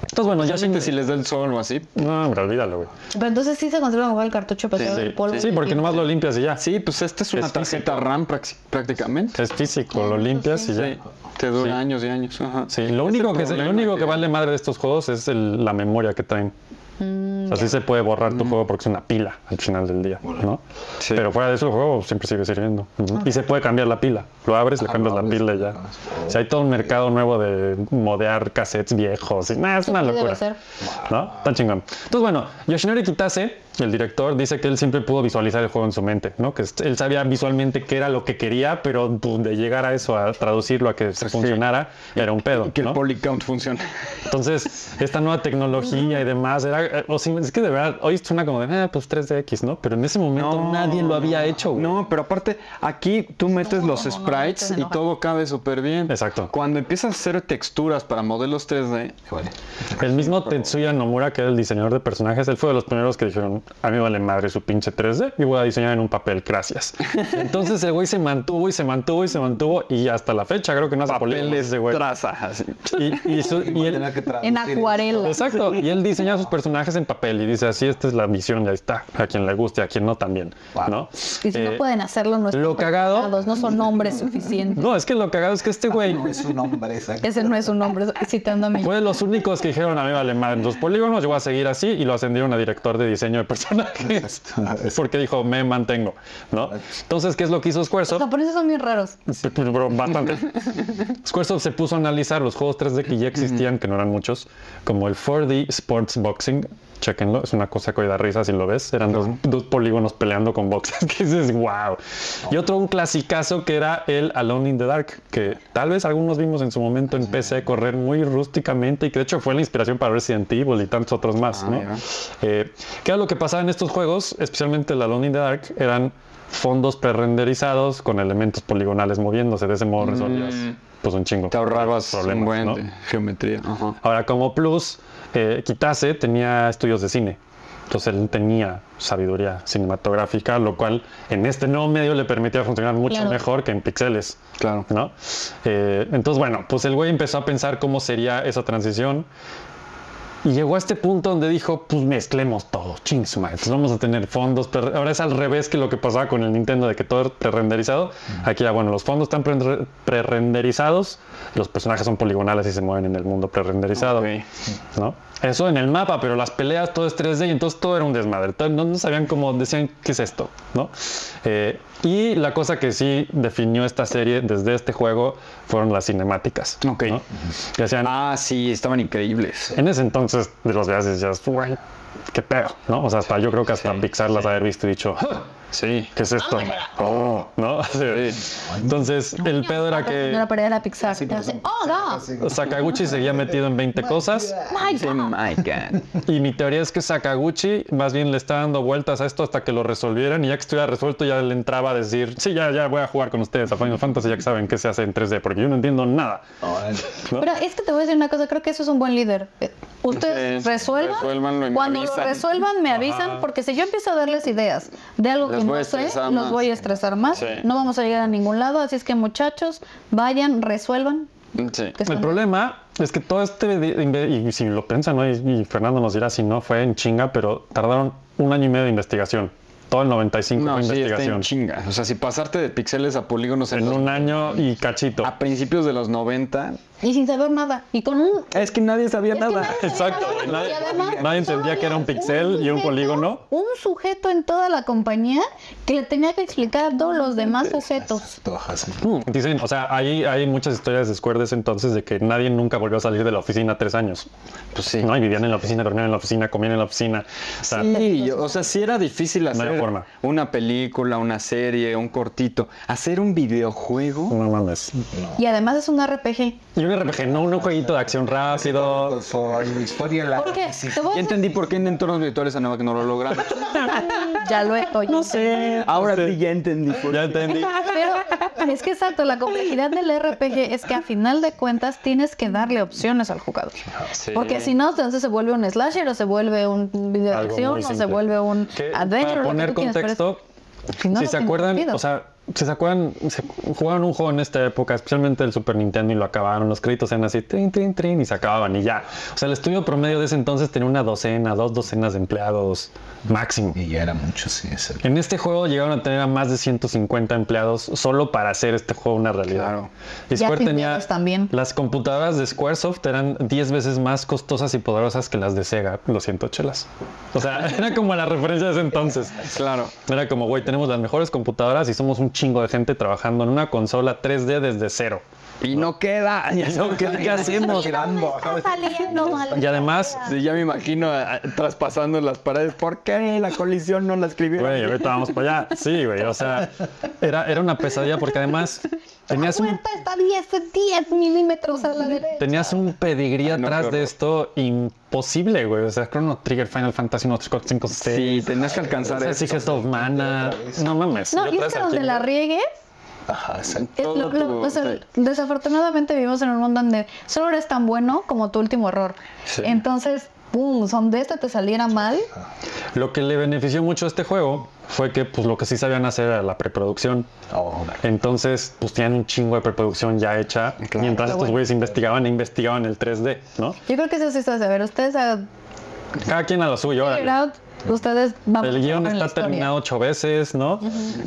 Speaker 2: Entonces, bueno, ya sin
Speaker 4: Realmente si les da el sol o así.
Speaker 2: No, hombre, olvídalo, güey.
Speaker 3: Pero entonces sí se conserva mejor el cartucho pesado
Speaker 2: Sí,
Speaker 3: el polvo.
Speaker 2: sí, porque nomás lo limpias y ya.
Speaker 4: Sí, pues esta es una
Speaker 2: Es
Speaker 4: tarjeta
Speaker 2: físico.
Speaker 4: RAM prax- prácticamente.
Speaker 2: Es físico, lo limpias y ya.
Speaker 4: Sí, te dura
Speaker 2: Sí.
Speaker 4: años y años. Ajá.
Speaker 2: Sí, lo
Speaker 4: Es el
Speaker 2: único, que, se- lo
Speaker 4: problema
Speaker 2: único que vale madre de estos juegos es el- la memoria que traen.
Speaker 3: Mm,
Speaker 2: Así se puede borrar tu juego porque es una pila al final del día, ¿no?
Speaker 4: Sí.
Speaker 2: Pero fuera de eso, el juego siempre sigue sirviendo. Ujú. Y se puede cambiar la pila. Lo abres, le
Speaker 1: Ah,
Speaker 2: cambias
Speaker 1: lo
Speaker 2: la
Speaker 1: abres, Ah,
Speaker 2: pila y
Speaker 1: le
Speaker 2: ya.
Speaker 1: cambias.
Speaker 2: O sea, hay todo un mercado nuevo de modear cassettes viejos. Y, nah, es una
Speaker 3: Sí, debe
Speaker 2: locura.
Speaker 3: ser.
Speaker 2: ¿No? Tan chingón. Entonces, bueno, Yoshinori Kitase, el director, dice que él siempre pudo visualizar el juego en su mente, ¿no? Que él sabía visualmente qué era lo que quería, pero pum, de llegar a eso, a traducirlo a que
Speaker 4: Pues sí.
Speaker 2: funcionara, era un pedo.
Speaker 4: Y que el
Speaker 2: ¿no?
Speaker 4: polycount funcione.
Speaker 2: Entonces, esta nueva tecnología y demás, era, eh, o sea, es que de verdad, hoy suena como de, "Ah, pues 3DX, ¿no? Pero en ese momento nadie lo había hecho. güey.
Speaker 4: No, pero aparte, aquí tú metes
Speaker 3: No,
Speaker 4: los
Speaker 3: no, no,
Speaker 4: sprites
Speaker 3: te
Speaker 4: y
Speaker 3: enoja.
Speaker 4: todo cabe súper bien.
Speaker 2: Exacto.
Speaker 4: Cuando empiezas a hacer texturas para modelos 3D,
Speaker 1: Vale.
Speaker 2: El mismo Tetsuya Nomura, que era el diseñador de personajes, él fue de los primeros que dijeron, a mí me vale madre su pinche 3D y voy a diseñar en un papel, gracias. Entonces el güey se mantuvo y se mantuvo y se mantuvo y hasta la fecha creo que no hace polígonos
Speaker 4: papeles
Speaker 2: ese
Speaker 4: de
Speaker 2: güey.
Speaker 4: traza. así.
Speaker 2: pues, Y, y su- y él-
Speaker 1: Tener que traducir
Speaker 3: En
Speaker 1: eso.
Speaker 2: [LAUGHS]
Speaker 3: acuarela.
Speaker 2: Exacto, y él diseña sus personajes en papel y dice, así esta es la visión, ya está, a quien le guste, a quien no también, ¿no?
Speaker 3: Y si
Speaker 2: Eh,
Speaker 3: no pueden hacerlo, no están
Speaker 2: lo cagado-
Speaker 3: preparados, No
Speaker 2: [LAUGHS]
Speaker 3: son hombres suficientes.
Speaker 2: No, es que lo cagado es que este güey
Speaker 1: No es un hombre, exacto.
Speaker 3: Ese no es un hombre, citando a mi.
Speaker 2: fue de los únicos que dijeron, a mí vale madre los polígonos, yo voy a seguir así y lo ascendieron a director de diseño de personajes.
Speaker 1: Exacto.
Speaker 2: Porque dijo, me mantengo, ¿no? Entonces, ¿qué es lo que hizo
Speaker 3: Los
Speaker 2: Squaresoft?
Speaker 3: japoneses son bien raros.
Speaker 2: Pero Bastante. Squaresoft se puso a analizar los juegos 3D que ya existían, que no eran muchos, como el 4D Sports Boxing. Chequenlo, es una cosa que hoy da risa si lo ves. Eran dos, dos polígonos peleando con boxes [LAUGHS] que dices, wow. Y otro, un clasicazo que era el Alone in the Dark, que tal vez algunos vimos en su momento en PC correr muy rústicamente y que de hecho fue la inspiración para Resident Evil y tantos otros más. ¿no?
Speaker 4: mira.
Speaker 2: Eh, ¿Qué era lo que pasaba en estos juegos, especialmente el Alone in the Dark? Eran fondos prerenderizados con elementos poligonales moviéndose. De ese modo resolvías pues, un chingo.
Speaker 4: Mm. Te ahorrabas un
Speaker 2: problemas,
Speaker 4: buen
Speaker 2: ¿no?
Speaker 4: de geometría. Ajá.
Speaker 2: Ahora, como plus, eh, Kitase tenía estudios de cine. Entonces él tenía sabiduría cinematográfica, lo cual en este nuevo medio le permitía funcionar mucho
Speaker 3: Claro.
Speaker 2: mejor que en pixeles.
Speaker 4: Claro.
Speaker 2: ¿no? Eh, entonces, bueno, pues el güey empezó a pensar cómo sería esa transición. Y llegó a este punto donde dijo, pues mezclemos todo, ching su madre. Entonces vamos a tener fondos. pre- Ahora es al revés que lo que pasaba con el Nintendo, de que todo era pre-renderizado. Aquí ya, bueno, los fondos están pre- pre-renderizados, los personajes son poligonales y se mueven en el mundo pre-renderizado.
Speaker 4: Ok.
Speaker 2: ¿no? Eso en el mapa, pero las peleas todo es 3D y entonces todo era un desmadre. Tal- No, no sabían cómo decían qué es esto, ¿no? Eh, y la cosa que sí definió esta serie desde este juego fueron las cinemáticas.
Speaker 4: Ok.
Speaker 2: ¿no? Que hacían-
Speaker 4: Ah, sí, estaban increíbles.
Speaker 2: en ese entonces de los veas y decías, "Güey, qué pedo, ¿no? O sea, hasta yo creo que hasta Pixar las haber visto y dicho, "Ja,
Speaker 4: Sí.
Speaker 2: ¿qué es esto? Oh", ¿no? [LAUGHS] Así- Entonces el pedo era
Speaker 3: No era
Speaker 2: que
Speaker 3: para ir a Pixar. Pero así, oh, God.
Speaker 1: Así-
Speaker 2: Sakaguchi seguía metido en 20 cosas.
Speaker 3: My
Speaker 4: Sí,
Speaker 3: God.
Speaker 4: Oh my God.
Speaker 2: Y mi teoría es que Sakaguchi más bien le está dando vueltas a esto hasta que lo resolvieran y ya que estuviera resuelto ya le entraba a decir, sí, ya, ya voy a jugar con ustedes a Final Fantasy, ya que saben qué se hace en 3D, porque yo no entiendo nada.
Speaker 1: Órale.
Speaker 3: Pero es que te voy a decir una cosa, creo que eso es un buen líder. Eh, Ustedes
Speaker 4: Sí,
Speaker 3: resuelvan.
Speaker 4: resuélvanlo y me
Speaker 3: cuando
Speaker 4: avisan.
Speaker 3: lo resuelvan, me avisan, porque si yo empiezo a darles ideas de algo
Speaker 4: Los
Speaker 3: que
Speaker 4: voy a
Speaker 3: no sé,
Speaker 4: estresar
Speaker 3: los
Speaker 4: más.
Speaker 3: voy a estresar más.
Speaker 4: Sí.
Speaker 3: No vamos a llegar a ningún lado. Así es que, muchachos, vayan, resuelvan. [LAUGHS] que
Speaker 4: Sí.
Speaker 2: El
Speaker 3: están-
Speaker 2: problema es que todo este, de- de- y si lo piensan, ¿no? y, y Fernando nos dirá si no, fue en chinga, pero tardaron un año y medio de investigación. Todo el 95
Speaker 4: No,
Speaker 2: fue
Speaker 4: sí, está en
Speaker 2: investigación.
Speaker 4: chinga. O sea, si pasarte de píxeles a polígonos en
Speaker 2: en
Speaker 4: los-
Speaker 2: un año y cachito.
Speaker 4: a principios de los 90,
Speaker 3: Y sin saber nada. Y con un.
Speaker 4: es que nadie sabía
Speaker 3: es que
Speaker 4: nada.
Speaker 3: nadie sabía
Speaker 2: Exacto,
Speaker 3: nada,
Speaker 2: güey, nadie-
Speaker 3: y además
Speaker 2: nadie entendía
Speaker 3: solo
Speaker 2: que era un
Speaker 3: había
Speaker 2: pixel y un
Speaker 3: sujeto-
Speaker 2: polígono.
Speaker 3: Un sujeto en toda la compañía que le tenía que explicar a todos los demás sujetos.
Speaker 1: Todo así.
Speaker 2: Dicen, o sea, hay, hay muchas historias de Square de ese entonces de que nadie nunca volvió a salir de la oficina tres años.
Speaker 4: Pues sí.
Speaker 2: No, y vivían en la oficina, dormían en la oficina, comían en la oficina. O sea,
Speaker 4: Sí, yo- o sea, sí era difícil
Speaker 2: había
Speaker 4: hacer
Speaker 2: forma.
Speaker 4: una película, una serie, un cortito. Hacer un videojuego.
Speaker 2: no mames.
Speaker 3: Y además es un RPG.
Speaker 2: Y un RPG, no un jueguito de acción rápido.
Speaker 1: Por historia la.
Speaker 3: ¿Por qué? Te voy a
Speaker 4: Ya entendí por qué en entornos virtuales a Nueva que no lo lograron.
Speaker 3: [LAUGHS] Ya lo estoy. No sé.
Speaker 4: Ahora sí ya entendí por
Speaker 2: Ya entendí.
Speaker 3: Pero es que exacto, la complejidad del RPG es que a final de cuentas tienes que darle opciones al jugador. Porque si no, entonces se vuelve un slasher o se vuelve un video de
Speaker 2: Algo
Speaker 3: acción
Speaker 2: muy
Speaker 3: o se
Speaker 2: simple.
Speaker 3: vuelve un
Speaker 2: Que, para
Speaker 3: adventure. lo que
Speaker 2: poner
Speaker 3: tú quieras, pero es-
Speaker 2: contexto,
Speaker 3: no,
Speaker 2: si
Speaker 3: no
Speaker 2: se
Speaker 3: tiene
Speaker 2: acuerdan,
Speaker 3: sentido.
Speaker 2: o sea, se sacudan, se jugaron un juego en esta época, especialmente el Super Nintendo, y lo acabaron. Los créditos eran así, trin, trin, trin, y se acababan y ya. O sea, el estudio promedio de ese entonces tenía una docena, dos docenas de empleados máximo.
Speaker 1: Y ya era mucho, sí, exacto.
Speaker 2: En este juego llegaron a tener a más de 150 empleados solo para hacer este juego una realidad. Y
Speaker 3: Ya
Speaker 2: Square
Speaker 3: sin
Speaker 2: tenía
Speaker 3: dedos también.
Speaker 2: las computadoras de Squaresoft eran 10 veces más costosas y poderosas que las de Sega. Lo siento, chelas. O sea, [LAUGHS] era como la referencia de ese entonces.
Speaker 4: Claro.
Speaker 2: Era como, güey, tenemos las mejores computadoras y somos un chingo de gente trabajando en una consola 3D desde cero. [LAUGHS]
Speaker 4: Y no queda. [LAUGHS] Ya
Speaker 2: No, ¿qué- qué hacemos?
Speaker 3: saliendo mal.
Speaker 2: Y además,
Speaker 4: Sí, ya me imagino a- a- traspasando las paredes. ¿Por qué la colisión no la escribieron?
Speaker 2: Güey, ahorita vamos para allá. Sí, güey, o sea, era, era una pesadilla porque además tenías un
Speaker 3: está 10, 10 milímetros a la derecha.
Speaker 2: Tenías un pedigrí
Speaker 4: no, qué
Speaker 2: atrás
Speaker 4: horror.
Speaker 2: de esto imposible, güey. O sea, Chrono Trigger, Final Fantasy 1, 3, 4, 5, 6.
Speaker 4: Sí, tenías que alcanzar eso.
Speaker 2: Secrets of Mana. No mames.
Speaker 3: No,
Speaker 2: yo
Speaker 3: y es
Speaker 2: atrás
Speaker 3: que
Speaker 2: al
Speaker 3: donde
Speaker 2: King.
Speaker 3: la riegues,
Speaker 1: Ajá, exacto.
Speaker 3: es
Speaker 4: Todo
Speaker 3: Eh, lo- lo-
Speaker 4: tuvo-
Speaker 3: o sea,
Speaker 4: sí.
Speaker 3: desafortunadamente vivimos en un mundo donde solo eres tan bueno como tu último error. Entonces, pum, son de este te saliera mal.
Speaker 2: Lo que le benefició mucho a este juego fue que, pues, lo que sí sabían hacer era la preproducción.
Speaker 1: Oh, ok.
Speaker 2: Entonces, pues, tenían un chingo de preproducción ya hecha. mientras
Speaker 3: Pero
Speaker 2: estos
Speaker 3: bueno.
Speaker 2: güeyes investigaban e investigaban el 3D, ¿no?
Speaker 3: Yo creo que eso sí está de ver. Ustedes a
Speaker 2: Cada quien a lo suyo. órale.
Speaker 3: figure out, ustedes van
Speaker 2: El guión
Speaker 3: en
Speaker 2: está
Speaker 3: la historia.
Speaker 2: terminado ocho veces, ¿no?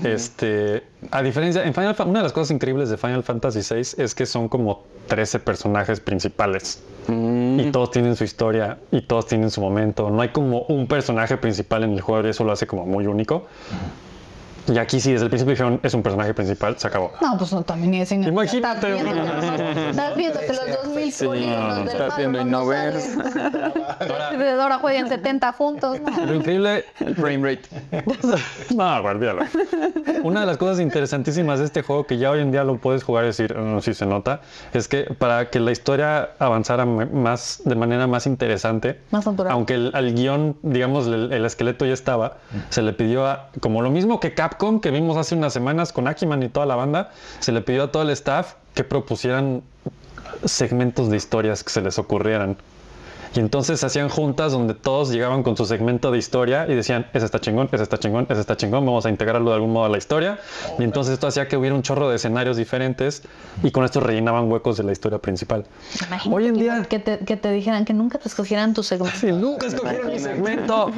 Speaker 2: Este, a diferencia, en Final Fa- una de las cosas increíbles de Final Fantasy VI es que son como 13 personajes principales
Speaker 4: Mm,
Speaker 2: y todos tienen su historia y todos tienen su momento. No hay como un personaje principal en el juego y eso lo hace como muy único. Y aquí sí, desde el principio dijeron, es un personaje principal, se acabó.
Speaker 3: No, pues no, también es innecesario.
Speaker 2: Imagínate.
Speaker 3: Estás viéndote
Speaker 2: [LAUGHS]
Speaker 3: los 2000
Speaker 4: Sí,
Speaker 3: polígonos del
Speaker 4: estás
Speaker 3: mapa,
Speaker 4: viendo y no
Speaker 3: sale.
Speaker 4: ves.
Speaker 3: Ahora- Ahora juegan 70 juntos. ¿no?
Speaker 2: Lo increíble
Speaker 4: Frame rate.
Speaker 2: No, güey, olvídalo. Una de las cosas interesantísimas de este juego, que ya hoy en día lo puedes jugar y decir, no si se nota, es que para que la historia avanzara m- más, de manera más interesante,
Speaker 3: Más natural.
Speaker 2: aunque el, al guión, digamos, el, el esqueleto ya estaba, se le pidió a, como lo mismo que Capcom, que vimos hace unas semanas con Akiman y toda la banda, se le pidió a todo el staff que propusieran segmentos de historias que se les ocurrieran. Y entonces hacían juntas donde todos llegaban con su segmento de historia y decían, ese está chingón, ese está chingón, ese está chingón, vamos a integrarlo de algún modo a la historia. Y entonces esto hacía que hubiera un chorro de escenarios diferentes y con esto rellenaban huecos de la historia principal.
Speaker 3: Imagínate
Speaker 2: Hoy en
Speaker 3: que-
Speaker 2: día-
Speaker 3: Que te, que te dijeran que nunca te escogieran tu segmento.
Speaker 2: Sí, nunca escogieron mi segmento.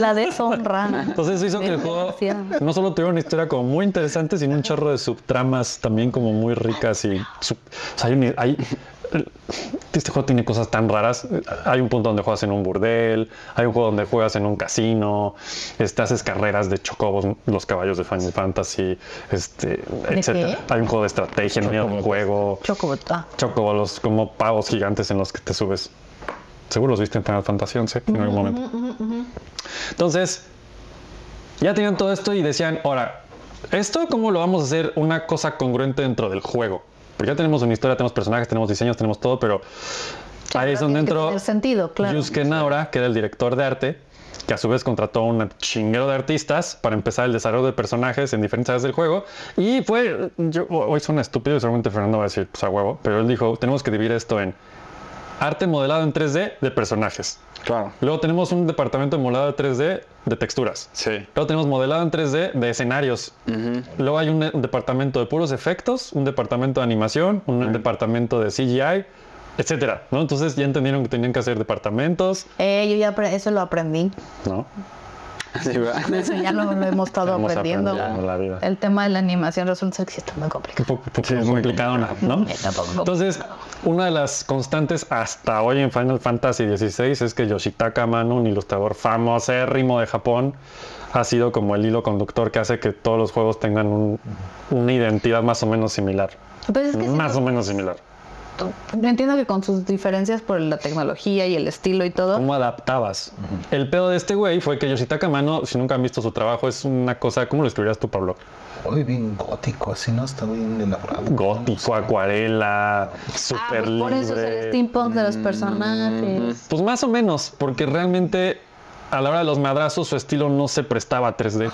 Speaker 3: La deshonra.
Speaker 2: [LAUGHS] Entonces eso hizo que el juego
Speaker 3: Demasiado.
Speaker 2: no solo tuviera una historia como muy interesante, sino un chorro de subtramas también como muy ricas y... sub- o sea, hay, un- hay- este juego tiene cosas tan raras. Hay un punto donde juegas en un burdel, hay un juego donde juegas en un casino, este, haces carreras de chocobos, los caballos de Final Fantasy, este, etc. Hay un juego de estrategia, no hay un juego.
Speaker 3: Chocobot. Ah,
Speaker 2: Chocobolos como pavos gigantes en los que te subes. Seguro los viste en Final Fantasy XI en algún momento. Entonces, ya tenían todo esto y decían, ahora, ¿esto cómo lo vamos a hacer una cosa congruente dentro del juego? Porque ya tenemos una historia, tenemos personajes, tenemos diseños, tenemos todo, pero ahí es donde
Speaker 3: tiene que
Speaker 2: entró
Speaker 3: tener sentido, claro.
Speaker 2: Yusuke Naura, que era el director de arte, que a su vez contrató a un chinguero de artistas para empezar el desarrollo de personajes en diferentes áreas del juego. Y fue, yo, hoy suena estúpido y seguramente Fernando va a decir, pues a huevo, pero él dijo, tenemos que dividir esto en arte modelado en 3D de personajes.
Speaker 4: Claro.
Speaker 2: Luego tenemos un departamento de modelado de 3D de texturas.
Speaker 4: Sí.
Speaker 2: Luego tenemos modelado en 3D de escenarios. Luego hay un eh, departamento de puros efectos, un departamento de animación, un departamento de CGI, etcétera, ¿no? Entonces ya entendieron que tenían que hacer departamentos,
Speaker 3: Eh, yo ya apre- eso lo aprendí. [LAUGHS]
Speaker 2: ¿no?
Speaker 4: [LAUGHS] Sí, ¿verdad?
Speaker 3: Eso ya lo, lo hemos estado
Speaker 2: Estamos
Speaker 3: aprendiendo.
Speaker 2: aprendiendo la vida.
Speaker 3: El tema de la animación resulta que sí está muy complicado. [LAUGHS]
Speaker 2: Un poco, poco complicado, ¿no? ¿no?
Speaker 3: Está poco complicado.
Speaker 2: Entonces, una de las constantes hasta hoy en Final Fantasy XVI es que Yoshitaka Amano, un ilustrador famosérrimo de Japón, ha sido como el hilo conductor que hace que todos los juegos tengan un- una identidad más o menos similar.
Speaker 3: Pues es que sí,
Speaker 2: más o menos similar.
Speaker 3: yo entiendo que con sus diferencias por la tecnología y el estilo y todo, ah,
Speaker 2: ¿Cómo adaptabas? El pedo de este güey fue que Yoshitaka Amano, si nunca han visto su trabajo, es una cosa, ¿cómo lo escribirías tú, Pablo?
Speaker 1: Hoy bien gótico, así no está bien elaborado.
Speaker 2: Gótico, acuarela,
Speaker 3: Ah,
Speaker 2: super
Speaker 3: pues por eso es el
Speaker 2: libre.
Speaker 3: steampunk de los personajes.
Speaker 2: Pues más o menos, porque realmente a la hora de los madrazos su estilo no se prestaba a 3D.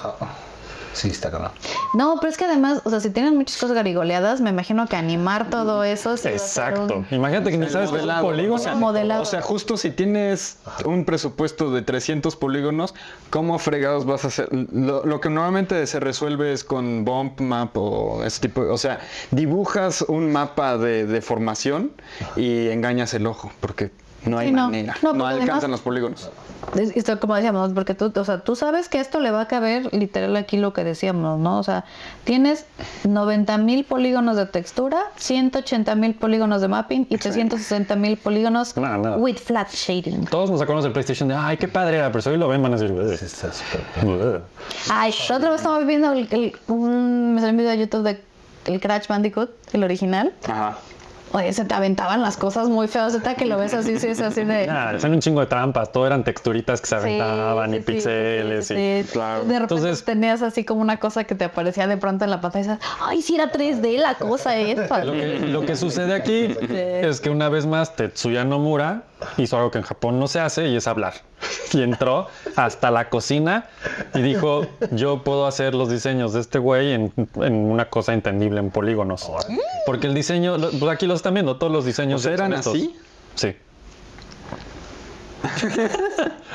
Speaker 1: Sí, está cabrón.
Speaker 3: No, pero es que además, o sea, si tienen muchas cosas garigoleadas, me imagino que animar todo eso. sí va a ser
Speaker 4: Exacto.
Speaker 3: un-
Speaker 4: Imagínate que ni sabes cuántos
Speaker 2: modelado.
Speaker 4: polígonos. O sea,
Speaker 3: Modelado.
Speaker 4: o sea, justo si tienes un presupuesto de 300 polígonos, ¿cómo fregados vas a hacer? Lo, lo que normalmente se resuelve es con bump map o ese tipo. O sea, dibujas un mapa de, de formación y engañas el ojo porque no hay
Speaker 3: Sí, no.
Speaker 4: manera.
Speaker 3: No,
Speaker 4: No,
Speaker 3: porque
Speaker 4: alcanzan
Speaker 3: además-
Speaker 4: los polígonos.
Speaker 3: Es- esto, como decíamos, ¿no? porque tú, o sea, tú sabes que esto le va a caber literal aquí lo que decíamos, ¿no? O sea, tienes 90 mil polígonos de textura, 180 mil polígonos de mapping y 360 mil polígonos
Speaker 2: No, no.
Speaker 3: with flat shading.
Speaker 2: Todos nos acordamos del PlayStation de, ay, qué padre era, pero si hoy lo ven, van a decir, "Ugh".
Speaker 1: Sí, está súper cabrón.
Speaker 2: Ugh.
Speaker 3: Ay, yo otra vez estaba viendo el, el- un, me salió un video de YouTube de el Crash Bandicoot, el original.
Speaker 4: Ajá.
Speaker 3: Oye, se te aventaban las cosas muy feas, ahorita que lo ves así, sí, es así
Speaker 2: [LAUGHS]
Speaker 3: de...
Speaker 2: Nada, hacían Ah, un chingo de trampas, todo eran texturitas que se
Speaker 3: Sí,
Speaker 2: aventaban y
Speaker 3: sí, sí,
Speaker 2: píxeles
Speaker 3: sí,
Speaker 2: y...
Speaker 3: sí, sí.
Speaker 4: Claro.
Speaker 3: De repente
Speaker 2: Entonces-
Speaker 3: tenías así como una cosa que te aparecía de pronto en la pantalla y decías, ay, sí era 3D la cosa esta.
Speaker 2: Lo que, lo
Speaker 3: [LAUGHS]
Speaker 2: que sucede aquí es que una vez más Tetsuya Nomura hizo algo que en Japón no se hace y es hablar. Y entró hasta la cocina y dijo, yo puedo hacer los diseños de este güey en, en una cosa entendible en polígonos. Porque el diseño, lo- pues aquí lo están viendo, todos los diseños
Speaker 4: O sea,
Speaker 2: son
Speaker 4: ¿eran
Speaker 2: estos.
Speaker 4: así?
Speaker 2: Sí.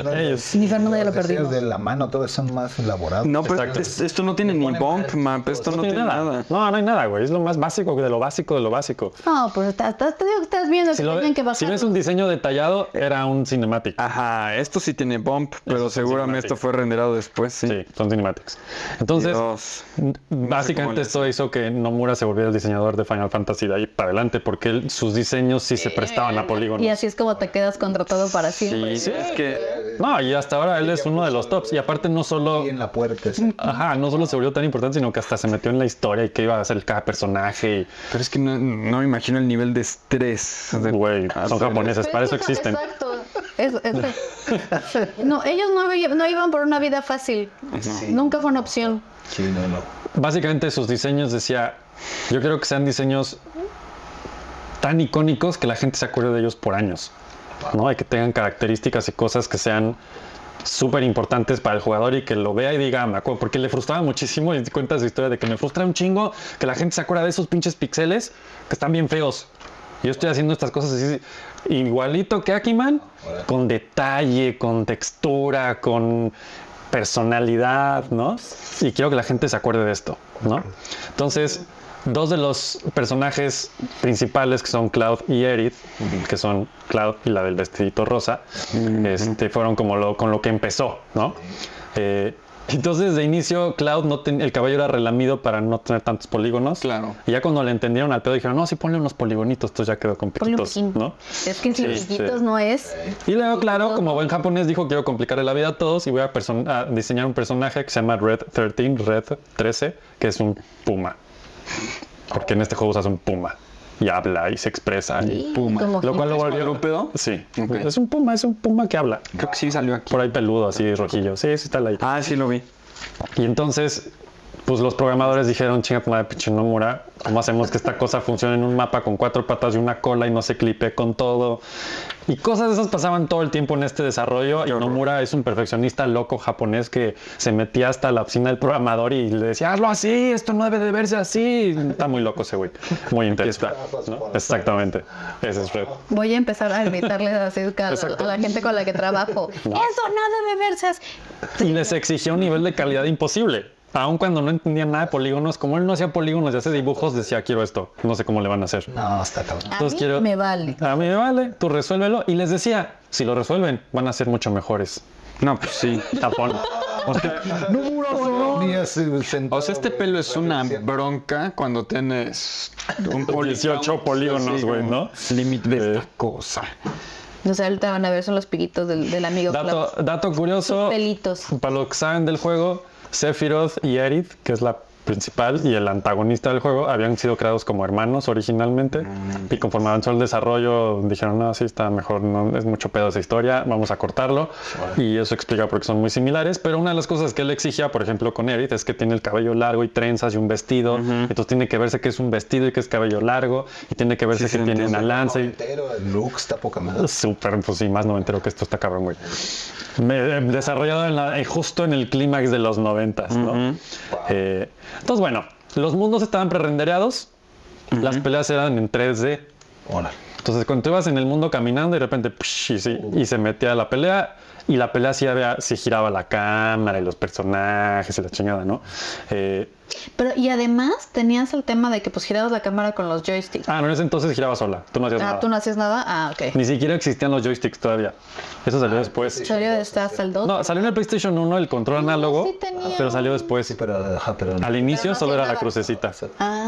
Speaker 1: No,
Speaker 2: Ellos.
Speaker 3: Ni Fernando ya lo
Speaker 1: los diseños
Speaker 3: perdimos.
Speaker 1: de la mano, todos son más elaborados.
Speaker 4: No, pero
Speaker 2: Exacto.
Speaker 4: es- esto no tiene ni bump map, esto no, tiene nada.
Speaker 2: No, no hay nada, güey. Es lo más básico de lo básico de lo básico.
Speaker 3: No, pues estás, estás- te digo que estás viendo
Speaker 2: Si,
Speaker 3: que
Speaker 2: lo ve-
Speaker 3: tenían que
Speaker 2: si
Speaker 3: bajar.
Speaker 2: ves un diseño detallado, era un cinematic.
Speaker 4: Ajá, esto sí tiene bump, pero seguramente
Speaker 2: cinemático.
Speaker 4: esto fue renderado después, sí.
Speaker 2: Sí, son cinematics. Entonces,
Speaker 4: Dios.
Speaker 2: n-
Speaker 4: cómo
Speaker 2: básicamente
Speaker 4: le
Speaker 2: esto hizo que Nomura se volviera el diseñador de Final Fantasy de ahí para adelante, porque él- sus diseños sí se prestaban a polígonos.
Speaker 3: Y así es como te quedas contratado para siempre.
Speaker 4: Sí, es que
Speaker 2: No, y hasta ahora él es uno de los tops. Y aparte no solo...
Speaker 1: Y en la puerta.
Speaker 3: Mm.
Speaker 1: sí.
Speaker 2: Ajá, no solo se volvió tan importante, sino que hasta se metió en la historia y qué iba a hacer cada personaje. y-
Speaker 4: Pero es que no, no me imagino el nivel de estrés. de-
Speaker 2: Güey,
Speaker 4: Ah,
Speaker 2: son
Speaker 4: sí.
Speaker 2: japoneses, Pues para eso existen.
Speaker 3: Exacto. no, ellos no, vi- no iban por una vida fácil. Nunca fue una opción.
Speaker 1: Sí, no, no.
Speaker 2: Básicamente sus diseños decía, yo creo que sean diseños tan icónicos que la gente se acuerde de ellos por años, ¿no? Y que tengan características y cosas que sean súper importantes para el jugador y que lo vea y diga, "Ah, me acuerdo, porque le frustraba muchísimo y cuenta su historia de que me frustra un chingo que la gente se acuerda de esos pinches pixeles que están bien feos. Yo estoy haciendo estas cosas así, igualito que Akiman, con detalle, con textura, con personalidad, ¿no? Y quiero que la gente se acuerde de esto, ¿no? Entonces, dos de los personajes principales que son Cloud y Aerith, que son Cloud y la del vestidito rosa, este, fueron como lo, con lo que empezó, ¿no? Eh, entonces, de inicio, Cloud, no ten- el cabello era relamido para no tener tantos polígonos.
Speaker 4: Claro.
Speaker 2: Y ya cuando le entendieron al pedo, dijeron, no, sí, ponle unos poligonitos, entonces ya quedó con
Speaker 3: Ponle un
Speaker 2: piquitos,
Speaker 3: piquín.
Speaker 2: ¿no?
Speaker 3: Es que sin
Speaker 2: Sí, sí.
Speaker 3: piquitos no es.
Speaker 2: Y luego, claro, como buen japonés, dijo quiero complicarle la vida a todos y voy a, person- a diseñar un personaje que se llama Red 13, Red 13, que es un puma. Porque en este juego usas un puma y habla y se expresa. y-
Speaker 4: Puma.
Speaker 3: Como
Speaker 2: Lo cual lo volvió...
Speaker 4: ¿Cuadrúpedo?
Speaker 2: Sí,
Speaker 4: Ok.
Speaker 2: es un puma, es un puma que habla.
Speaker 4: Creo que sí salió aquí.
Speaker 2: Por ahí peludo, así rojillo. Sí, sí está ahí.
Speaker 4: Ah, sí lo vi.
Speaker 2: Y entonces, pues los programadores dijeron, chinga tu madre, pinche Nomura, ¿cómo hacemos que esta cosa funcione en un mapa con cuatro patas y una cola y no se clipe con todo? Y cosas de esas pasaban todo el tiempo en este desarrollo y Nomura es un perfeccionista loco japonés que se metía hasta la oficina del programador y le decía, hazlo así, esto no debe de verse así. Está muy loco ese güey, muy intenso. ¿no? Exactamente, ese es Red.
Speaker 3: Voy a empezar a invitarles así a,
Speaker 2: Exacto.
Speaker 3: a la gente con la que
Speaker 2: [LAUGHS]
Speaker 3: trabajo. Eso no debe verse así.
Speaker 2: y [LAUGHS] les exigía un nivel de calidad imposible. Aun cuando no entendía nada de polígonos, como él no hacía polígonos y hace dibujos, decía, quiero esto, no sé cómo le van a hacer.
Speaker 1: No, está cabrón.
Speaker 3: A mí
Speaker 2: Entonces quiero-
Speaker 3: me vale.
Speaker 2: A mí me vale, tú resuélvelo. Y les decía, si lo resuelven, van a ser mucho mejores.
Speaker 4: No, pues sí. [LAUGHS]
Speaker 2: Japón. O sea,
Speaker 3: Ah,
Speaker 1: Ni has, eh, sentado,
Speaker 4: O sea, este
Speaker 1: güey,
Speaker 4: pelo es una
Speaker 1: referencia.
Speaker 4: bronca cuando tienes un poli-
Speaker 2: 18 polígonos,
Speaker 4: Sí,
Speaker 2: güey,
Speaker 4: como [LAUGHS]
Speaker 2: ¿no?
Speaker 4: Límite de
Speaker 2: Eh.
Speaker 4: esta cosa.
Speaker 3: O sea, ahorita van a ver son los piquitos del, del amigo Klaus.
Speaker 2: dato, dato curioso,
Speaker 3: Sus pelitos.
Speaker 2: para los que saben del juego, Sephiroth y Aerith, que es la principal y el antagonista del juego, habían sido creados como hermanos originalmente y conforme avanzó el desarrollo dijeron, no, sí, está mejor, no, es mucho pedo esa historia, vamos a cortarlo y eso explica por qué son muy similares, pero una de las cosas que él exigía, por ejemplo, con Aerith es que tiene el cabello largo y trenzas y un vestido, entonces tiene que verse que es un vestido y que es cabello largo y tiene que verse
Speaker 4: Sí, sí,
Speaker 2: que tiene una
Speaker 4: entiendo.
Speaker 2: lanza y
Speaker 1: Entero, Lux está poca madre.
Speaker 2: Súper, pues sí, más no me entero que esto está cabrón, güey. Me- eh, desarrollado en la- eh, justo en el clímax de los noventas, ¿no? Eh, entonces, bueno, los mundos estaban prerendereados, las peleas eran en 3D.
Speaker 1: Órale.
Speaker 2: Entonces, cuando tú ibas en el mundo caminando y de repente psh, y, sí, y se metía la pelea y la pelea sí, había, sí giraba la cámara y los personajes y la chingada, ¿no? Eh,
Speaker 3: Pero, y además tenías el tema de que pues girabas la cámara con los joysticks. Ah,
Speaker 2: ah, no, en ese entonces giraba sola, tú no hacías nada.
Speaker 3: tú no hacías nada. Ah, ok.
Speaker 2: Ni siquiera existían los joysticks todavía. Eso salió después.
Speaker 3: Salió hasta, hasta el 2.
Speaker 2: No, salió en el PlayStation 1 el control análogo, ah,
Speaker 3: sí tenía
Speaker 2: pero salió
Speaker 1: Sí,
Speaker 2: después.
Speaker 1: pero, ajá, pero
Speaker 4: Ah,
Speaker 2: Al inicio
Speaker 3: Pero no
Speaker 2: solo
Speaker 3: hacía
Speaker 2: era la
Speaker 3: nada.
Speaker 2: crucecita.
Speaker 3: Ah.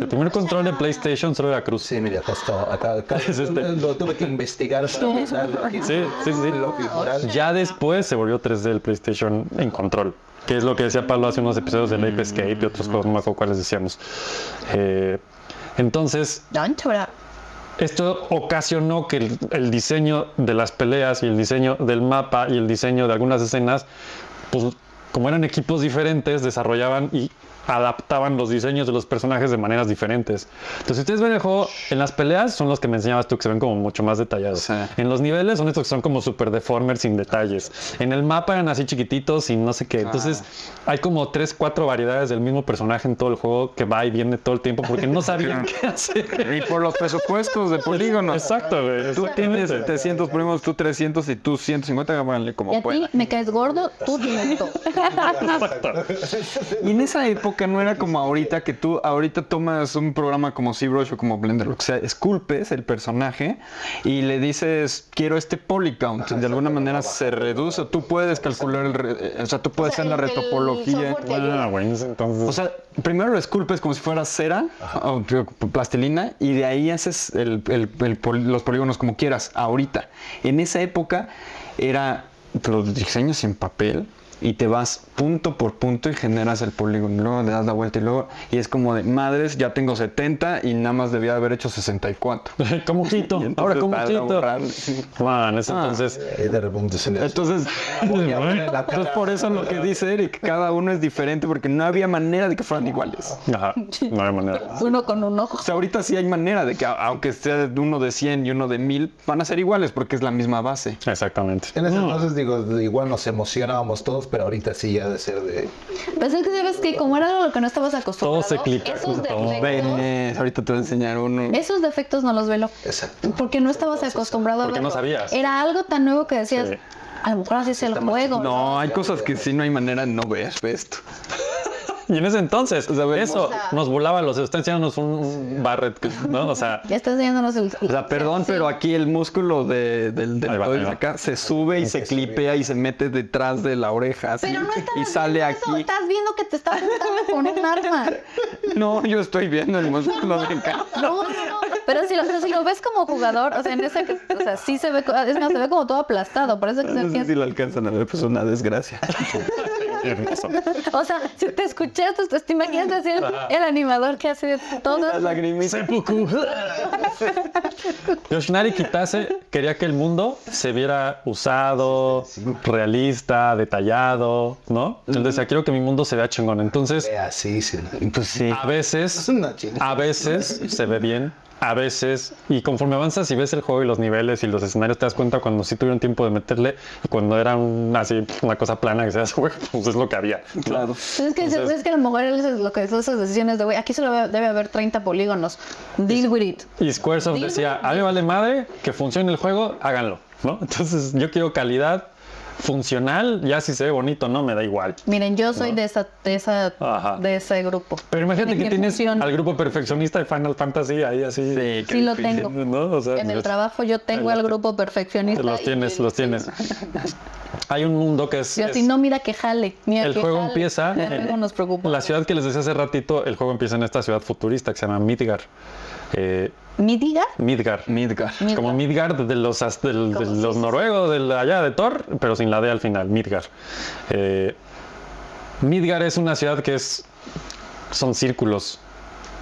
Speaker 2: El primer control de PlayStation solo era cruz. Sí,
Speaker 1: Sí, mira, acá está. Acá, acá-
Speaker 2: Es este.
Speaker 1: Lo tuve que investigar para pensarlo aquí.
Speaker 2: sí, sí.
Speaker 1: Lo que moral.
Speaker 2: Ya después se volvió 3D el PlayStation en control, que es lo que decía Pablo hace unos episodios del Ape Escape y otros juegos, no me acuerdo cuáles decíamos. Eh, entonces,
Speaker 3: Ancho, ¿verdad?
Speaker 2: Esto ocasionó que el, el diseño de las peleas y el diseño del mapa y el diseño de algunas escenas, pues como eran equipos diferentes, desarrollaban y adaptaban los diseños de los personajes de maneras diferentes. Entonces, si ustedes ven el juego, en las peleas son los que me enseñabas tú que se ven como mucho más detallados.
Speaker 4: Sí.
Speaker 2: En los niveles son estos que son como super deformers sin detalles. En el mapa eran así chiquititos y no sé qué. Entonces, hay como tres, cuatro variedades del mismo personaje en todo el juego que va y viene todo el tiempo porque no sabían qué hacer.
Speaker 4: Y por los presupuestos de polígonos.
Speaker 2: Exacto, güey.
Speaker 4: Tú tienes 300 primos, tú 300 y tú 150, háganle
Speaker 3: Y
Speaker 4: como
Speaker 3: a ti
Speaker 4: puedan.
Speaker 3: me caes gordo,
Speaker 2: [LAUGHS]
Speaker 3: tú directo.
Speaker 4: Y en esa época no era como ahorita que tú ahorita tomas un programa como ZBrush o como Blender, lo que sea, esculpes el personaje y le dices, quiero este polycount. De alguna manera se reduce, tú puedes calcular, el re- eh, o sea, tú puedes
Speaker 3: sea,
Speaker 4: hacer la
Speaker 3: el- el
Speaker 4: retopología.
Speaker 3: software te ayuda.
Speaker 2: Ah, güey, entonces.
Speaker 4: O sea, primero lo esculpes como si fuera cera o digo, plastilina y de ahí haces el- el- el pol- los polígonos como quieras, ahorita. En esa época era los diseños en papel y te vas punto por punto y generas el polígono, y luego le das la vuelta y luego, y es como de, madres, ya tengo 70 y nada más debía haber hecho 64.
Speaker 2: [LAUGHS] ¿Cómo quito?
Speaker 4: Y entonces
Speaker 2: Ahora, ¿cómo
Speaker 4: para
Speaker 2: quito?
Speaker 4: borrar-
Speaker 2: Man,
Speaker 4: Ah.
Speaker 2: es entonces.
Speaker 4: [LAUGHS]
Speaker 1: Eh, de repente se le-
Speaker 4: Entonces,
Speaker 2: Ajá.
Speaker 4: entonces, por eso lo que dice Eric, cada uno es diferente porque no había manera de que fueran iguales.
Speaker 2: No hay manera.
Speaker 3: Uno con un ojo.
Speaker 4: O sea, ahorita sí hay manera de que a- aunque sea de uno de 100 y uno de 1000, van a ser iguales porque es la misma base.
Speaker 2: Exactamente.
Speaker 1: En ese entonces, digo, de- igual nos emocionábamos todos, pero ahorita sí ya de ser de.
Speaker 3: Pues es que sabes que como era algo a lo que no estabas acostumbrado,
Speaker 2: Todo se clica. Todo.
Speaker 3: esos defectos,
Speaker 4: Ven, ahorita te voy a enseñar uno.
Speaker 3: esos defectos no los velo.
Speaker 1: Exacto.
Speaker 3: Porque no estabas acostumbrado
Speaker 2: Porque
Speaker 3: a
Speaker 2: no
Speaker 3: verlo.
Speaker 2: sabías.
Speaker 3: Era algo tan nuevo que decías,
Speaker 2: Sí.
Speaker 3: a lo mejor así es el juego.
Speaker 4: No, hay cosas que sí no hay manera de no ver ve esto.
Speaker 2: Y en ese entonces,
Speaker 4: sea, vemos-
Speaker 2: eso nos volaba los. Está enseñándonos un, un Barrett, que- ¿no? O sea,
Speaker 3: Ya estás enseñándonos el...
Speaker 4: O sea, perdón, pero aquí el músculo de- del
Speaker 2: Ahí va, ahí
Speaker 4: deltoides
Speaker 2: va.
Speaker 4: acá se sube y se
Speaker 1: se
Speaker 4: clipea y se mete detrás de la oreja así,
Speaker 3: Pero no estabas
Speaker 4: y sale
Speaker 3: viendo eso,
Speaker 4: aquí.
Speaker 3: Estás viendo que te estás tratando con un arma.
Speaker 4: [LAUGHS] No, yo estoy viendo el músculo de
Speaker 3: [LAUGHS]
Speaker 4: acá.
Speaker 3: No, no, no. Pero si, lo, pero si lo ves como jugador, o sea, en esa, que- o sea, sí se ve, co- es más, se ve como todo aplastado. Por eso que
Speaker 4: No sé si lo alcanzan a ver, pues una desgracia.
Speaker 2: hermoso.
Speaker 3: O sea, si te escuchas, te, te imaginas así el, el animador que hace todo.
Speaker 4: Las lagrimitas.
Speaker 2: Seppuku. Yoshinari Kitase quería que el mundo se viera usado, realista, detallado, ¿no? Entonces decía, quiero que mi mundo se vea chingón. Entonces,
Speaker 1: Vea, sí, sí.
Speaker 4: Pues sí.
Speaker 2: a veces
Speaker 1: una chingada.
Speaker 2: A veces se ve bien, a veces, y conforme avanzas y ves el juego y los niveles y los escenarios, te das cuenta cuando sí tuvieron tiempo de meterle y cuando era un- así una cosa plana que se hace, [LAUGHS] güey, pues es lo que había. ¿no?
Speaker 4: Claro.
Speaker 3: Es que, es que a lo mejor él es lo que son esas decisiones de, güey, aquí solo debe- debe haber 30 polígonos. Deal with it.
Speaker 2: Y Squaresoft decía, a mí me vale madre que funcione el juego, háganlo, ¿no? Entonces yo quiero calidad funcional, ya si se ve bonito, no me da igual.
Speaker 3: Miren, yo soy de esa, de esa,
Speaker 2: Ah. Ajá.
Speaker 3: de ese grupo.
Speaker 2: Pero imagínate
Speaker 3: De
Speaker 2: que,
Speaker 3: que
Speaker 2: tienes
Speaker 3: funcione.
Speaker 2: al grupo perfeccionista de Final Fantasy ahí así.
Speaker 4: Sí,
Speaker 3: Sí lo tengo.
Speaker 2: ¿no? O sea,
Speaker 3: En el
Speaker 2: los-
Speaker 3: trabajo yo tengo
Speaker 2: Ahí
Speaker 3: al
Speaker 2: los-
Speaker 3: grupo perfeccionista.
Speaker 2: Los
Speaker 3: y-
Speaker 2: tienes, los tienes. Hay un mundo que es...
Speaker 3: Y
Speaker 2: es-
Speaker 3: así, no, mira que jale. Mira
Speaker 2: El
Speaker 3: que
Speaker 2: juego
Speaker 3: jale.
Speaker 2: empieza
Speaker 3: El [LAUGHS] juego
Speaker 2: en-
Speaker 3: nos preocupa.
Speaker 2: La ciudad que les decía hace ratito, el juego empieza en esta ciudad futurista que se llama Midgar. Eh,
Speaker 3: ¿Mitigar?
Speaker 2: Midgar.
Speaker 4: Midgar.
Speaker 3: Midgar.
Speaker 2: Como Midgard de los, as- del- de los noruegos, de la- allá de Thor, pero sin la D al final, Midgar. Eh, Midgar es una ciudad que es son círculos.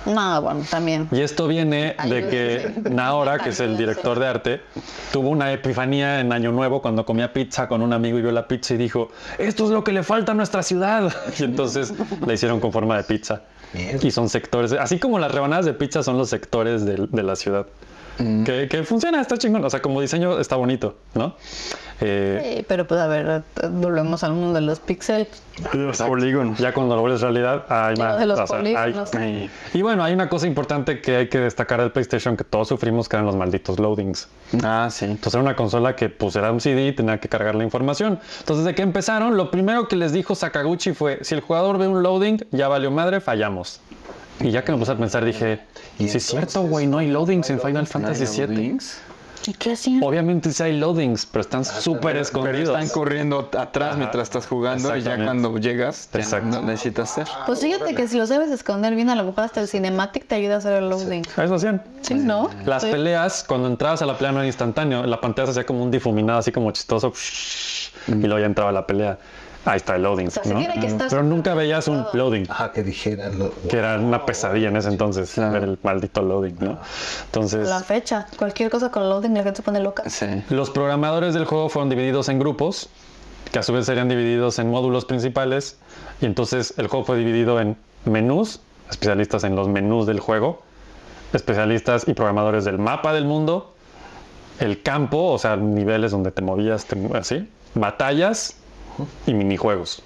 Speaker 3: No, bueno, también.
Speaker 2: Y esto viene de que
Speaker 3: Ayúdenme.
Speaker 2: Naora, que es el
Speaker 3: Ayúdenme.
Speaker 2: director de arte, tuvo una epifanía en Año Nuevo cuando comía pizza con un amigo y vio la pizza y dijo, esto es lo que le falta a nuestra ciudad. [LAUGHS] Y entonces la hicieron con forma de pizza.
Speaker 1: Mierda.
Speaker 2: Y son sectores, así como las rebanadas de pizza son los sectores del- de, la ciudad. que, que funciona, está chingón. O sea, como diseño está bonito, ¿no? Eh,
Speaker 3: Sí, pero pues a ver, volvemos al mundo de los pixel.
Speaker 4: Los polígonos.
Speaker 2: Ya cuando lo vuelves realidad, hay
Speaker 3: Lo
Speaker 2: más.
Speaker 3: de los
Speaker 2: o sea, hay-
Speaker 3: polígonos.
Speaker 2: hay- Y bueno, hay una cosa importante que hay que destacar del PlayStation que todos sufrimos, que eran los malditos loadings.
Speaker 4: Ah, sí.
Speaker 2: Entonces era una consola que pues era un CD y tenía que cargar la información. Entonces de que empezaron, lo primero que les dijo Sakaguchi fue, si el jugador ve un loading, ya valió madre, fallamos. Y ya que me puse a pensar dije,
Speaker 1: ¿Y
Speaker 2: sí es cierto,
Speaker 1: entonces?
Speaker 2: güey, no hay loadings en Final
Speaker 4: ¿No hay
Speaker 2: Fantasy VII.
Speaker 4: loadings?
Speaker 3: ¿Y qué hacían?
Speaker 2: Obviamente sí hay loadings, pero están súper
Speaker 4: Pero
Speaker 2: escondidos.
Speaker 4: están corriendo atrás mientras estás jugando y ya
Speaker 2: Exactamente.
Speaker 4: cuando llegas, ya
Speaker 2: Exacto.
Speaker 4: no necesitas hacer.
Speaker 2: Ah,
Speaker 3: Pues fíjate que si lo sabes esconder bien, a lo mejor hasta el cinematic te ayuda a hacer el loading.
Speaker 2: Eso hacían.
Speaker 3: Sí, ¿no?
Speaker 2: Las
Speaker 3: Estoy-
Speaker 2: peleas, cuando entrabas a la pelea no era instantáneo, la pantalla se hacía como un difuminado, así como chistoso, y luego ya entraba la pelea. Ahí está el loading.
Speaker 3: O sea, sí
Speaker 2: ¿no?
Speaker 3: tiene que estar
Speaker 2: Pero nunca veías un loading,
Speaker 1: Ajá, que dijeran. lo-
Speaker 2: que era una pesadilla en ese entonces,
Speaker 4: Claro.
Speaker 2: ver el maldito loading, ¿no? Entonces,
Speaker 3: La fecha, cualquier cosa con loading, la gente se pone loca.
Speaker 4: Sí.
Speaker 2: los programadores del juego fueron divididos en grupos, que a su vez serían divididos en módulos principales, y entonces el juego fue dividido en menús, especialistas en los menús del juego, especialistas y programadores del mapa del mundo, el campo, o sea, niveles donde te movías, te mu- así, batallas y minijuegos.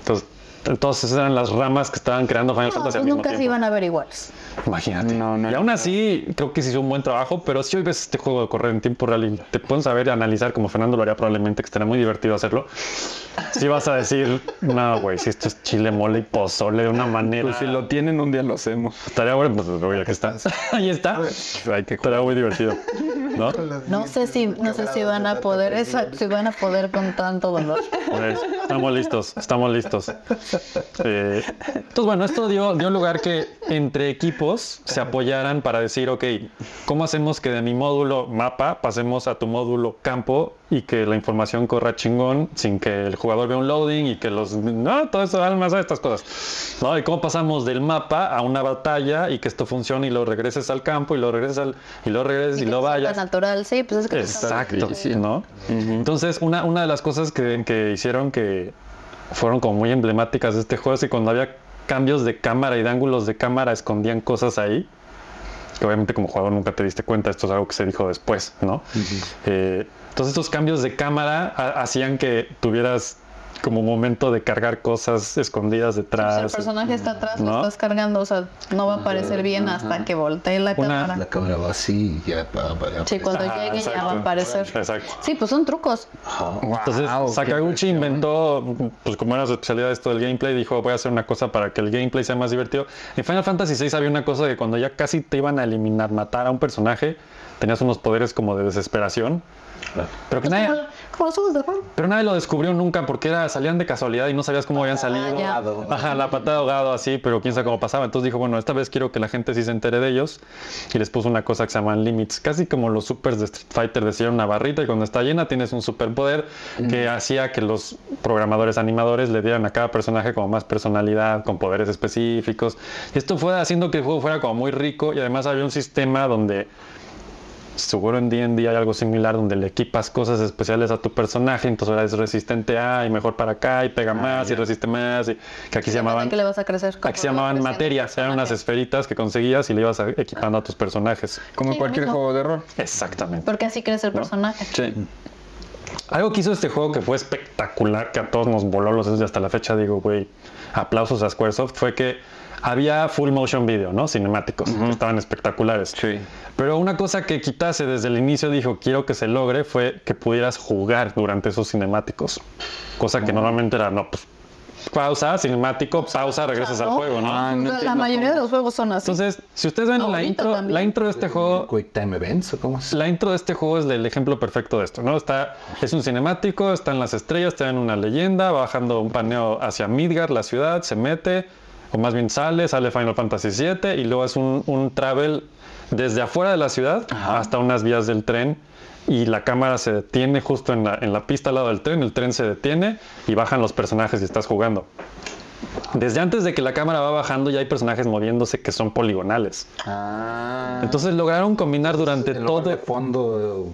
Speaker 2: Entonces, entonces eran las ramas que estaban creando Final
Speaker 3: No,
Speaker 2: Fantasy
Speaker 3: pues
Speaker 2: al mismo
Speaker 3: nunca se
Speaker 2: tiempo.
Speaker 3: iban a ver iguales.
Speaker 2: Imagínate.
Speaker 4: No, no,
Speaker 2: y aún
Speaker 4: no.
Speaker 2: así, creo que se hizo un buen trabajo, pero si hoy ves este juego de correr en tiempo real y te pueden saber y analizar, como Fernando lo haría probablemente, que estaría muy divertido hacerlo, si vas a decir, no, güey, si esto es chile, mole y pozole de una manera...
Speaker 4: Pues si lo tienen, un día lo hacemos.
Speaker 2: Estaría bueno, pues güey, aquí
Speaker 4: [LAUGHS]
Speaker 2: está. Ahí está.
Speaker 4: Hay que
Speaker 2: Estaría muy divertido,
Speaker 4: [LAUGHS]
Speaker 2: ¿no?
Speaker 3: No sé si, no sé si van a poder, exacto, si van a poder con tanto dolor.
Speaker 2: Pues, Estamos listos, estamos listos. Eh, entonces, bueno, esto dio, dio lugar que entre equipos se apoyaran para decir, ok, ¿cómo hacemos que de mi módulo mapa pasemos a tu módulo campo y que la información corra chingón sin que el jugador vea un loading y que los... No, todo eso, almas, estas cosas. ¿No? ¿Y cómo pasamos del mapa a una batalla y que esto funcione y lo regreses al campo y lo regreses al... Y lo regreses y, lo
Speaker 3: que sea
Speaker 2: vayas?
Speaker 3: Natural, sí, pues es que
Speaker 2: Exacto,
Speaker 4: difícil.
Speaker 2: ¿no? Entonces, una, una de las cosas que, que hicieron que fueron como muy emblemáticas de este juego es que cuando había cambios de cámara y de ángulos de cámara escondían cosas ahí. Que obviamente como jugador nunca te diste cuenta, esto es algo que se dijo después, ¿no? Eh, entonces estos cambios de cámara ha- hacían que tuvieras como momento de cargar cosas escondidas
Speaker 3: pues, el
Speaker 2: detrás.
Speaker 3: personaje está atrás,
Speaker 2: ¿no?
Speaker 3: lo estás cargando, o sea, no va a aparecer bien hasta que voltee la
Speaker 2: Una-
Speaker 1: La
Speaker 3: cámara.
Speaker 1: cámara va así y ya para. para
Speaker 3: Sí, cuando
Speaker 2: Ah,
Speaker 3: llegue ya va a
Speaker 2: exacto.
Speaker 3: aparecer.
Speaker 2: Exacto.
Speaker 3: Sí, pues son trucos.
Speaker 2: Entonces
Speaker 4: Ah,
Speaker 2: Sakaguchi inventó, pues como era su especialidad esto del gameplay, dijo voy a hacer una cosa para que el gameplay sea más divertido. En Final Fantasy VI había una cosa de cuando ya casi te iban a eliminar, matar a un personaje, tenías unos poderes como de desesperación, pero que
Speaker 3: Pues,
Speaker 2: nadie,
Speaker 3: como, como los juegos de rol.
Speaker 2: pero nadie lo descubrió nunca porque era, salían de casualidad y no sabías cómo habían salido.
Speaker 3: Ah, ya.
Speaker 2: Ajá, la patada de ahogado así, pero quién sabe cómo pasaba. Entonces dijo, bueno, esta vez quiero que la gente sí se entere de ellos. Y les puso una cosa que se llaman limits. Casi como los supers de Street Fighter decían una barrita y cuando está llena tienes un superpoder que hacía que los programadores animadores le dieran a cada personaje como más personalidad, con poderes específicos. Y esto fue haciendo que el juego fuera como muy rico y además había un sistema donde Seguro en D&D hay algo similar donde le equipas cosas especiales a tu personaje, entonces ahora es resistente a y mejor para acá y pega más y resiste más, y, que aquí se llamaban
Speaker 3: que le vas a crecer.
Speaker 2: aquí se llamaban materias, eran unas esferitas que conseguías y le ibas a- equipando a tus personajes.
Speaker 4: Como
Speaker 3: Sí, lo
Speaker 4: cualquier
Speaker 3: mismo.
Speaker 4: juego de rol.
Speaker 2: Exactamente.
Speaker 3: Porque así crece el personaje.
Speaker 4: Sí.
Speaker 2: Algo que hizo este juego que fue espectacular, que a todos nos voló los sesos y hasta la fecha digo, güey, aplausos a Squaresoft, fue que había full motion video, ¿no? Cinemáticos, que estaban espectaculares.
Speaker 4: Sí.
Speaker 2: Pero una cosa que quitase desde el inicio dijo, quiero que se logre, fue que pudieras jugar durante esos cinemáticos. Cosa que normalmente era, no, pues, pausa, cinemático, pausa, regresas al
Speaker 3: ¿no?
Speaker 2: juego, ¿no?
Speaker 4: Ah, no
Speaker 3: la
Speaker 4: entiendo
Speaker 3: mayoría
Speaker 4: cómo.
Speaker 3: de los juegos son así.
Speaker 2: Entonces, si ustedes ven la
Speaker 3: Ahorita
Speaker 2: intro,
Speaker 3: también.
Speaker 2: la intro de este juego,
Speaker 1: Quick Time Events o cómo es.
Speaker 2: la intro de este juego es el ejemplo perfecto de esto, ¿no? Está, es un cinemático, están las estrellas, te dan una leyenda, va bajando un paneo hacia Midgard, la ciudad, se mete, o más bien sale, sale Final Fantasy VII, y luego es un, un travel desde afuera de la ciudad hasta unas vías del tren, y la cámara se detiene justo en la, en la pista al lado del tren, el tren se detiene y bajan los personajes y estás jugando. Desde antes de que la cámara va bajando ya hay personajes moviéndose que son poligonales.
Speaker 4: Ah.
Speaker 2: Entonces lograron combinar durante
Speaker 1: En lugar
Speaker 2: todo...
Speaker 1: de fondo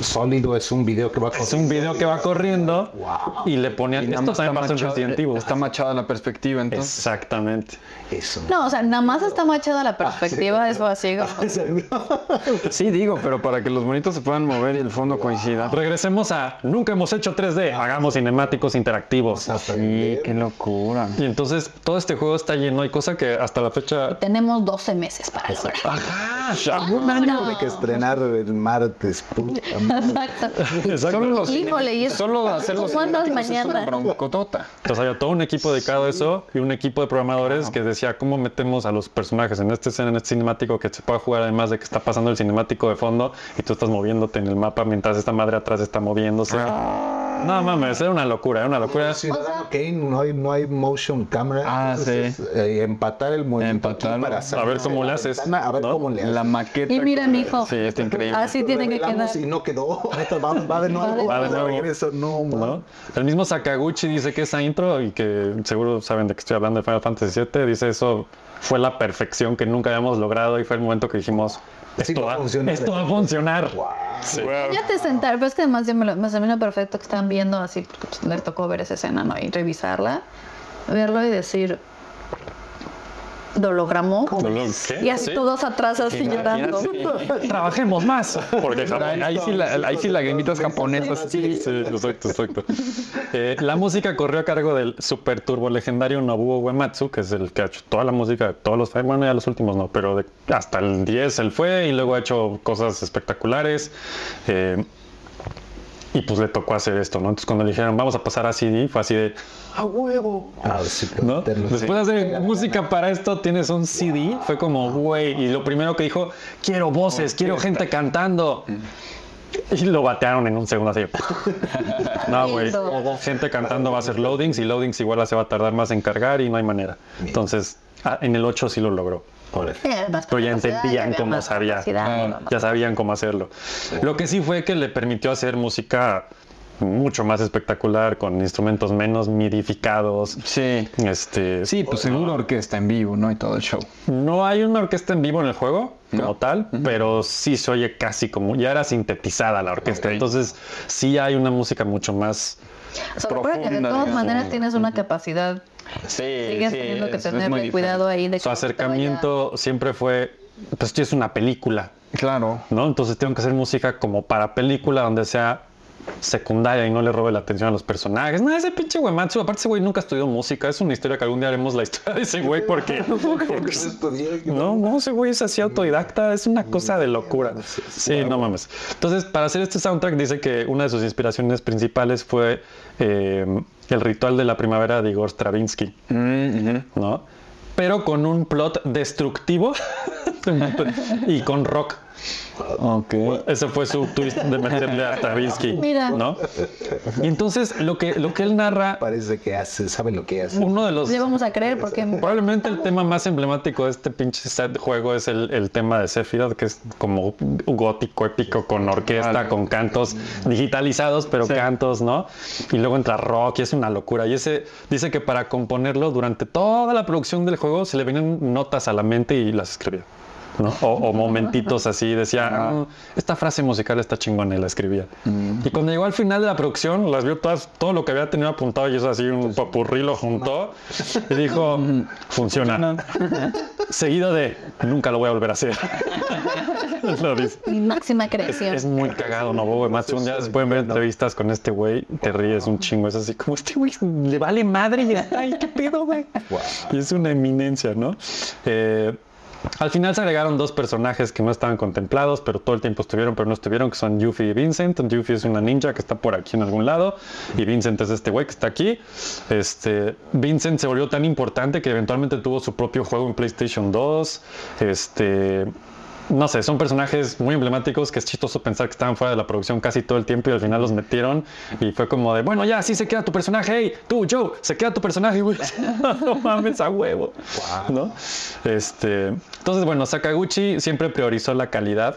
Speaker 1: sólido, es un video que va
Speaker 2: Es un video que va corriendo
Speaker 1: Wow.
Speaker 2: y le ponían.
Speaker 4: Y nada
Speaker 2: esto
Speaker 4: más
Speaker 2: también pasa en
Speaker 4: machado-
Speaker 2: Resident Evil.
Speaker 4: está machada la perspectiva, entonces.
Speaker 2: Exactamente.
Speaker 1: Eso.
Speaker 3: No, o sea, nada más está machada la perspectiva, eso así. como-
Speaker 4: Sí, digo, pero para que los monitos se puedan mover y el fondo coincida.
Speaker 2: Regresemos a nunca hemos hecho 3D, hagamos cinemáticos interactivos.
Speaker 4: Sí, qué locura.
Speaker 2: Y entonces todo este juego está lleno, hay cosa que hasta la
Speaker 4: [LAUGHS]
Speaker 2: fecha.
Speaker 3: Tenemos 12 meses para lograr.
Speaker 2: Ajá, ya.
Speaker 1: Un año de que estrenar el martes. puta madre.
Speaker 3: Exacto.
Speaker 2: Exacto.
Speaker 4: Solo los
Speaker 3: Híjole, y es-
Speaker 4: solo hacer los
Speaker 3: ¿Cuándo es
Speaker 4: cinemáticos es una
Speaker 3: mañana?
Speaker 4: broncotota.
Speaker 2: Entonces había todo un equipo dedicado a eso y un equipo de programadores que decía cómo metemos a los personajes en esta escena, en este cinemático que se pueda jugar además de que está pasando el cinemático de fondo y tú estás moviéndote en el mapa mientras esta madre atrás está moviéndose. No mames, era una locura, era una locura.
Speaker 1: Ciudadano Kane, no hay, no hay motion camera.
Speaker 4: Ah,
Speaker 1: entonces, eh, empatar el movimiento aquí
Speaker 4: Empatarlo.
Speaker 1: para
Speaker 2: A
Speaker 1: salir
Speaker 2: ver cómo
Speaker 1: de
Speaker 2: le
Speaker 1: la
Speaker 2: haces,
Speaker 1: ventana, a ver
Speaker 2: ¿no?
Speaker 1: cómo le haces.
Speaker 4: La maqueta.
Speaker 3: Y mira, mijo.
Speaker 4: Sí, está increíble.
Speaker 3: Así tiene que quedar.
Speaker 1: Revelamos y no [LAUGHS] quedó. Va, va de nuevo.
Speaker 2: Va de nuevo.
Speaker 1: regreso. No,
Speaker 2: ¿no? El mismo Sakaguchi dice que esa intro, y que seguro saben de que estoy hablando de Final Fantasy VII, dice eso fue la perfección que nunca habíamos logrado y fue el momento que dijimos,
Speaker 1: Sí,
Speaker 2: esto,
Speaker 1: va a
Speaker 2: va,
Speaker 1: funcionar".
Speaker 2: esto va a funcionar. Sí.
Speaker 3: Ya te sentar, pero es que además yo me lo, me lo perfecto que están viendo así, porque pues, le tocó ver esa escena, ¿no? Y revisarla, verlo y decir, lo logramos. Y así
Speaker 2: Sí.
Speaker 3: todos atrás así llorando.
Speaker 2: Trabajemos más. Porque
Speaker 4: Ahí, ahí sí, la, ahí sí lagrimitas japonesas.
Speaker 2: Sí, exacto, exacto. [LAUGHS] Eh, la música corrió a cargo del super turbo legendario Nobuo Uematsu, que es el que ha hecho toda la música de todos los. Bueno, ya los últimos no, pero de- hasta el 10 él fue y luego ha hecho cosas espectaculares. eh, y pues le tocó hacer esto, ¿no? Entonces cuando le dijeron, vamos a pasar a CD, fue así de, ¡a huevo!
Speaker 1: Ah, sí, pero
Speaker 2: ¿no?
Speaker 1: te lo-
Speaker 2: Después de hacer música para esto, tienes un CD. Fue como, güey. Y lo primero que dijo, quiero voces, quiero gente cantando. Y lo batearon en un segundo
Speaker 3: [LAUGHS]
Speaker 2: así. No, güey.
Speaker 3: Lindo.
Speaker 2: Gente cantando va a ser loadings y loadings igual se va a tardar más en cargar y no hay manera. Entonces, ah, en el 8 sí lo logró.
Speaker 3: [LAUGHS] Eh, más
Speaker 2: Pero ya
Speaker 3: capacidad,
Speaker 2: entendían
Speaker 3: había
Speaker 2: cómo
Speaker 3: más
Speaker 2: sabía. Ah,
Speaker 3: capacidad, ¿no?
Speaker 2: Ya sabían cómo hacerlo. Lo que sí fue que le permitió hacer música mucho más espectacular, con instrumentos menos midificados.
Speaker 4: Sí.
Speaker 2: Este,
Speaker 4: Sí, pues seguro orquesta en vivo, ¿no? Y todo el show.
Speaker 2: No hay una orquesta en vivo en el juego como tal, pero sí se oye casi como ya era sintetizada la orquesta.
Speaker 4: Ok.
Speaker 2: Entonces sí hay una música mucho más.
Speaker 3: O sea, recuerda que de
Speaker 4: profunda,
Speaker 3: todas
Speaker 4: digamos.
Speaker 3: maneras tienes una capacidad,
Speaker 4: Sí,
Speaker 3: sigues teniendo que tener cuidado ahí de que
Speaker 2: Su
Speaker 3: no te vaya-
Speaker 2: acercamiento siempre fue, pues esto es una película,
Speaker 4: Claro.
Speaker 2: ¿no? Entonces tengo que hacer música como para película donde sea secundaria y no le robe la atención a los personajes. No, ese pinche Uematsu, aparte ese güey nunca estudió música, es una historia que algún día haremos la historia de ese güey
Speaker 3: [LAUGHS]
Speaker 2: porque... porque No, no, ese güey es así autodidacta, es una cosa de locura. Sí, no mames. Entonces, para hacer este soundtrack, dice que una de sus inspiraciones principales fue eh, el ritual de la primavera de Igor Stravinsky,
Speaker 4: Mm,
Speaker 2: ¿no? Pero con un plot destructivo [LAUGHS] y con rock.
Speaker 4: Ok.
Speaker 2: Ese fue su twist de meterle a Stravinsky,
Speaker 3: Mira.
Speaker 2: ¿no? Y entonces, lo que, lo que él narra,
Speaker 1: Parece que hace, sabe lo que hace.
Speaker 2: uno de los.
Speaker 3: Le vamos a creer porque
Speaker 2: Probablemente el tema más emblemático de este pinche set juego es el, el tema de Sephiroth, que es como gótico, épico, con orquesta, con cantos digitalizados, pero cantos, ¿no? Y luego entra rock y es una locura. Y ese dice que para componerlo durante toda la producción del juego se le venían notas a la mente y las escribía. ¿no? O, o momentitos así, decía, "Ah, esta frase musical está chingona y la escribía. Y cuando llegó al final de la producción, las vio todas, todo lo que había tenido apuntado y eso así, un papurrí lo juntó y dijo, funciona. Seguido de, nunca lo voy a volver a hacer. [LAUGHS] Lo dice.
Speaker 3: mi máxima creación.
Speaker 2: Es muy cagado, no, Bobo Más un día pueden ver entrevistas con este güey, te ríes un chingo. Es así como este güey le vale madre y ay, qué pedo, güey. Y es una eminencia, ¿no? Eh, al final se agregaron dos personajes que no estaban contemplados, pero todo el tiempo estuvieron, pero no estuvieron, que son Yuffie y Vincent. Yuffie es una ninja que está por aquí en algún lado, y Vincent es este güey que está aquí. Este, Vincent se volvió tan importante que eventualmente tuvo su propio juego en PlayStation 2. Este, no sé, son personajes muy emblemáticos que es chistoso pensar que estaban fuera de la producción casi todo el tiempo y al final los metieron y fue como de, bueno, ya, sí se queda tu personaje, hey, tú, Joe, se queda tu personaje, güey. [LAUGHS] no mames, a huevo. ¿No? Este, entonces, bueno, Sakaguchi siempre priorizó la calidad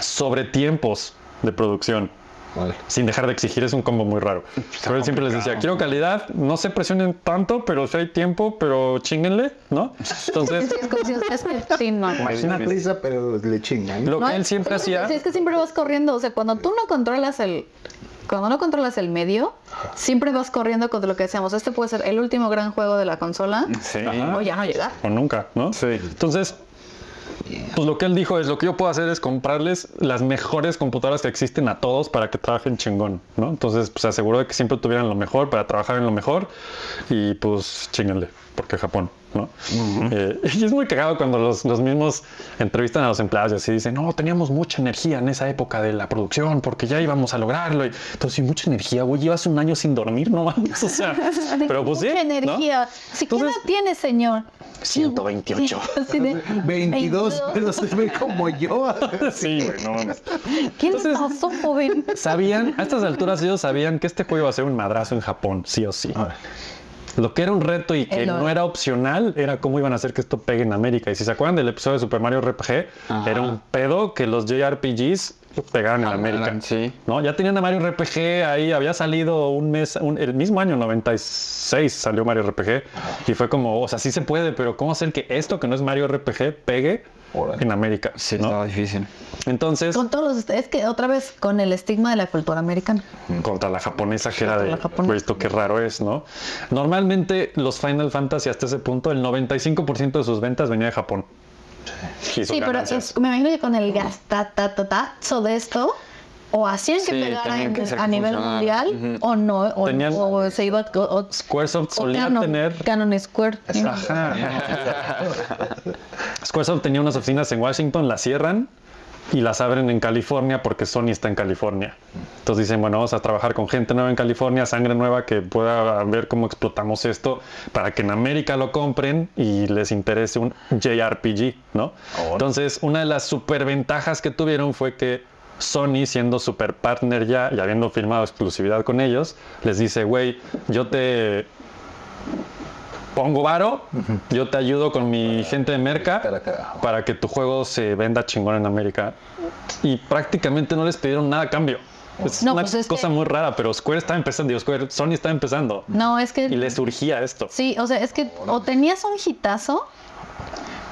Speaker 2: sobre tiempos de producción.
Speaker 1: Vale.
Speaker 2: sin dejar de exigir, es un combo muy raro. Pero él siempre les decía, quiero calidad, no se presionen tanto, pero si hay tiempo, pero chinguenle, ¿no?
Speaker 3: [LAUGHS]
Speaker 2: Entonces,
Speaker 3: Sí, es como si- es que- sí, no.
Speaker 1: Es una prisa, pero le ¿eh? chingan.
Speaker 2: lo
Speaker 3: No,
Speaker 2: que él siempre
Speaker 3: es-
Speaker 2: hacía...
Speaker 3: sí, Es que siempre vas corriendo. O sea, cuando tú no controlas el. Cuando no controlas el medio, siempre vas corriendo contra lo que decíamos. Este puede ser el último gran juego de la consola.
Speaker 4: Sí.
Speaker 3: O ya no llegar.
Speaker 2: o nunca, ¿no?
Speaker 4: Sí.
Speaker 2: Entonces, pues lo que él dijo es, lo que yo puedo hacer es comprarles las mejores computadoras que existen a todos para que trabajen chingón, ¿no? Entonces, pues se aseguró de que siempre tuvieran lo mejor para trabajar en lo mejor y pues chinganle, porque Japón, ¿no? Eh, [LAUGHS] y es muy cagado cuando los, los mismos entrevistan a los empleados y así dicen, no, teníamos mucha energía en esa época de la producción porque ya íbamos a lograrlo. Y, entonces, sí, mucha energía, güey, llevas un año sin dormir, no mames, o
Speaker 3: [LAUGHS]
Speaker 2: sea, pero pues sí,
Speaker 3: Mucha
Speaker 2: ¿no?
Speaker 3: energía. Si, ¿Qué edad
Speaker 2: Entonces-
Speaker 3: tiene, señor? [LAUGHS]
Speaker 2: 128.
Speaker 3: Así de,
Speaker 1: 22,
Speaker 3: 22.
Speaker 1: pero se ve como yo.
Speaker 2: [LAUGHS] Sí, güey, no mames.
Speaker 3: ¿Qué le
Speaker 2: Entonces-
Speaker 3: pasó, joven?
Speaker 2: Sabían, a estas alturas ellos sabían que este juego iba a ser un madrazo en Japón, sí o sí. Lo que era un reto y que
Speaker 3: El oro.
Speaker 2: no era opcional era cómo iban a hacer que esto pegue en América. Y si se acuerdan del episodio de Super Mario RPG, era un pedo que los JRPGs pegaran en América.
Speaker 4: sí.
Speaker 2: No, ya tenían a Mario RPG ahí, había salido un mes, un- el mismo año 96 salió Mario RPG y fue como, o sea, sí se puede, pero ¿cómo hacer que esto que no es Mario RPG pegue
Speaker 1: Órale.
Speaker 2: en América?
Speaker 4: Sí,
Speaker 2: ¿no?
Speaker 4: estaba difícil.
Speaker 2: Entonces,
Speaker 3: Con todos los, es que otra vez con el estigma de la cultura americana.
Speaker 2: contra la japonesa que era
Speaker 3: Contra
Speaker 2: de
Speaker 3: la japonesa.
Speaker 2: "Güey, esto qué raro es, ¿no? Normalmente los Final Fantasy hasta ese punto el 95% de sus ventas venía de Japón. Y sus
Speaker 3: Sí, pero
Speaker 2: ganancias.
Speaker 3: es- me imagino que con el gastatatazo de esto, o hacían que
Speaker 4: Sí,
Speaker 3: pegara
Speaker 4: tenían
Speaker 3: en-
Speaker 4: que hacer
Speaker 3: a
Speaker 4: que
Speaker 3: nivel
Speaker 4: funcionara.
Speaker 3: mundial,
Speaker 4: Ujú.
Speaker 3: o no, o,
Speaker 2: Tenían-
Speaker 3: o se iba a- o-
Speaker 2: Squaresoft
Speaker 3: o
Speaker 2: solía
Speaker 3: Canon,
Speaker 2: tener
Speaker 3: Canon Square.
Speaker 2: Ajá. Squaresoft tenía unas oficinas en Washington, las cierran y las abren en California porque Sony está en California. Entonces dicen, bueno, vamos a trabajar con gente nueva en California, sangre nueva que pueda ver cómo explotamos esto para que en América lo compren y les interese un JRPG, ¿no? Entonces, una de las superventajas que tuvieron fue que Sony, siendo super partner ya y habiendo firmado exclusividad con ellos, les dice, güey, yo te pongo varo, yo te ayudo con mi gente de merca
Speaker 1: para acá.
Speaker 2: para que tu juego se venda chingón en América. Y prácticamente no les pidieron nada a cambio. Es
Speaker 3: No,
Speaker 2: una
Speaker 3: pues es
Speaker 2: cosa
Speaker 3: que-
Speaker 2: muy rara, pero Square estaba empezando, digo, Square, Sony estaba empezando.
Speaker 3: No, es que
Speaker 2: Y les surgía esto.
Speaker 3: Sí, o sea, es
Speaker 2: Oh,
Speaker 3: que o tenías un hitazo,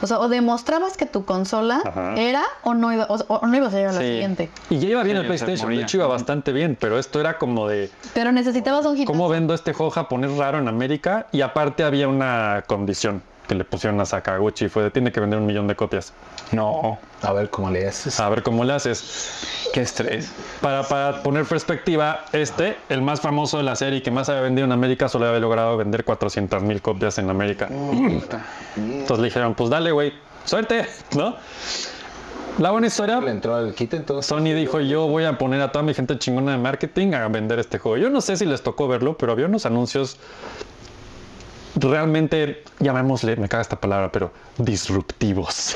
Speaker 3: o sea, o demostrabas que tu consola
Speaker 2: Ajá.
Speaker 3: era o no iba, o, o no ibas a llegar a la
Speaker 4: Sí.
Speaker 3: siguiente.
Speaker 2: Y ya iba bien
Speaker 4: Sí,
Speaker 2: el
Speaker 4: se
Speaker 2: PlayStation, de
Speaker 4: moría.
Speaker 2: hecho iba bastante bien, pero esto era como de,
Speaker 3: Pero necesitabas un hitazo.
Speaker 2: ¿cómo vendo este juego japonés raro en América? Y aparte había una condición que le pusieron a Sakaguchi, fue de, tiene que vender un millón de copias.
Speaker 4: No,
Speaker 1: A ver cómo le haces.
Speaker 2: A ver cómo le haces.
Speaker 4: qué estrés.
Speaker 2: Para, para poner perspectiva, este, el más famoso de la serie y que más había vendido en América, solo había logrado vender 400.000 mil copias en América. Entonces le dijeron, pues dale, güey, suerte, ¿no? La buena historia,
Speaker 1: Le entró al kit entonces.
Speaker 2: Sony dijo, yo voy a poner a toda mi gente chingona de marketing a vender este juego. Yo no sé si les tocó verlo, pero había unos anuncios realmente, llamémosle, me caga esta palabra, pero disruptivos.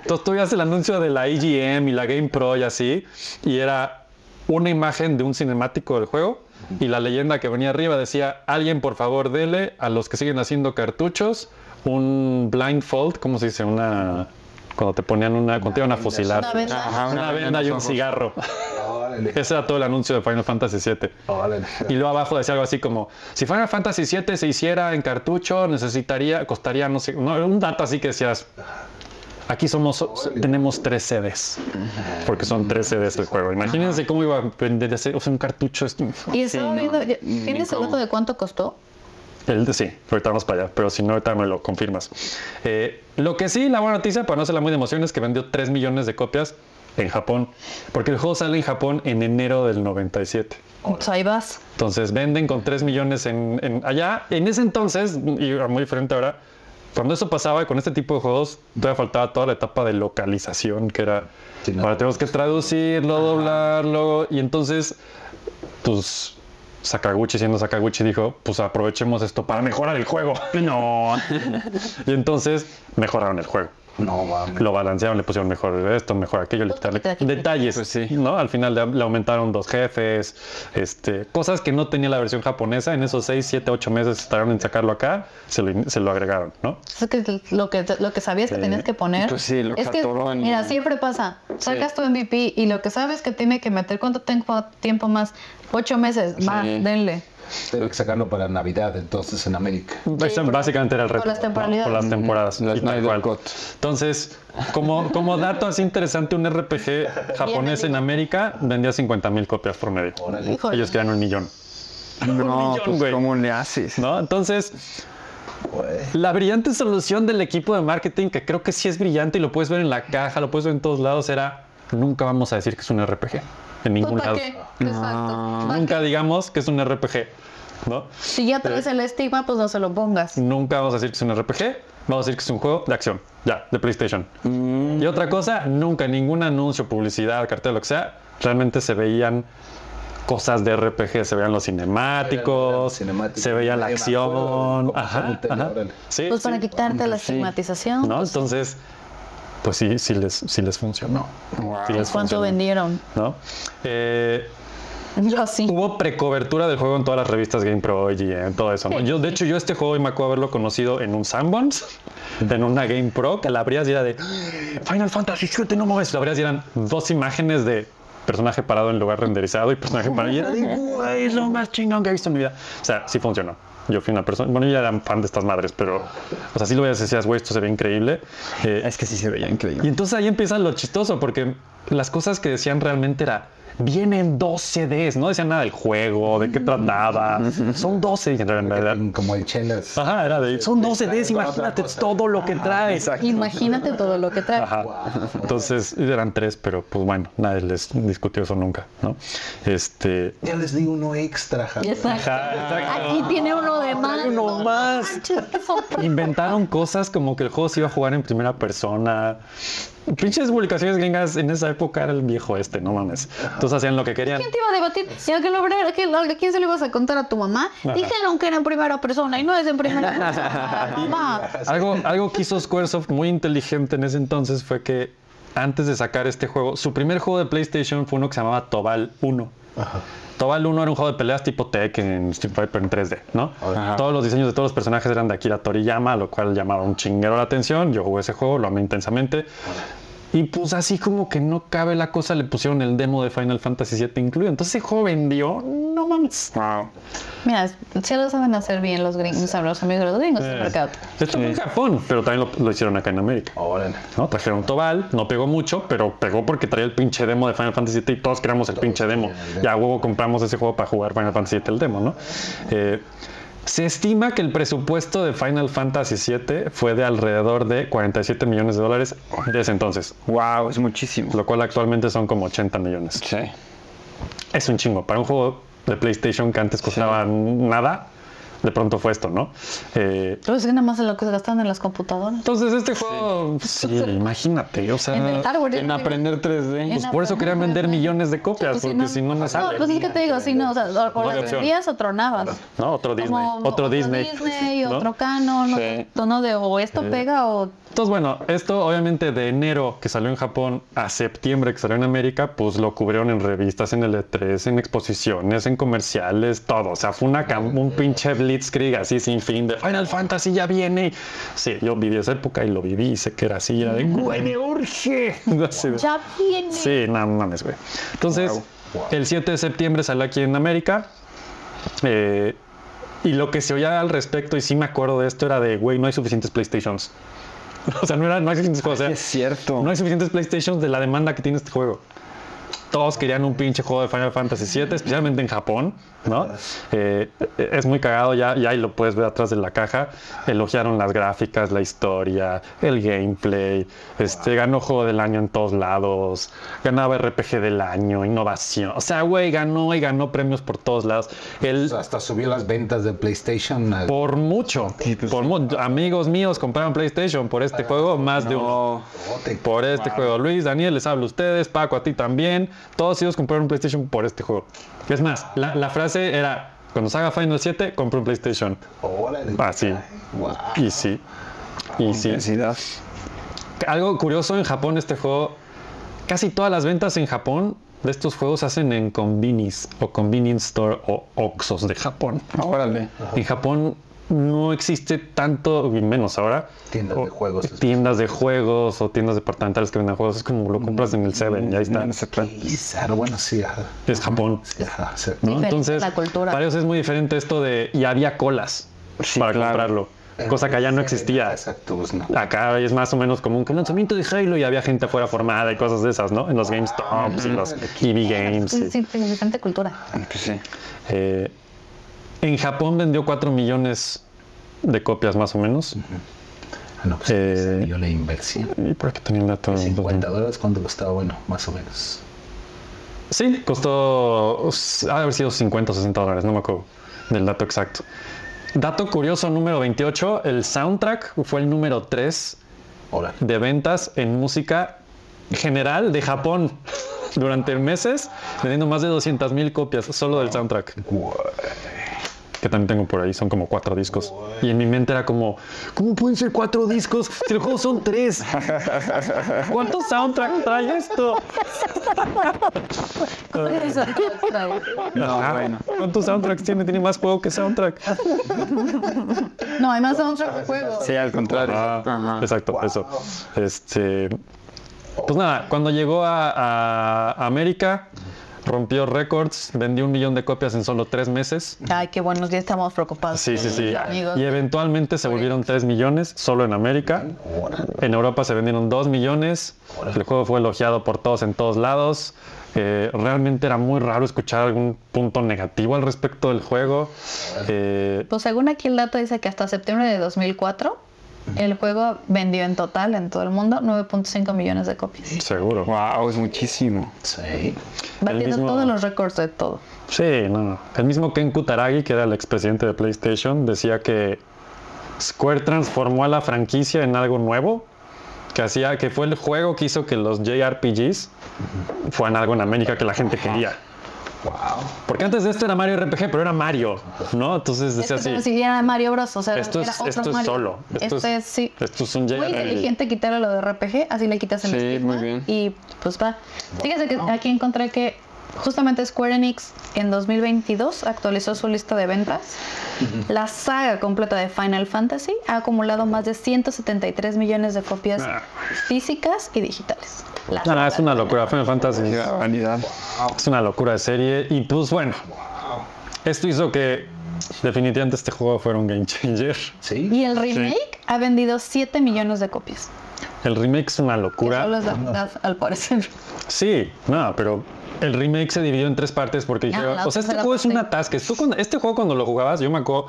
Speaker 2: Entonces tú veías el anuncio de la EGM y la Game Pro y así, y era una imagen de un cinemático del juego y la leyenda que venía arriba decía, alguien por favor dele a los que siguen haciendo cartuchos un blindfold, ¿cómo se dice? Una... Cuando te ponían una... Cuando te iban a fusilar.
Speaker 3: Una vez-
Speaker 4: Ajá,
Speaker 2: Una venda
Speaker 4: en
Speaker 2: y
Speaker 4: los
Speaker 2: un
Speaker 4: ojos.
Speaker 2: cigarro. [LAUGHS]
Speaker 1: Órale,
Speaker 2: Ese era todo el anuncio de Final Fantasy VII.
Speaker 1: órale.
Speaker 2: Y luego abajo decía algo así como, si Final Fantasy VII se hiciera en cartucho, necesitaría, costaría, no sé, no, era un dato así que decías, aquí somos, tenemos tres sedes, porque son tres sedes el juego. Imagínense cómo iba a vender ese- o sea, un cartucho. es-
Speaker 3: Y estaba
Speaker 4: Sí, no, Mm,
Speaker 3: viendo, ya-
Speaker 4: ni
Speaker 3: ¿tienes el
Speaker 4: cómo.
Speaker 3: dato de cuánto costó?
Speaker 2: El de sí, ahorita vamos para allá, pero si no, ahorita me lo confirmas. Eh, lo que sí, la buena noticia, para no hacerla muy de emoción, es que vendió 3 millones de copias en Japón, porque el juego sale en Japón en enero del 97.
Speaker 3: O sea, ahí vas.
Speaker 2: Entonces venden con 3 millones en, en- allá. En ese entonces, y era muy diferente ahora, cuando eso pasaba con este tipo de juegos, todavía faltaba toda la etapa de localización, que era,
Speaker 1: Sí, no.
Speaker 2: ahora tenemos que traducirlo, doblarlo, y entonces, pues, Sakaguchi siendo Sakaguchi dijo, pues [LAUGHS] aprovechemos esto para mejorar el juego. No. y entonces mejoraron el juego.
Speaker 1: No mames.
Speaker 2: Lo balancearon, le pusieron mejor esto, mejor aquello, le quitaron
Speaker 3: Te da-
Speaker 2: detalles.
Speaker 4: Pues sí.
Speaker 2: ¿no? Al final le, le aumentaron dos jefes, este, cosas que no tenía la versión japonesa. En esos 6, 7, 8 meses tardaron en sacarlo acá, se lo, in- se lo agregaron, ¿no?
Speaker 3: Es que lo que, lo que sabías que
Speaker 2: Sí.
Speaker 3: tenías que poner.
Speaker 4: Pues sí, lo que
Speaker 3: es que,
Speaker 4: atoró en-
Speaker 3: Mira, siempre pasa. Sacas tu MVP y lo que sabes que tiene que meter, ¿cuánto tiempo, tiempo más? Ocho meses. Va,
Speaker 4: Sí.
Speaker 3: denle.
Speaker 1: Tengo que sacarlo para Navidad entonces en América.
Speaker 2: Ese
Speaker 3: por-
Speaker 2: básicamente era el
Speaker 3: por
Speaker 2: reto.
Speaker 3: las
Speaker 2: ¿no?
Speaker 3: temporalidades.
Speaker 2: Por las temporadas.
Speaker 4: La
Speaker 2: y tal
Speaker 4: Snyder
Speaker 2: cual.
Speaker 4: Cut.
Speaker 2: Entonces, como, como dato así interesante, un
Speaker 3: [LAUGHS]
Speaker 2: RPG japonés en América vendía 50 mil copias por medio.
Speaker 3: Híjole.
Speaker 2: Ellos querían un millón.
Speaker 4: No,
Speaker 2: millón,
Speaker 4: pues
Speaker 2: güey.
Speaker 4: ¿cómo le haces?
Speaker 2: ¿no? Entonces, la brillante solución del equipo de marketing, que creo que sí es brillante y lo puedes ver en la caja, lo puedes ver en todos lados, era nunca vamos a decir que es un RPG. En
Speaker 3: Pues,
Speaker 2: ningún
Speaker 3: ¿Para
Speaker 2: lado.
Speaker 3: qué? Exacto. ¿Pa' qué?
Speaker 2: Nunca digamos que es un RPG, ¿no?
Speaker 3: Si ya traes el estigma, pues no se lo pongas.
Speaker 2: Nunca vamos a decir que es un RPG, vamos a decir que es un juego de acción, ya, de PlayStation.
Speaker 3: Mm.
Speaker 2: Y otra cosa, nunca ningún anuncio, publicidad, cartel, lo que sea, realmente se veían cosas de RPG, se veían los cinemáticos,
Speaker 1: Se veían los cinemáticos.
Speaker 2: se veía la
Speaker 1: Ay, me acuerdo,
Speaker 2: acción,
Speaker 1: como
Speaker 2: ajá,
Speaker 1: Samuel Taylor,
Speaker 2: ajá.
Speaker 1: órale.
Speaker 2: Sí,
Speaker 3: Pues
Speaker 2: sí.
Speaker 3: para quitarte la
Speaker 4: pues sí.
Speaker 3: estigmatización.
Speaker 2: ¿no? Entonces, pues sí, sí les, sí les funcionó. Sí les
Speaker 3: pues, ¿Cuánto
Speaker 2: funcionó,
Speaker 3: vendieron? [LAUGHS]
Speaker 2: ¿no? Eh,
Speaker 3: Yo sí.
Speaker 2: hubo precobertura del juego en todas las revistas Game Pro, en todo eso. ¿no? Yo, de hecho, yo este juego me acuerdo haberlo conocido en un Sanborns, en una Game Pro, que la abrías y era de Final Fantasy VII, no mames. La abrías y eran dos imágenes de personaje parado en lugar renderizado y personaje parado. Y era de, güey, es lo más chingón que he visto en mi vida. O sea, sí funcionó. Yo fui una persona, bueno, yo ya era fan de estas madres, pero, o sea, sí lo veías y decías, güey, esto se ve increíble. Eh,
Speaker 4: Es que sí se veía increíble.
Speaker 2: y entonces ahí empieza lo chistoso, porque las cosas que decían realmente era, vienen dos CDs, no decían nada del juego, de qué trataba, son 12, y en realidad...
Speaker 1: Como el Chelas.
Speaker 2: Ajá, era de, son 12
Speaker 1: traen
Speaker 2: CDs,
Speaker 1: otra
Speaker 2: imagínate
Speaker 1: cosa".
Speaker 2: todo lo que traes.
Speaker 3: Imagínate todo lo que traes.
Speaker 2: Ajá. Entonces eran tres, pero pues bueno, nadie les discutió eso nunca, ¿no? Este...
Speaker 1: Ya les di uno extra, Javier.
Speaker 3: Exacto.
Speaker 2: ajá, exacto.
Speaker 3: Aquí tiene uno de más.
Speaker 2: uno
Speaker 3: No
Speaker 2: más.
Speaker 3: manches, qué sorpresa.
Speaker 2: Inventaron cosas como que el juego se iba a jugar en primera persona. Pinches publicaciones gringas en esa época era el viejo este, no mames. Entonces hacían lo que querían.
Speaker 3: ¿Quién te iba a debatir? Si a, que lo, a que- a quién se lo ibas a contar a tu mamá? Dijeron que era en primera persona y no es
Speaker 2: [LAUGHS]
Speaker 3: en primera persona. mamá.
Speaker 2: Algo, algo que hizo Squaresoft muy inteligente en ese entonces fue que antes de sacar este juego, su primer juego de PlayStation fue uno que se llamaba Tobal 1. Tobal 1 era un juego de peleas tipo Tekken, Street Fighter en 3D, ¿no?
Speaker 4: Ajá.
Speaker 2: Todos los diseños de todos los personajes eran de Akira Toriyama, lo cual llamaba un chinguero la atención. Yo jugué ese juego, lo amé intensamente. Y pues así como que no cabe la cosa, le pusieron el demo de Final Fantasy VII incluido. Entonces ese juego vendió, no mames.
Speaker 4: Wow.
Speaker 3: Mira, si lo saben hacer bien los gringos, los amigos de los gringos del mercado.
Speaker 2: Esto fue en Japón, pero también lo- lo hicieron acá en América.
Speaker 1: Órale.
Speaker 2: ¿no? Trajeron Tobal, no pegó mucho, pero pegó porque traía el pinche demo de Final Fantasy VII y todos queríamos el pinche demo. Ya huevo compramos ese juego para jugar Final Fantasy VII el demo, ¿no? Eh, se estima que el presupuesto de Final Fantasy VII fue de alrededor de 47 millones de dólares desde entonces,
Speaker 4: Wow, es muchísimo.
Speaker 2: lo cual actualmente son como 80 millones.
Speaker 4: Sí.
Speaker 2: Es un chingo. Para un juego de PlayStation que antes costaba nada, de pronto fue esto, ¿no? Eh,
Speaker 3: Pero pues es que nada más es lo que se gastan en las computadoras.
Speaker 2: entonces este juego, sí, imagínate, o sea...
Speaker 3: En el hardware.
Speaker 4: En aprender 3D.
Speaker 3: En-
Speaker 2: Pues Por eso querían vender millones de copias, porque si no me
Speaker 3: pues No,
Speaker 2: sale.
Speaker 3: pues es que te digo, sí, no, o sea, o, o
Speaker 2: No hay
Speaker 3: las
Speaker 2: opción.
Speaker 3: vendías o tronabas.
Speaker 2: No, otro Disney.
Speaker 3: Como
Speaker 2: otro Disney. ¿no?
Speaker 3: [LAUGHS] otro canon,
Speaker 4: Sí.
Speaker 3: otro tono de o esto pega o
Speaker 2: Entonces, bueno, esto obviamente de enero que salió en Japón a septiembre que salió en América, pues lo cubrieron en revistas, en el E3, en exposiciones, en comerciales, todo. O sea, fue una cam- un pinche blitzkrieg así sin fin de Final Fantasy ya viene. Sí, yo viví esa época y lo viví y sé que era así. y Era de, güey, me urge. [LAUGHS] Así de-
Speaker 3: ya viene.
Speaker 2: Sí, no mames, güey. Entonces, el 7 de septiembre salió aquí en América. eh, y lo que se oía al respecto, y sí me acuerdo de esto, era de, güey, no hay suficientes PlayStations. [LAUGHS] O sea, no, era, no hay suficientes juegos. o sea,
Speaker 4: Es cierto.
Speaker 2: no hay suficientes PlayStations de la demanda que tiene este juego. Todos querían un pinche juego de Final Fantasy VII, especialmente en Japón, ¿no? Eh, es muy cagado, ya, ya ahí lo puedes ver atrás de la caja. Elogiaron las gráficas, la historia, el gameplay. Este, ganó Juego del Año en todos lados. Ganaba RPG del Año, innovación. O sea, güey, ganó y ganó premios por todos lados. El,
Speaker 1: Hasta subió las ventas de PlayStation. al-
Speaker 2: por mucho, por mu- amigos míos compraron PlayStation por este juego, más de uno.
Speaker 4: No.
Speaker 2: Por este juego, Luis, Daniel, les hablo a ustedes, Paco, a ti también. Todos ellos compraron un PlayStation por este juego. Es más, la, la frase era, cuando salga Final 7, compro un PlayStation. Ah,
Speaker 1: Órale.
Speaker 2: Así.
Speaker 1: Guau.
Speaker 2: Y sí. Y sí.
Speaker 4: Intensidad.
Speaker 2: Algo curioso en Japón, este juego, casi todas las ventas en Japón de estos juegos se hacen en combinis o convenience store o oxos de Japón.
Speaker 4: Órale.
Speaker 2: En Japón no existe tanto, y menos ahora,
Speaker 1: Tiendas de
Speaker 2: o-
Speaker 1: juegos, es-
Speaker 2: Tiendas de juegos o tiendas departamentales que vendan juegos. Es como lo compras en el 7, ya está.
Speaker 1: Quizá, bueno, sí, ajá.
Speaker 2: Es Japón.
Speaker 1: Sí, Mm, ajá, sí.
Speaker 2: ¿no?
Speaker 3: Diferente
Speaker 2: Entonces,
Speaker 3: la cultura.
Speaker 2: para ellos es muy diferente esto de. Y había colas
Speaker 4: Sí,
Speaker 2: para
Speaker 4: claro.
Speaker 2: comprarlo, cosa que allá no existía. Ah,
Speaker 1: Exacto, pues no.
Speaker 2: Acá es más o menos común que lanzamiento de Halo y había gente afuera formada y cosas de esas, ¿no? En
Speaker 1: Ah,
Speaker 2: los GameStops y los EV Games. y-
Speaker 3: Sí, sí, sí, diferente cultura.
Speaker 4: Pues sí.
Speaker 2: eh, en Japón vendió 4 millones de copias más o menos.
Speaker 1: Ah, No, pues
Speaker 2: Eh,
Speaker 1: se dio la inversión.
Speaker 2: Y por aquí tenía un dato.
Speaker 1: 50 dólares, ¿cuánto costaba? Bueno, más o menos.
Speaker 2: Sí, costó. s- Ha de haber sido 50 o 60 dólares, no me acuerdo del dato exacto. Dato curioso número 28, el soundtrack fue el número 3
Speaker 1: Ahora,
Speaker 2: de ventas en música general de Japón durante meses, vendiendo más de 200 mil copias solo del soundtrack, que también tengo por ahí, son como cuatro discos. Y en mi mente era como, ¿cómo pueden ser cuatro discos si el juego son tres? ¿Cuántos soundtrack trae esto?
Speaker 3: [LAUGHS] Eso,
Speaker 4: No,
Speaker 2: Ajá.
Speaker 4: Ah, bueno.
Speaker 2: ¿Cuántos soundtracks tiene? Tiene más juego que soundtrack.
Speaker 3: No, hay más soundtrack de juego.
Speaker 4: Sí, al contrario. Ajá.
Speaker 2: Ah, Exacto, eso. Este, pues nada, cuando llegó a, a América, rompió récords, vendió un millón de copias en solo tres meses.
Speaker 3: Ay, qué buenos días, estamos preocupados.
Speaker 2: Sí, sí, sí.
Speaker 3: Amigos.
Speaker 2: Y eventualmente se volvieron tres millones solo en América. En Europa se vendieron dos millones. El juego fue elogiado por todos en todos lados. Eh, realmente era muy raro escuchar algún punto negativo al respecto del juego. Eh,
Speaker 3: Pues según aquí el dato dice que hasta septiembre de 2004 el juego vendió en total en todo el mundo 9.5 millones de copias,
Speaker 2: seguro.
Speaker 4: Wow, es muchísimo.
Speaker 1: sí.
Speaker 3: batiendo
Speaker 2: mismo-
Speaker 3: todos los récords de todo.
Speaker 2: Sí, no, no. El mismo Ken Kutaragi, que era el expresidente de PlayStation, decía que Square transformó a la franquicia en algo nuevo, que hacía, que fue el juego que hizo que los JRPGs fueran algo en América que la gente quería. Porque antes de esto era Mario RPG, pero era Mario, ¿no? Entonces
Speaker 3: Es
Speaker 2: decía
Speaker 3: que como
Speaker 2: así.
Speaker 3: si era Mario Bros, o sea,
Speaker 2: Esto
Speaker 3: era
Speaker 2: es,
Speaker 3: otro
Speaker 2: esto es
Speaker 3: Mario.
Speaker 2: solo. Esto,
Speaker 3: Este
Speaker 2: es,
Speaker 3: es, sí.
Speaker 2: esto es un
Speaker 3: Muy
Speaker 2: JRPG.
Speaker 3: inteligente quitarle lo de RPG, así le quitas el
Speaker 4: Sí,
Speaker 3: estigma
Speaker 4: muy bien.
Speaker 3: y pues va. Fíjate que aquí encontré que justamente Square Enix en 2022 actualizó su lista de ventas. La saga completa de Final Fantasy ha acumulado más de 173 millones de copias
Speaker 2: Ah.
Speaker 3: físicas y digitales. La
Speaker 2: No, no,
Speaker 3: saga.
Speaker 2: es una locura. Final Fantasy.
Speaker 4: Qué vanidad.
Speaker 2: Es una locura de serie. Y pues bueno, esto hizo que definitivamente este juego fuera un game changer.
Speaker 1: Sí.
Speaker 3: Y el remake ha vendido 7 millones de copias.
Speaker 2: El remake es una
Speaker 3: que Solo
Speaker 2: locura.
Speaker 3: es la mitad, al parecer.
Speaker 2: Sí, no, pero el remake se dividió en tres partes porque
Speaker 3: Ah,
Speaker 2: dijeron,
Speaker 3: la
Speaker 2: o sea, este
Speaker 3: tercera
Speaker 2: juego es
Speaker 3: parte.
Speaker 2: una task. Tú cuando- este juego cuando lo jugabas, yo me acuerdo,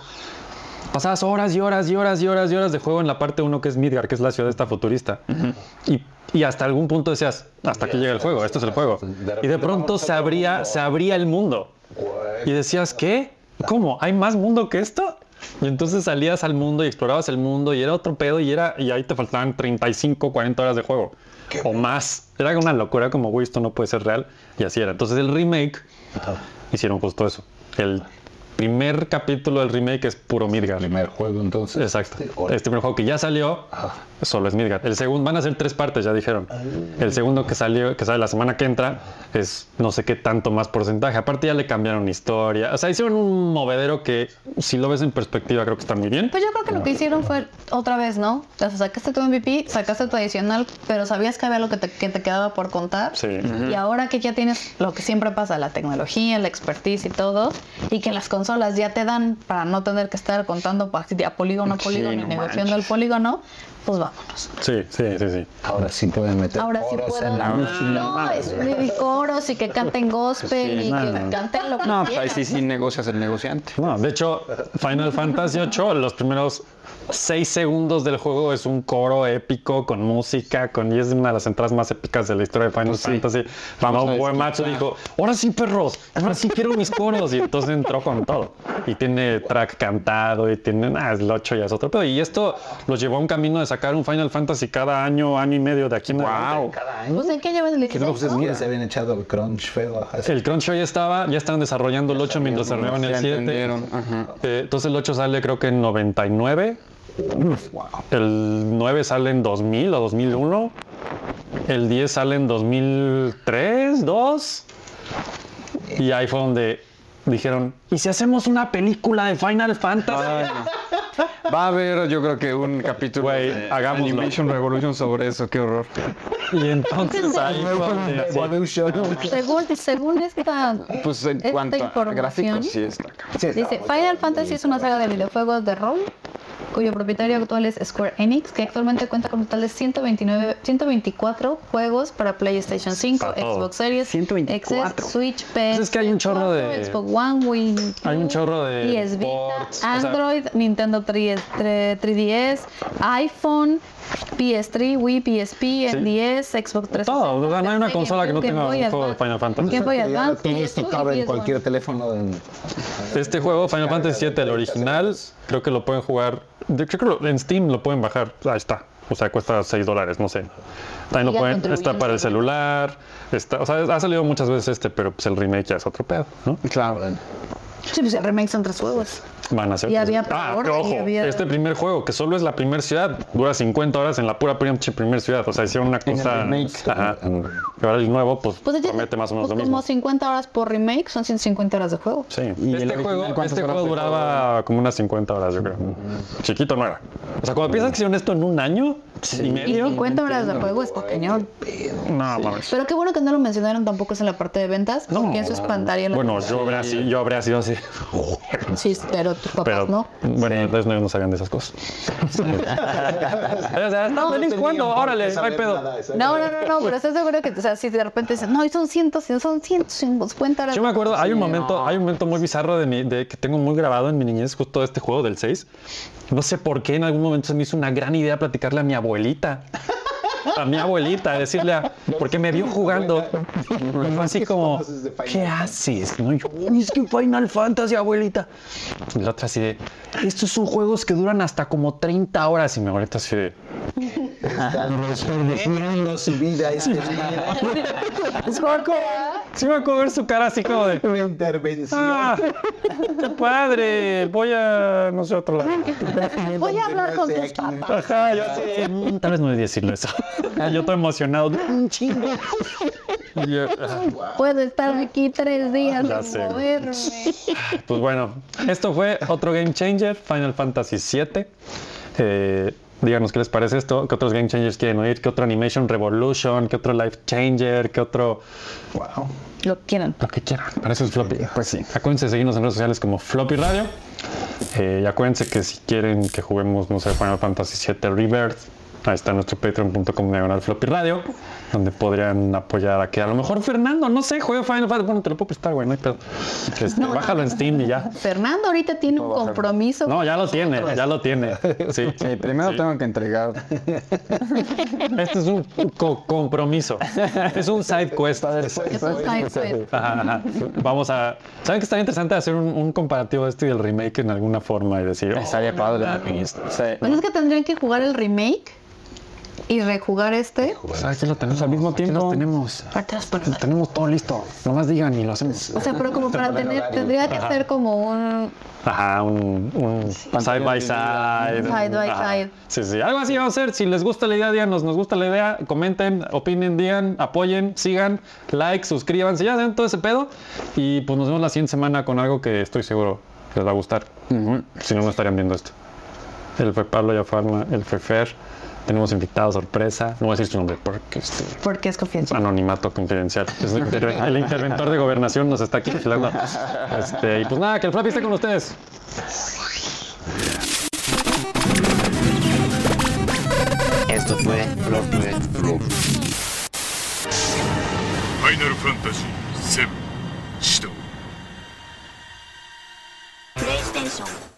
Speaker 2: pasabas horas y horas y horas y horas y horas de juego en la parte 1 que es Midgar, que es la ciudad esta futurista. y, y hasta algún punto decías, hasta aquí llega el juego, esto es el juego.
Speaker 1: De
Speaker 2: Y de
Speaker 1: repente
Speaker 2: pronto
Speaker 1: vamos a
Speaker 2: se
Speaker 1: otro
Speaker 2: abría,
Speaker 1: mundo.
Speaker 2: se abría el mundo. Y decías, ¿qué? ¿Cómo? ¿Hay más mundo que esto? Y entonces salías al mundo y explorabas el mundo y era otro pedo y era y ahí te faltaban 35, 40 horas de juego o más. Era una locura como, güey, esto no puede ser real y así era. Entonces el remake
Speaker 1: Ajá.
Speaker 2: hicieron justo eso. El primer capítulo del remake es puro Midgar.
Speaker 1: Primer juego, entonces.
Speaker 2: Exacto.
Speaker 1: Sí, ahora.
Speaker 2: Este primer juego que ya salió
Speaker 1: Ajá.
Speaker 2: solo es Midgard. El segundo van a ser tres partes, ya dijeron. El segundo que salió, que sale la semana que entra, es no sé qué tanto más porcentaje. Aparte ya le cambiaron historia. O sea, hicieron un movedero que si lo ves en perspectiva creo que está muy bien.
Speaker 3: Pues yo creo que lo que hicieron fue otra vez, ¿no? O sea, sacaste tu MVP, sacaste tu adicional, pero sabías que había lo que te, que te quedaba por contar.
Speaker 2: Sí.
Speaker 3: Y ahora que ya tienes lo que siempre pasa, la tecnología, la expertise y todo, y que las consolas ya te dan para no tener que estar contando pa- de a polígono a
Speaker 4: Sí,
Speaker 3: polígono y
Speaker 4: no
Speaker 3: negociando el polígono, pues vámonos.
Speaker 2: Sí, sí, sí, sí.
Speaker 1: Ahora sí pueden meter
Speaker 3: Ahora sí
Speaker 1: oros
Speaker 3: puedo.
Speaker 1: en
Speaker 2: Ah.
Speaker 1: la
Speaker 3: No, es de coros y que canten gospel
Speaker 4: Sí,
Speaker 3: y
Speaker 4: no,
Speaker 3: que
Speaker 2: no.
Speaker 3: canten lo que
Speaker 4: No, pues
Speaker 3: quieran.
Speaker 4: ahí sí, sí negocias el negociante.
Speaker 2: No, de hecho, Final Fantasy VIII, los primeros seis segundos del juego es un coro épico con música, con y es una de las entradas más épicas de la historia de Final
Speaker 4: Pues sí.
Speaker 2: Fantasy.
Speaker 4: Vamos
Speaker 2: Mamá
Speaker 4: a
Speaker 2: Macho dijo, ahora sí perros, ahora sí quiero mis coros y entonces entró con todo. Y tiene track cantado y tiene, ah, es el 8 y es otro. Pero y esto los llevó a un camino de sacar un Final Fantasy cada año, año y medio de aquí en adelante.
Speaker 4: Wow.
Speaker 3: Pues en qué llevas el
Speaker 1: Que no, pues es
Speaker 3: 16,
Speaker 1: que se habían echado el crunch feo. así.
Speaker 2: El Crunch ya estaba, ya estaban desarrollando el 8 mientras se
Speaker 4: Ya
Speaker 2: arreglaban el 7.
Speaker 4: entendieron. Ajá.
Speaker 2: Eh, entonces el 8 sale creo que en 99 El 9 sale en 2000 o 2001. El 10 sale en 2003, 2. Y ahí fue donde dijeron, ¿y si hacemos una película de
Speaker 3: [LAUGHS]
Speaker 2: Final Fantasy?
Speaker 4: Va a haber, yo creo que un capítulo
Speaker 2: Güey,
Speaker 4: de
Speaker 2: hagámoslo.
Speaker 4: Animation Revolution sobre eso, qué horror.
Speaker 2: Y
Speaker 3: [LAUGHS]
Speaker 2: entonces ahí fue donde-
Speaker 3: Según, según esta,
Speaker 4: Pues en
Speaker 3: Esta
Speaker 4: cuanto a
Speaker 3: información-
Speaker 4: gráficos, sí está. cabrón.
Speaker 3: dice, Final Fantasy es una saga de videojuegos de rol cuyo propietario actual es Square Enix, que actualmente cuenta con un total de 129, 124 juegos para PlayStation 5,
Speaker 2: Para todo.
Speaker 3: Xbox Series,
Speaker 5: 124.
Speaker 3: Xbox, Switch, PS,
Speaker 2: Pues es que hay un chorro de-
Speaker 3: Xbox One, Wii,
Speaker 2: Hay un chorro de
Speaker 3: PS Vita,
Speaker 2: ports, o sea-
Speaker 3: Android, Nintendo 3, 3DS, iPhone, PS3, Wii, PSP, NDS, Xbox 360.
Speaker 2: Todo, o sea, no hay una
Speaker 3: Game
Speaker 2: consola que no
Speaker 3: Boy,
Speaker 2: tenga
Speaker 3: Game Boy
Speaker 2: un juego de
Speaker 3: Advance.
Speaker 2: Final Fantasy.
Speaker 3: Game Boy Advance,
Speaker 1: Todo
Speaker 3: PS2
Speaker 1: esto
Speaker 3: y
Speaker 1: cabe en
Speaker 3: PS1.
Speaker 1: cualquier teléfono. en-
Speaker 2: Este juego, Final Fantasy VII, el original, creo que lo pueden jugar. de- Creo que lo- en Steam lo pueden bajar. Ahí está. O sea, cuesta 6 dólares, no sé. También lo
Speaker 3: Y ya
Speaker 2: pueden.
Speaker 3: contribuyen
Speaker 2: Está para el
Speaker 3: sobre-
Speaker 2: celular. Está, o sea, ha salido muchas veces este, pero pues el remake ya es otro pedo, ¿no?
Speaker 4: Claro.
Speaker 3: Sí, pues el remake son tres juegos.
Speaker 2: Van a ser.
Speaker 3: Y había
Speaker 2: ah,
Speaker 3: pre-order,
Speaker 2: pero
Speaker 3: y
Speaker 2: ojo,
Speaker 3: había-
Speaker 2: este primer juego, que solo es la primera ciudad, dura 50 horas en la pura pinche primer ciudad. O sea, hicieron una cosa.
Speaker 4: remake.
Speaker 2: Ajá. Y ahora el nuevo, pues,
Speaker 3: Pues ella-
Speaker 2: promete más o menos
Speaker 3: pues
Speaker 2: lo mismo.
Speaker 3: como 50 horas por remake, son 150 horas de juego.
Speaker 2: Sí.
Speaker 4: ¿Y el
Speaker 2: este
Speaker 4: original
Speaker 2: juego,
Speaker 4: cuántas
Speaker 2: este
Speaker 4: horas
Speaker 2: juego
Speaker 4: te
Speaker 2: duraba como unas 50 horas, yo creo. Chiquito no era. O sea, cuando piensas que hicieron esto en un año y
Speaker 3: Y
Speaker 2: medio.
Speaker 3: 50 horas de juego está cañón.
Speaker 2: No, mames.
Speaker 3: Pero qué bueno que no lo mencionaron tampoco es en la parte de ventas,
Speaker 2: No.
Speaker 3: porque eso espantaría la
Speaker 2: Bueno, yo habría sido, yo habría sido así.
Speaker 3: Sí, pero tus papás
Speaker 2: Pero
Speaker 3: no.
Speaker 2: bueno, entonces no, no sabían de esas
Speaker 4: [LAUGHS]
Speaker 2: cosas. o sea, no, venís jugando, órale, no hay pedo.
Speaker 3: No, no, no, no, pero estás seguro que, o sea, si de repente dicen, no, y son 100, son 150 horas.
Speaker 2: Yo me acuerdo, hay un momento, hay un momento muy bizarro de, mi- de que tengo muy grabado en mi niñez, justo este juego del 6. No sé por qué en algún momento se me hizo una gran idea platicarle a mi abuelita. A mi abuelita, decirle a. Porque me vio jugando. Y fue así como. ¿Qué haces? No, Y yo, "Uy, es que Final Fantasy, abuelita. Y la otra así de. Estos son juegos que duran hasta como 30 horas. Y mi abuelita así de.
Speaker 1: Resurgiendo su vida, es que
Speaker 2: Sí me acuerdo, sí me acuerdo ver su cara así como de.
Speaker 1: una intervención.
Speaker 2: ¡Ah! ¡Qué padre! Voy a. no sé, a otro lado.
Speaker 3: Voy a hablar con tus papás.
Speaker 2: Ajá, yo así. de, "Mm, Tal vez no debí decirle eso. Yo estoy emocionado. Un chingo. Y yo, ah,
Speaker 3: Puedo estar aquí tres días
Speaker 2: Ya
Speaker 3: sin
Speaker 2: sé.
Speaker 3: moverme.
Speaker 2: Pues bueno, esto fue otro Game Changer, Final Fantasy VII. Eh, díganos qué les parece esto, qué otros Game Changers quieren oír, qué otro Animation Revolution, qué otro Life Changer, qué otro.
Speaker 3: Lo que quieran.
Speaker 2: Lo que quieran. Para eso es floppy. Pues sí. Acuérdense de seguirnos en redes sociales como Floppy Radio. Eh, y acuérdense que si quieren que juguemos, no sé, Final Fantasy VII Rebirth, ahí está nuestro patreon.com diagonal Floppy Radio, donde podrían apoyar a que a lo mejor Fernando, no sé, juega Final Fantasy. Bueno, te lo puedo prestar, güey, no hay pedo. Este, bájalo en Steam y ya.
Speaker 3: Fernando ahorita tiene un compromiso.
Speaker 2: No, ya lo tiene, ya lo tiene. [LAUGHS] Sí.
Speaker 4: Sí, primero tengo que entregar.
Speaker 2: Este es un co- compromiso. [LAUGHS] Es un side quest.
Speaker 3: Es un side quest.
Speaker 2: Ajá, ajá. [LAUGHS] Vamos a. ¿Saben que estaría interesante hacer un, un comparativo de este y del remake en alguna forma y decir. oh,
Speaker 4: Estaría padre. Sí.
Speaker 3: Bueno, es que tendrían que jugar el remake y rejugar este.
Speaker 2: pues aquí lo tenemos al mismo tiempo. tenemos.
Speaker 3: Para atrás, para atrás.
Speaker 2: Tenemos todo listo. Nomás digan y lo hacemos.
Speaker 3: O sea, pero como para tener, tendría que ser como un
Speaker 2: Ajá, un, un side by side.
Speaker 3: Side by
Speaker 2: Ajá.
Speaker 3: side.
Speaker 2: Sí, sí. Algo así vamos a hacer. Si les gusta la idea, díganos, nos gusta la idea. Comenten, opinen, digan, apoyen, sigan, like, suscríbanse. Ya saben todo ese pedo. Y pues nos vemos la siguiente semana con algo que estoy seguro les va a gustar. Si no, no estarían viendo esto. Él fue Pablo Yafarma, él fue Fer. Tenemos invitado sorpresa. No voy a decir su nombre porque este
Speaker 3: porque es confianza.
Speaker 2: anonimato confidencial. Es el, interve- el interventor de gobernación nos está aquí vigilando. Este, y pues nada, que el Flappy esté con ustedes.
Speaker 5: Esto fue Floppy.
Speaker 6: 「ファイナルファンタジー7」始動